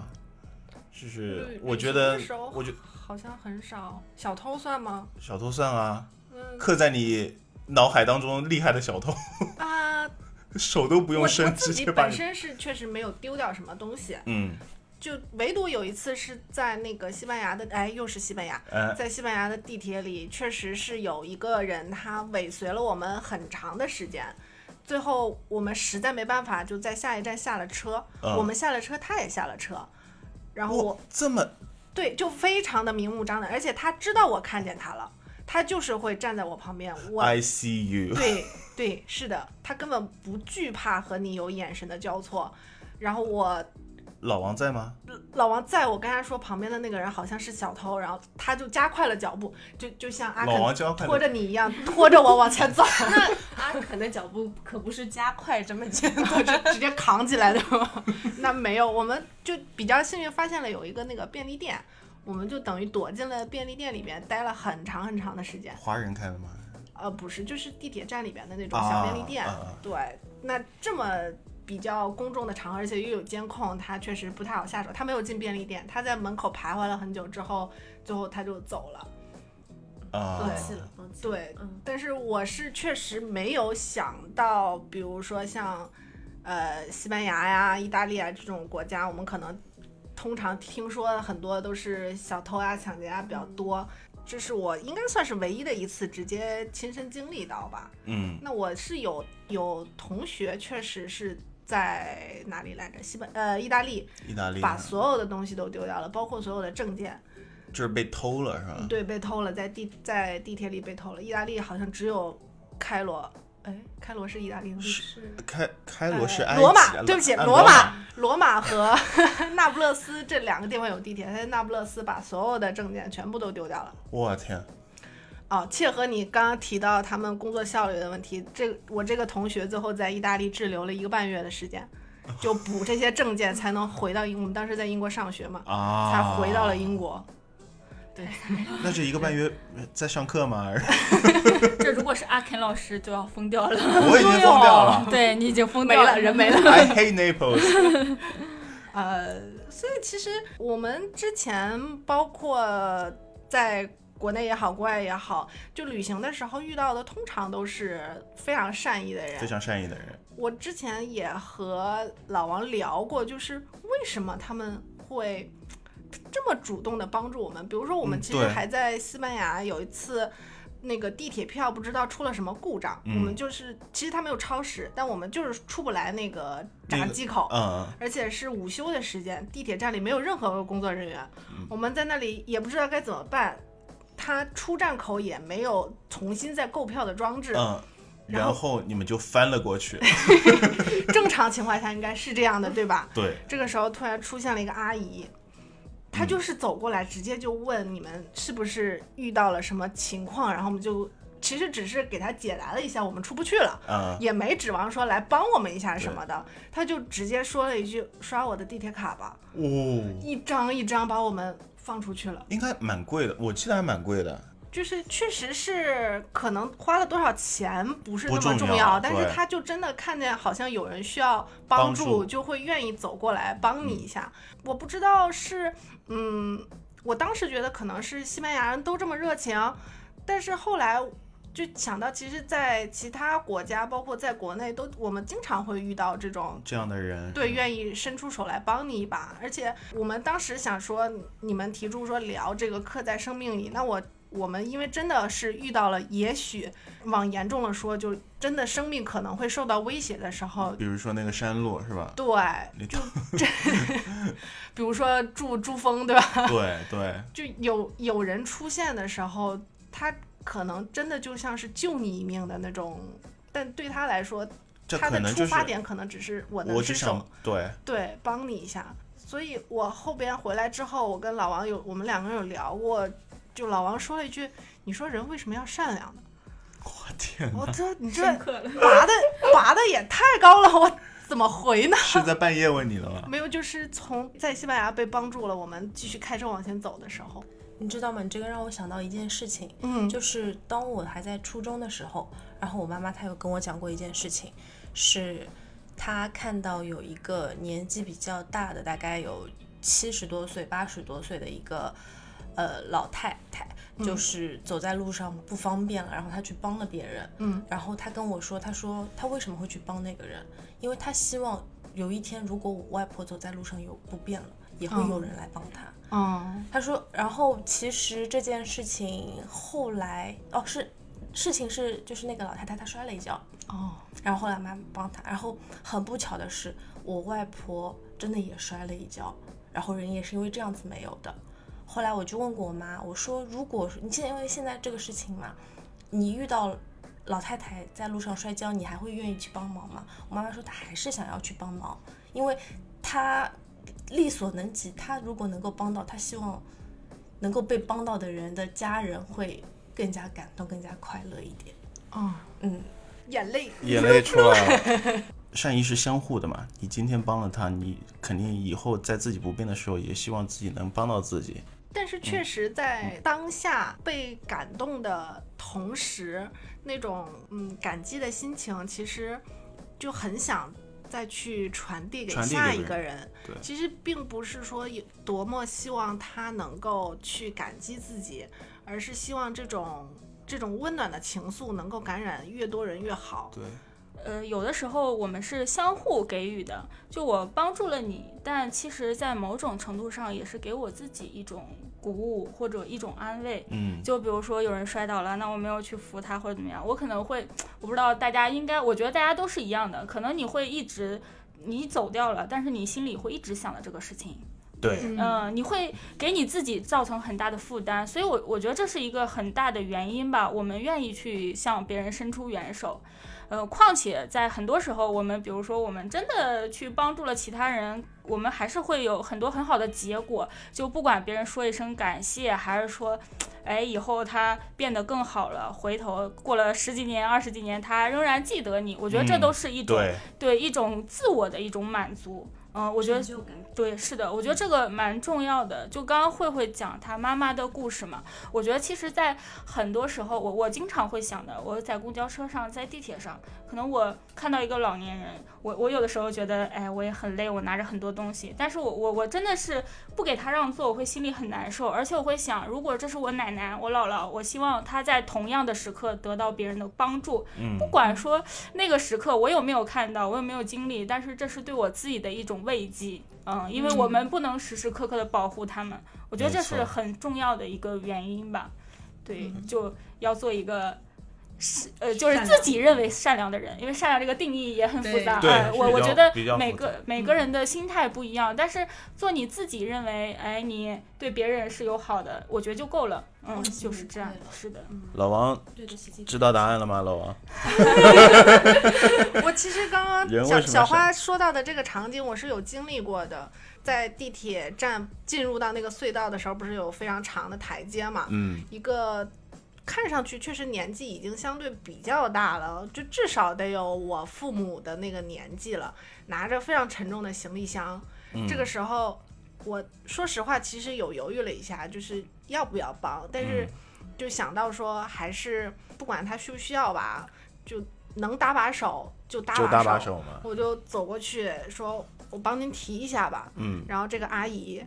Speaker 2: 就是
Speaker 1: 旅
Speaker 2: 我
Speaker 1: 旅
Speaker 2: 觉
Speaker 1: 行
Speaker 2: 得
Speaker 1: 的时候，
Speaker 2: 我觉
Speaker 1: 好像很少。小偷算吗？
Speaker 2: 小偷算啊，
Speaker 1: 嗯
Speaker 2: 刻在你脑海当中厉害的小偷，
Speaker 1: 啊，
Speaker 2: 手都不
Speaker 1: 我
Speaker 2: 用
Speaker 1: 我
Speaker 2: 伸，
Speaker 1: 自
Speaker 2: 直
Speaker 1: 己
Speaker 2: 接把
Speaker 1: 本
Speaker 2: 你，
Speaker 1: 身是确实没有丢掉什么东西，
Speaker 2: 嗯，
Speaker 1: 就唯独有一次是在那个西班牙的，哎，又是西班牙，
Speaker 2: 哎，
Speaker 1: 在西班牙的地铁里，确实是有一个人他尾随了我们很长的时间。最后我们实在没办法，就在下一站下了车。
Speaker 2: 嗯
Speaker 1: 我们下了车，他也下了车，然后
Speaker 2: 哇
Speaker 1: 我，
Speaker 2: 这么
Speaker 1: 对就非常的明目张胆，而且他知道我看见他了，他就是会站在我旁边。我
Speaker 2: I see you，
Speaker 1: 对对，是的，他根本不惧怕和你有眼神的交错。然后我
Speaker 2: 老王在吗？
Speaker 1: 老王在我跟他说旁边的那个人好像是小偷，然后他就加快了脚步，就就像阿
Speaker 2: 老王
Speaker 1: 肯
Speaker 2: 就要快
Speaker 1: 拖着你一样，拖着我往前走，
Speaker 4: 阿肯的脚步啊可不是加快这么 简单。
Speaker 1: 直接扛起来的吗？ 那没有，我们就比较幸运，发现了有一个那个便利店，我们就等于躲进了便利店里边，待了很长很长的时间。
Speaker 2: 华人开的吗？
Speaker 1: 呃，不是，就是地铁站里边的那种小便利店。
Speaker 2: 啊啊啊
Speaker 1: 对，那这么比较公众的场合，而且又有监控，他确实不太好下手。他没有进便利店，他在门口徘徊了很久之后，最后他就走了。
Speaker 2: 啊，
Speaker 1: 对
Speaker 4: 是了，忘记了
Speaker 1: 对，
Speaker 4: 嗯
Speaker 1: 但是我是确实没有想到，比如说像呃西班牙呀、意大利啊这种国家，我们可能通常听说的很多都是小偷啊、抢劫啊比较多。这是我应该算是唯一的一次直接亲身经历到吧。
Speaker 2: 嗯，
Speaker 1: 那我是有有同学确实是在哪里来着？西班呃意大利，
Speaker 2: 意大利
Speaker 1: 把所有的东西都丢掉了，包括所有的证件，
Speaker 2: 就是被偷了是吧？
Speaker 1: 对，被偷了，在地在地铁里被偷了。意大利好像只有开罗，哎，开罗是意大利吗？
Speaker 4: 是
Speaker 2: 开开罗是
Speaker 1: 呃
Speaker 2: 埃及
Speaker 1: 罗马，
Speaker 2: 啊
Speaker 1: 对不起，
Speaker 2: 啊
Speaker 1: 罗
Speaker 2: 罗
Speaker 1: 马，罗马和 那不勒斯这两个地方有地铁，他在那不勒斯把所有的证件全部都丢掉了。
Speaker 2: 我天，
Speaker 1: 哦，切合你刚刚提到他们工作效率的问题，这我这个同学最后在意大利滞留了一个半月的时间，就补这些证件才能回到英。我们当时在英国上学嘛，
Speaker 2: 啊，
Speaker 1: 才回到了英。国。
Speaker 2: 那这一个半月呃在上 课吗？
Speaker 3: 这如果是阿肯老师，就要疯掉了。
Speaker 2: 我已经疯掉了。
Speaker 3: 对你已经 疯
Speaker 1: 没
Speaker 3: 掉
Speaker 1: 了人没了
Speaker 2: I hate Naples。
Speaker 1: 呃，所以其实我们之前包括在国内也好，国外也好，就旅行的时候遇到的，通常都是非常善意的人
Speaker 2: 非。常善意 的人，
Speaker 1: 我之前也和老王聊过，就是为什么他们会这么主动的帮助我们。比如说，我们
Speaker 2: 嗯
Speaker 1: 其实
Speaker 2: 对
Speaker 1: 还在西班牙有一次。那个地铁票不知道出了什么故障，
Speaker 2: 嗯
Speaker 1: 我们就是其实它没有超时，但我们就是出不来那个闸
Speaker 2: 那个
Speaker 1: 机口，
Speaker 2: 嗯，
Speaker 1: 而且是午休的时间，地铁站里没有任何工作人员，
Speaker 2: 嗯
Speaker 1: 我们在那里也不知道该怎么办。他出站口也没有重新再购票的装置，
Speaker 2: 嗯，
Speaker 1: 然
Speaker 2: 然
Speaker 1: 后
Speaker 2: 后你们就翻了 过去，
Speaker 1: 正常情况下应该是这样的，对吧？
Speaker 2: 对，
Speaker 1: 这个时候突然出现了一个阿姨，她就是走过来，直接就问你们是不是遇到了什么情况，然后我们就其实只是给他解答了一下，我们出不去了，
Speaker 2: 啊，
Speaker 1: 也没指望说来帮我们一下什么的，他就直接说了一句：“刷我的地铁卡吧。”
Speaker 2: 哦，
Speaker 1: 一张一张把我们放出去了。
Speaker 2: 应该蛮贵的，我记得还蛮贵的。
Speaker 1: 就是确实是可能花了多少钱不是那
Speaker 2: 不
Speaker 1: 么
Speaker 2: 重
Speaker 1: 重
Speaker 2: 要
Speaker 1: 但是
Speaker 2: 对
Speaker 1: 他就真的看见好像有人需要帮
Speaker 2: 帮助嗯
Speaker 1: 就会愿意走过来帮你一下。我不知道是嗯，我当时觉得可能是西班牙人都这么热情，但是后来。就想到，其实，在其他国家，包括在国内，都我们经常会遇到这种
Speaker 2: 这样的人，
Speaker 1: 对，愿意伸出手来帮你一把。而且我们当时想说，你们提出说聊这个刻在生命里，那我我们因为真的是遇到了，也许往严重了说，就真的生命可能会受到威胁的时候，
Speaker 2: 比如说那个山路是吧？
Speaker 1: 对，
Speaker 2: 你
Speaker 1: 哦就这，比如说珠珠峰，对吧？
Speaker 2: 对对，
Speaker 1: 就有有人出现的时候，他可能真的就像是救你一命的那种，但对他来说，
Speaker 2: 这
Speaker 1: 他
Speaker 2: 可
Speaker 1: 的
Speaker 2: 能
Speaker 1: 出
Speaker 2: 就是
Speaker 1: 发点可能只是我能
Speaker 2: 我只
Speaker 1: 伸手
Speaker 2: 想 对，
Speaker 1: 对，帮你一下。所以我后边回来之后，我跟老王有我们两个人有聊过，就老王说了一句：“你说人为什么要善良呢
Speaker 2: 我天？”，
Speaker 1: 我这你 这
Speaker 3: 深刻了。
Speaker 1: 拔的拔的也太高了，我怎么回呢？
Speaker 2: 是在半夜问你的吗？
Speaker 1: 没有，就是从在西班牙被帮助了，我们继续开车往前走的时候，
Speaker 5: 你知道吗？你这个让我想到一件事情，
Speaker 1: 嗯，
Speaker 5: 就是当我还在初中的时候，然后我妈妈她有跟我讲过一件事情，是她看到有一个年纪比较大的，大概有七十多岁、八十多岁的一个呃老太太，
Speaker 1: 嗯
Speaker 5: 就是走在路上不方便了，然后她去帮了别人，
Speaker 1: 嗯，
Speaker 5: 然后她跟我说，她说她为什么会去帮那个人，因为她希望有一天如果我外婆走在路上有不便了，也会有
Speaker 1: 嗯
Speaker 5: 人来帮她。
Speaker 1: 嗯
Speaker 5: 他说，然后其实这件事情后来哦是，事情是就是那个老太太她摔了一跤，
Speaker 1: 哦，
Speaker 5: 然后后来妈妈帮她，然后很不巧的是，我外婆真的也摔了一跤，然后人也是因为这样子没有的。后来我就问过我妈，我说如果你现在因为现在这个事情嘛，你遇到老太太在路上摔跤，你还会愿意去帮忙吗？我妈妈说她还是想要去帮忙，因为她力所能及，她如果能够帮到，她希望能够被帮到的人的家人会更加感动、更加快乐一点。
Speaker 1: 哦，
Speaker 5: 嗯，
Speaker 1: 眼泪
Speaker 2: 眼泪出来了。善意是相互的嘛，你今天帮了他，你肯定以后在自己不便的时候，也希望自己能帮到自己。
Speaker 1: 但是
Speaker 2: 嗯
Speaker 1: 确实在当下被感动的同时，那种嗯感激的心情，其实就很想再去传递给
Speaker 2: 传递
Speaker 1: 下
Speaker 2: 给
Speaker 1: 一
Speaker 2: 别
Speaker 1: 个
Speaker 2: 人
Speaker 1: 人。
Speaker 2: 对
Speaker 1: 其实并不是说有多么希望他能够去感激自己，而是希望这种。这种温暖的情愫能够感染越多人越好。
Speaker 2: 对，
Speaker 3: 呃，有的时候我们是相互给予的，就我帮助了你，但其实，在某种程度上也是给我自己一种鼓舞或者一种安慰。
Speaker 2: 嗯，
Speaker 3: 就比如说有人摔倒了，那我没有去扶他或者怎么样，我可能会，我不知道大家应该，我觉得大家都是一样的，可能你会一直，你走掉了，但是你心里会一直想着这个事情，
Speaker 2: 对，
Speaker 3: 嗯、你会给你自己造成很大的负担，所以我我觉得这是一个很大的原因吧，我们愿意去向别人伸出援手。呃，况且在很多时候，我们比如说我们真的去帮助了其他人，我们还是会有很多很好的结果。就不管别人说一声感谢，还是说，哎，以后他变得更好了，回头过了十几年、二十几年，他仍然记得你。我觉得这
Speaker 2: 嗯
Speaker 3: 都是一种、
Speaker 2: 对，
Speaker 3: 对一种自我的一种满足。嗯，我觉得对，是的，我觉得这个蛮重要的。就刚刚慧慧讲她妈妈的故事嘛，我觉得其实，在很多时候，我我经常会想的，我在公交车上，在地铁上，可能我看到一个老年人，我我有的时候觉得，哎，我也很累，我拿着很多东西，但是我我我真的是不给他让座，我会心里很难受，而且我会想，如果这是我奶奶、我姥姥，我希望她在同样的时刻得到别人的帮助，
Speaker 2: 嗯
Speaker 3: 不，管说那个时刻我有没有看到，我有没有经历，但是这是对我自己的一种慰藉。嗯，因为我们不能时时刻刻的保护他们，我觉得这
Speaker 2: 没
Speaker 3: 是
Speaker 2: 错
Speaker 3: 很重要的一个原因吧。对，就要做一个。是呃，就是
Speaker 4: 善
Speaker 3: 自己认为善良的人，因为善良这个定义也很复杂。
Speaker 2: 对
Speaker 3: 哎
Speaker 2: 对
Speaker 3: 我
Speaker 2: 比
Speaker 3: 我
Speaker 2: 较
Speaker 3: 觉得
Speaker 2: 比较
Speaker 3: 每
Speaker 2: 复
Speaker 3: 个每个人的心态不一样，但是做你自己认为，哎，你对别人是有好的，我觉得就够了。嗯，
Speaker 4: 心
Speaker 3: 就是
Speaker 4: 无
Speaker 3: 这样
Speaker 4: 愧。了
Speaker 3: 是的，
Speaker 2: 老王
Speaker 4: 对得起自己
Speaker 2: 知道答案了吗？老王，
Speaker 1: 我其实刚
Speaker 2: 人
Speaker 1: 刚
Speaker 2: 为
Speaker 1: 小
Speaker 2: 什么
Speaker 1: 小
Speaker 2: 要
Speaker 1: 花说到的这个场景，我是有经历过的。在地铁站进入到那个隧道的时候，不是有非常长的台阶嘛？
Speaker 2: 嗯，
Speaker 1: 一个看上去确实年纪已经相对比较大了，就至少得有我父母的那个年纪了，拿着非常沉重的行李箱，
Speaker 2: 嗯
Speaker 1: 这个时候我说实话，其实有犹豫了一下，就是要不要帮，但是
Speaker 2: 嗯
Speaker 1: 就想到说还是不管他需不需要吧，就能搭把手就搭
Speaker 2: 就搭
Speaker 1: 把
Speaker 2: 把手嘛，
Speaker 1: 我就走过去说：“我帮您提一下吧。”
Speaker 2: 嗯，
Speaker 1: 然后这个阿姨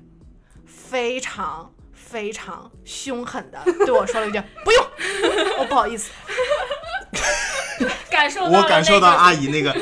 Speaker 1: 非常非常凶狠 的对我说了一句：“不用， 我不好意思。
Speaker 3: 感受到了
Speaker 2: 我感受到
Speaker 3: 那个
Speaker 2: 阿姨 那个，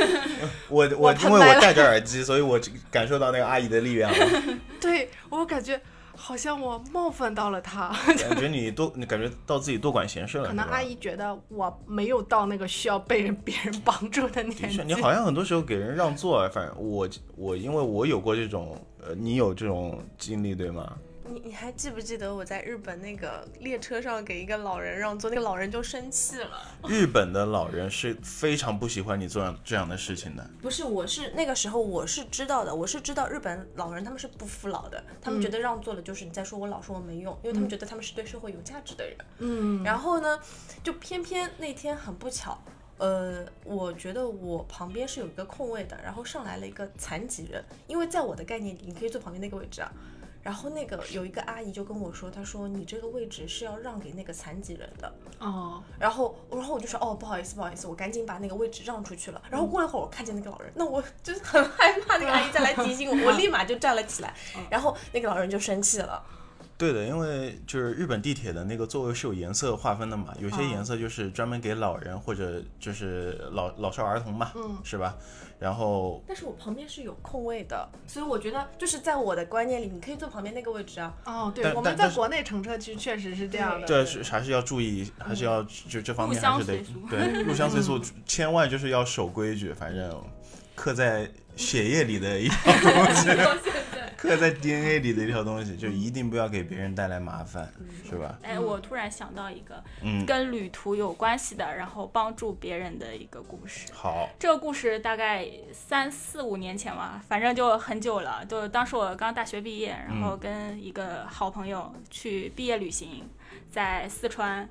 Speaker 2: 我我
Speaker 1: 我
Speaker 2: 因
Speaker 1: 喷
Speaker 2: 为
Speaker 1: 麦
Speaker 2: 我
Speaker 1: 了
Speaker 2: 戴着耳机，所以我只感受到那个阿姨的力量了。
Speaker 1: 对我感觉好像我冒犯到了她，
Speaker 2: 感觉你多，你感觉到自己多管闲事了。
Speaker 1: 可能
Speaker 2: 嗯是吧
Speaker 1: 阿姨觉得我没有到那个需要被人 别人帮助的
Speaker 2: 的
Speaker 1: 年
Speaker 2: 确，
Speaker 1: 纪。
Speaker 2: 你好像很多时候给人让座，啊反正我我因为我有过这种，呃，你有这种经历对吗？
Speaker 5: 你你还记不记得我在日本那个列车上给一个老人让座，那个老人就生气了。
Speaker 2: 日本的老人是非常不喜欢你做这样的事情的。
Speaker 5: 不是，我是那个时候我是知道的，我是知道日本老人他们是不服老的，他们觉得让座了就是你在说我老说我没用，因为他们觉得他们是对社会有价值的人。
Speaker 1: 嗯，
Speaker 5: 然后呢，就偏偏那天很不巧，呃，我觉得我旁边是有一个空位的，然后上来了一个残疾人，因为在我的概念里，你可以坐旁边那个位置啊。然后那个有一个阿姨就跟我说，她说你这个位置是要让给那个残疾人的。
Speaker 1: 哦，
Speaker 5: 然后，然后我就说哦，不好意思，不好意思，我赶紧把那个位置让出去了。然后过了一会儿，我看见那个老人，那我就是很害怕那个阿姨再来提醒我，我立马就站了起来。然后那个老人就生气了。
Speaker 2: 对的，因为就是日本地铁的那个座位是有颜色划分的嘛，有
Speaker 1: 嗯
Speaker 2: 些颜色就是专门给老人或者就是老老少儿童嘛，嗯，是吧？然后
Speaker 5: 但是我旁边是有空位的，所以我觉得就是在我的观念里，你可以坐旁边那个位置啊。
Speaker 1: 哦，对，
Speaker 2: 但
Speaker 1: 我
Speaker 2: 但
Speaker 1: 们在
Speaker 2: 但是
Speaker 1: 国内乘车区确实是这样的。
Speaker 2: 这是还是要注意，还是要就这方面
Speaker 3: 嗯入乡
Speaker 2: 还是得
Speaker 3: 随俗
Speaker 2: 对入乡随 俗，千万就是要守规矩，反正刻在血液里的一条东 西，刻在 DNA 里的一条东西，就一定不要给别人带来麻烦，是吧？
Speaker 3: 哎，我突然想到一个
Speaker 2: 嗯，
Speaker 3: 跟旅途有关系的，然后帮助别人的一个故事。
Speaker 2: 好，
Speaker 3: 这个故事大概三四五年前吧，反正就很久了。就当时我刚大学毕业，然
Speaker 2: 嗯
Speaker 3: 后跟一个好朋友去毕业旅行，在四川。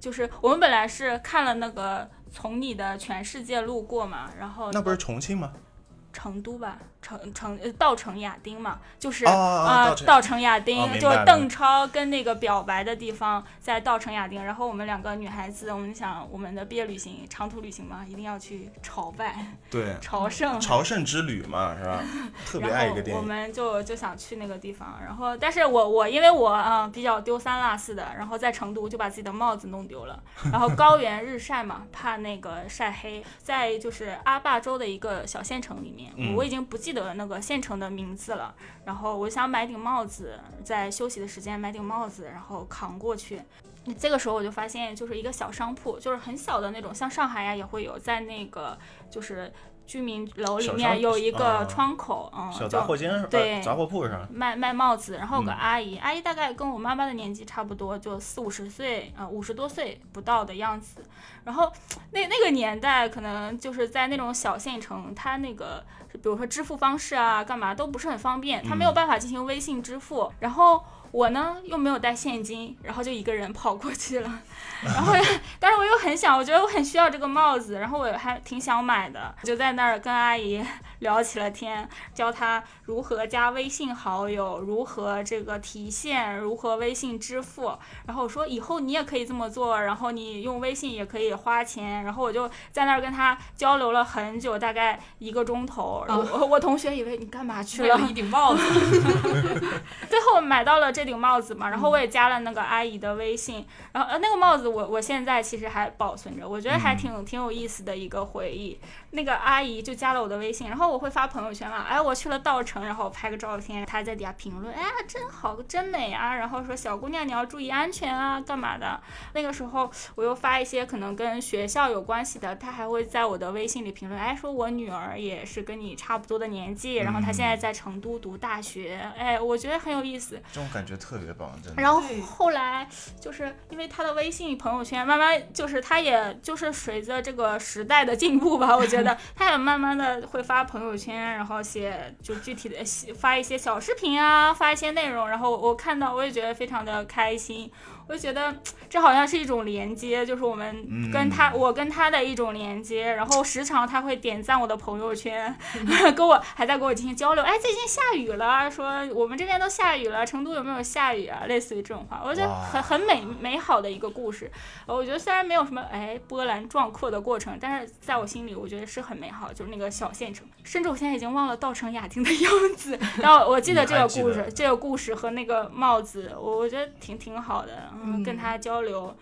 Speaker 3: 就是我们本来是看了那个《从你的全世界路过》嘛，然后
Speaker 2: 那不是重庆吗？
Speaker 3: 成都吧，成成呃稻城亚丁嘛，就是
Speaker 2: 哦哦哦
Speaker 3: 啊
Speaker 2: 稻城
Speaker 3: 稻城亚
Speaker 2: 哦
Speaker 3: 丁，
Speaker 2: 明
Speaker 3: 就
Speaker 2: 白了
Speaker 3: 邓超跟那个表白的地方在稻城亚丁，然后我们两个女孩子，我们想我们的毕业旅行长途旅行嘛，一定要去朝拜
Speaker 2: 对，
Speaker 3: 朝圣。
Speaker 2: 朝圣之旅嘛，是吧？特别爱
Speaker 3: 然
Speaker 2: 一
Speaker 3: 后
Speaker 2: 个电
Speaker 3: 我
Speaker 2: 影，
Speaker 3: 们就就想去那个地方，然后但是我我因为我啊、呃比较丢三落四的，然后在成都就把自己的帽子弄丢了，然后高原日晒嘛，怕那个晒黑，在就是阿坝州的一个小县城里面，
Speaker 2: 嗯
Speaker 3: 我已经不记得那个县城的名字了，然后我想买顶帽子，在休息的时间买顶帽子，然后扛过去。这个时候我就发现，就是一个小商铺，就是很小的那种，像上海呀、也会有，在那个就是居民楼里
Speaker 2: 小商
Speaker 3: 面有一
Speaker 2: 啊
Speaker 3: 个窗口，嗯，
Speaker 2: 小
Speaker 3: 就
Speaker 2: 杂货间是吧，
Speaker 3: 对
Speaker 2: 杂货铺上，
Speaker 3: 卖卖帽子，然后有个
Speaker 2: 嗯
Speaker 3: 阿姨，阿姨大概跟我妈妈的年纪差不多，就四五十岁，呃，五十多岁不到的样子。然后那那个年代，可能就是在那种小县城，它那个比如说支付方式啊，干嘛都不是很方便，它没
Speaker 2: 嗯
Speaker 3: 有办法进行微信支付。然后我呢又没有带现金，然后就一个人跑过去了。然 后，但是我又很想，我觉得我很需要这个帽子，然后我还挺想买的，就在那儿跟阿姨聊起了天，教他如何加微信好友，如何这个提现，如何微信支付。然后我说以后你也可以这么做，然后你用微信也可以花钱。然后我就在那儿跟他交流了很久，大概一个钟头。我我同学以为你干嘛去了，
Speaker 4: 顶帽子，
Speaker 3: 最后买到了这顶帽子嘛，然后我也加了那个阿姨的微信，然后呃那个帽子我我现在其实还保存着，我觉得还挺、挺有意思的一个回忆。那个阿姨就加了我的微信，然后我会发朋友圈嘛，哎我去了稻城，然后我拍个照片，她在底下评论，哎呀真好，真美啊，然后说小姑娘你要注意安全啊，干嘛的？那个时候我又发一些可能跟学校有关系的，她还会在我的微信里评论，哎说我女儿也是跟你差不多的年纪，然后她现在在成都读大学，哎我觉得很有意思。
Speaker 2: 这种感觉特别棒，真的。
Speaker 3: 然后后来就是因为他的微信朋友圈，慢慢就是他也就是随着这个时代的进步吧，我觉得 他也慢慢的会发朋友圈，然后写就具体的写发一些小视频啊，发一些内容，然后我看到我也觉得非常的开心。我就觉得这好像是一种连接，就是我们跟他，
Speaker 2: 嗯
Speaker 3: 我跟他的一种连接。然后时常他会点赞我的朋友圈， 跟我还在跟我进行交流。哎，最近下雨了，说我们这边都下雨了，成都有没有下雨啊？类似于这种话，我觉得
Speaker 2: 哇
Speaker 3: 很很美美好的一个故事。呃我觉得虽然没有什么哎波澜壮阔的过程，但是在我心里，我觉得是很美好，就是那个小县城。甚至我现在已经忘了稻城亚丁的 样子，然后我记得这个故
Speaker 2: 你还记
Speaker 3: 事
Speaker 2: 得，
Speaker 3: 这个故事和那个帽子，我我觉得挺挺好的，嗯，
Speaker 1: 嗯
Speaker 3: 跟他交流，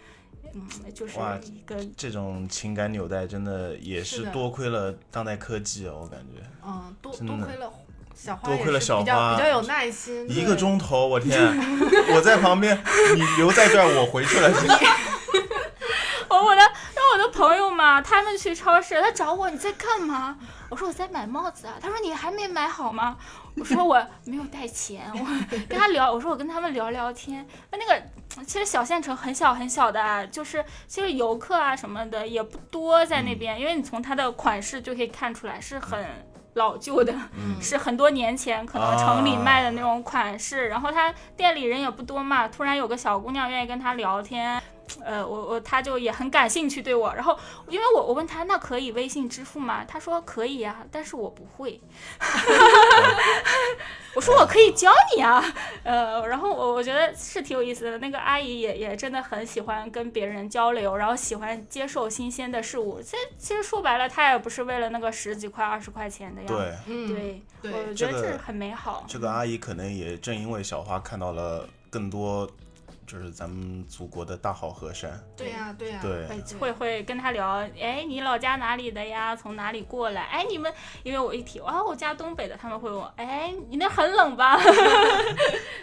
Speaker 3: 嗯，就是
Speaker 2: 哇
Speaker 3: 一个
Speaker 2: 这种情感纽带真的也
Speaker 1: 是
Speaker 2: 是
Speaker 1: 的
Speaker 2: 多亏了当代科技哦，我感觉
Speaker 1: 嗯，多
Speaker 2: 真
Speaker 1: 多
Speaker 2: 的
Speaker 1: 亏了小花，
Speaker 2: 多亏了小
Speaker 1: 比较
Speaker 2: 花
Speaker 1: 比较有耐心，
Speaker 2: 一
Speaker 1: 对
Speaker 2: 个钟头，我天，我在旁边，你留在这儿，我回去了。
Speaker 3: 我我的让我的朋友嘛，他们去超市，他找我你在干嘛？我说我在买帽子啊。他说你还没买好吗？我说我没有带钱。我跟他聊，我说我跟他们聊聊天。那那个其实小县城很小很小的、啊，就是其实游客啊什么的也不多在那边，因为你从它的款式就可以看出来是很。老旧的，
Speaker 2: 嗯
Speaker 3: 是很多年前可能城里卖的那种款式，然后他店里人也不多嘛，突然有个小姑娘愿意跟他聊天，呃，我我他就也很感兴趣对我，然后因为我我问他那可以微信支付吗？他说可以呀、但是我不会。我说我可以教你啊，呃，然后我我觉得是挺有意思的，那个阿姨也也真的很喜欢跟别人交流，然后喜欢接受新鲜的事物。其实其实说白了，她也不是为了那个十几块二十块钱的样子。
Speaker 2: 对，
Speaker 1: 嗯，
Speaker 3: 对，
Speaker 1: 对
Speaker 3: 我觉得
Speaker 2: 这个
Speaker 3: 这很美好。
Speaker 2: 这个阿姨可能也正因为小花看到了更多，就是咱们祖国的大好河山。
Speaker 1: 对呀对呀，
Speaker 2: 对，
Speaker 3: 会会会跟他聊，哎，你老家哪里的呀？从哪里过来？哎，你们，因为我一提，啊，我家东北的，他们会问我，哎，你那很冷吧？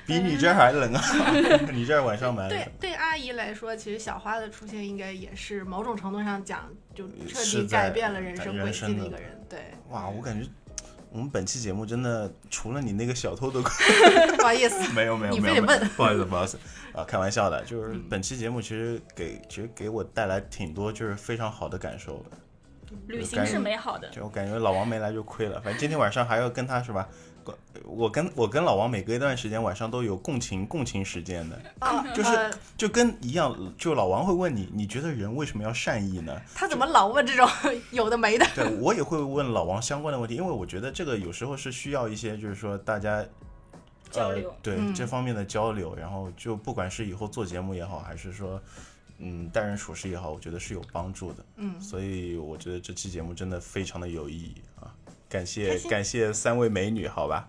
Speaker 2: 比你这儿还冷啊！ 你这儿晚上蛮冷
Speaker 1: 嗯对。对，阿姨来说，其实小花的出现应该也是某种程度上讲，就彻
Speaker 2: 是
Speaker 1: 底
Speaker 2: 在
Speaker 1: 改变了人
Speaker 2: 改
Speaker 1: 生
Speaker 2: 人
Speaker 1: 轨
Speaker 2: 生
Speaker 1: 迹的
Speaker 2: 的
Speaker 1: 一个人。对，
Speaker 2: 哇，我感觉我们本期节目真的除了你那个小偷的故事，
Speaker 1: 不好意思，
Speaker 2: 没有没有
Speaker 1: 你
Speaker 2: 没
Speaker 1: 非
Speaker 2: 有，
Speaker 1: 得
Speaker 2: 没有
Speaker 1: 问
Speaker 2: 不好意思不好意思啊，开玩笑的，就是本期节目其实给其实给我带来挺多就是非常好的感受的。
Speaker 3: 旅行是美好的，
Speaker 2: 就我感呃觉老王没来就亏了，反正今天晚上还要跟他是吧？我跟我跟老王每隔一段时间晚上都有共情共情时间的，
Speaker 1: 啊，
Speaker 2: 就是
Speaker 1: 呃
Speaker 2: 就跟一样，就老王会问你，你觉得人为什么要善意呢？
Speaker 1: 他怎么老问这种 有的没的？
Speaker 2: 对我也会问老王相关的问题，因为我觉得这个有时候是需要一些，就是说大家。
Speaker 3: 交流
Speaker 2: 呃、对、
Speaker 1: 嗯
Speaker 2: 这方面的交流，然后就不管是以后做节目也好，还是说，嗯，待人处事也好，我觉得是有帮助的。
Speaker 1: 嗯，
Speaker 2: 所以我觉得这期节目真的非常的有意义啊！感谢
Speaker 3: 开心
Speaker 2: 感谢三位美女，好吧？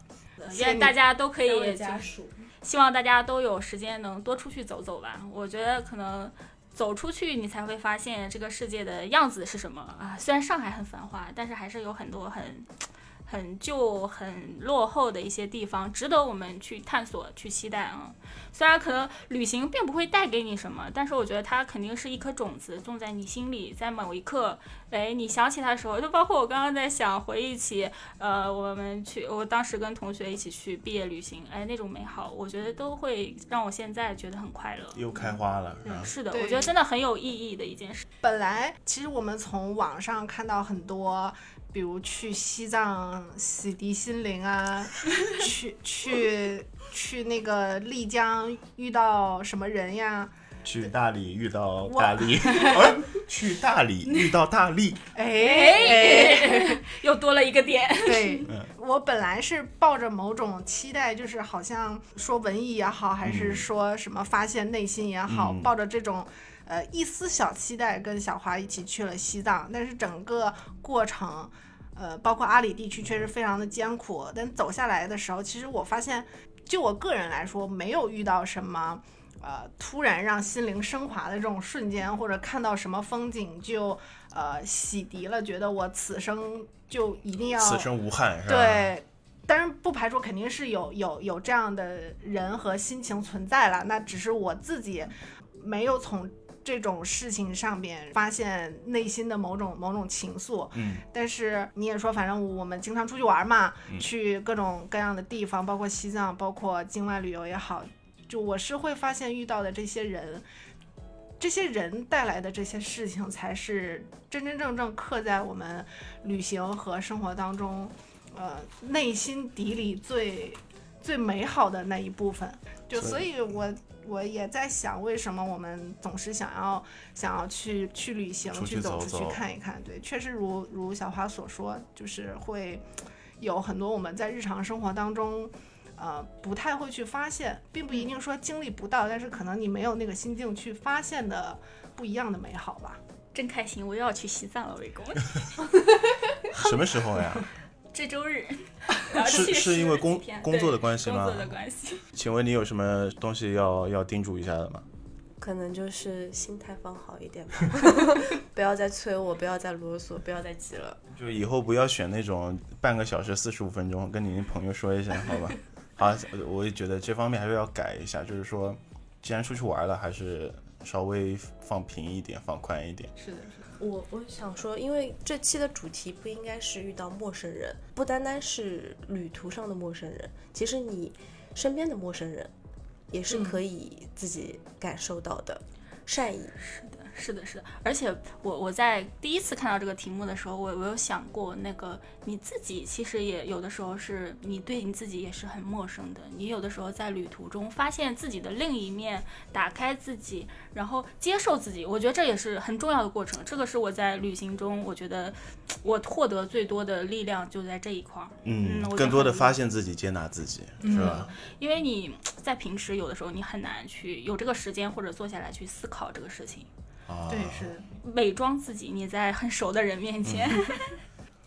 Speaker 3: 愿大家都可以
Speaker 5: 为
Speaker 3: 就
Speaker 5: 家属，
Speaker 3: 希望大家都有时间能多出去走走吧。我觉得可能走出去，你才会发现这个世界的样子是什么啊。虽然上海很繁华，但是还是有很多很。很旧、很落后的一些地方，值得我们去探索、去期待啊。虽然可能旅行并不会带给你什么，但是我觉得它肯定是一颗种子，种在你心里，在某一刻，哎，你想起它的时候，就包括我刚刚在想回忆起呃，我们去，我当时跟同学一起去毕业旅行，哎，那种美好，我觉得都会让我现在觉得很快乐。
Speaker 2: 又开花了，然后
Speaker 3: 嗯是的，
Speaker 1: 对
Speaker 3: 我觉得真的很有意义的一件事。
Speaker 1: 本来其实我们从网上看到很多，比如去西藏洗涤心灵啊，去去去那个丽江遇到什么人呀？
Speaker 2: 去大理遇到大力，哎去大理遇到大力，
Speaker 1: 哎
Speaker 3: 又多了一个点。
Speaker 1: 对，我本来是抱着某种期待，就是好像说文艺也好，还是说什么发现内心也好，
Speaker 2: 嗯
Speaker 1: 抱着这种呃一丝小期待，跟小华一起去了西藏。但是整个过程，呃，包括阿里地区确实非常的艰苦，但走下来的时候，其实我发现，就我个人来说，没有遇到什么。呃，突然让心灵升华的这种瞬间，或者看到什么风景就呃洗涤了，觉得我此生就一定要
Speaker 2: 此生无憾，是吧？，
Speaker 1: 对，当然不排除肯定是有有有这样的人和心情存在了，那只是我自己没有从这种事情上面发现内心的某种某种情愫。
Speaker 2: 嗯，
Speaker 1: 但是你也说，反正我们经常出去玩嘛，
Speaker 2: 嗯
Speaker 1: 去各种各样的地方，包括西藏，包括境外旅游也好，就我是会发现遇到的这些人。这些人带来的这些事情，才是真真正正刻在我们旅行和生活当中，呃，内心底里最最美好的那一部分。就所
Speaker 2: 所
Speaker 1: 以，我我也在想，为什么我们总是想要想要去去旅行，
Speaker 2: 出去
Speaker 1: 去走出
Speaker 2: 走走
Speaker 1: 去看一看？对，确实如如小花所说，就是会有很多我们在日常生活当中。呃，不太会去发现，并不一定说经历不到，但是可能你没有那个心境去发现的不一样的美好吧。
Speaker 3: 真开心，我又要去西藏了，魏公。
Speaker 2: 什么时候呀？
Speaker 3: 这周 日，然后
Speaker 2: 是
Speaker 3: 去
Speaker 2: 是因为
Speaker 3: 十几
Speaker 2: 工
Speaker 3: 天
Speaker 2: 工作的
Speaker 3: 对
Speaker 2: 关系吗
Speaker 3: 工作的关系，
Speaker 2: 请问你有什么东西要要叮嘱一下的吗？
Speaker 4: 可能就是心态放好一 点吧，不要再催我，不要再啰嗦，不要再急了。
Speaker 2: 就以后不要选那种半个小时四十五分钟，跟你朋友说一下，好吧？好，我也觉得这方面还是要改一下，就是说，既然出去玩了，还是稍微放平一点，放宽一点。
Speaker 1: 是的，是的，
Speaker 4: 我我想说，因为这期的主题不应该是遇到陌生人，不单单是旅途上的陌生人，其实你身边的陌生人也是可以自己感受到的、善意。
Speaker 3: 是的，是的。而且我我在第一次看到这个题目的时候，我我有想过，那个你自己其实也有的时候是你对你自己也是很陌生的，你有的时候在旅途中发现自己的另一面，打开自己，然后接受自己，我觉得这也是很重要的过程。这个是我在旅行中，我觉得我获得最多的力量就在这一块儿。嗯我觉得
Speaker 2: 更多的
Speaker 3: 很
Speaker 2: 发现自己，接纳自己，是吧？
Speaker 3: 因为你在平时有的时候你很难去有这个时间或者坐下来去思考这个事情，
Speaker 2: 啊，
Speaker 1: 对，是的。
Speaker 3: 伪装自己，你在很熟的人面前，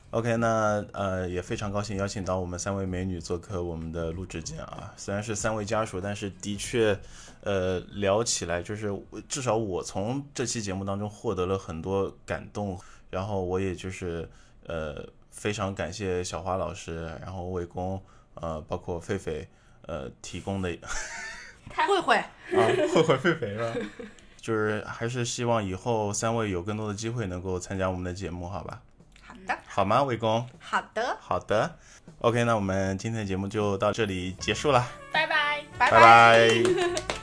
Speaker 2: OK，那呃也非常高兴邀请到我们三位美女做客我们的录制间啊。虽然是三位家属，但是的确，呃，聊起来就是我至少我从这期节目当中获得了很多感动，然后我也就是呃非常感谢小花老师，然后魏工，呃，包括狒狒，呃提供的
Speaker 1: 慧慧，
Speaker 2: 啊，后悔 会肥了。 就是还是希望以后三位有更多的机会能够参加我们的节目，好吧？
Speaker 1: 好的，
Speaker 2: 好吗，魏工？
Speaker 1: 好的，
Speaker 2: 好的，OK，那我们今天的节目就到这里结束了，
Speaker 3: 拜拜。
Speaker 1: 拜
Speaker 2: 拜拜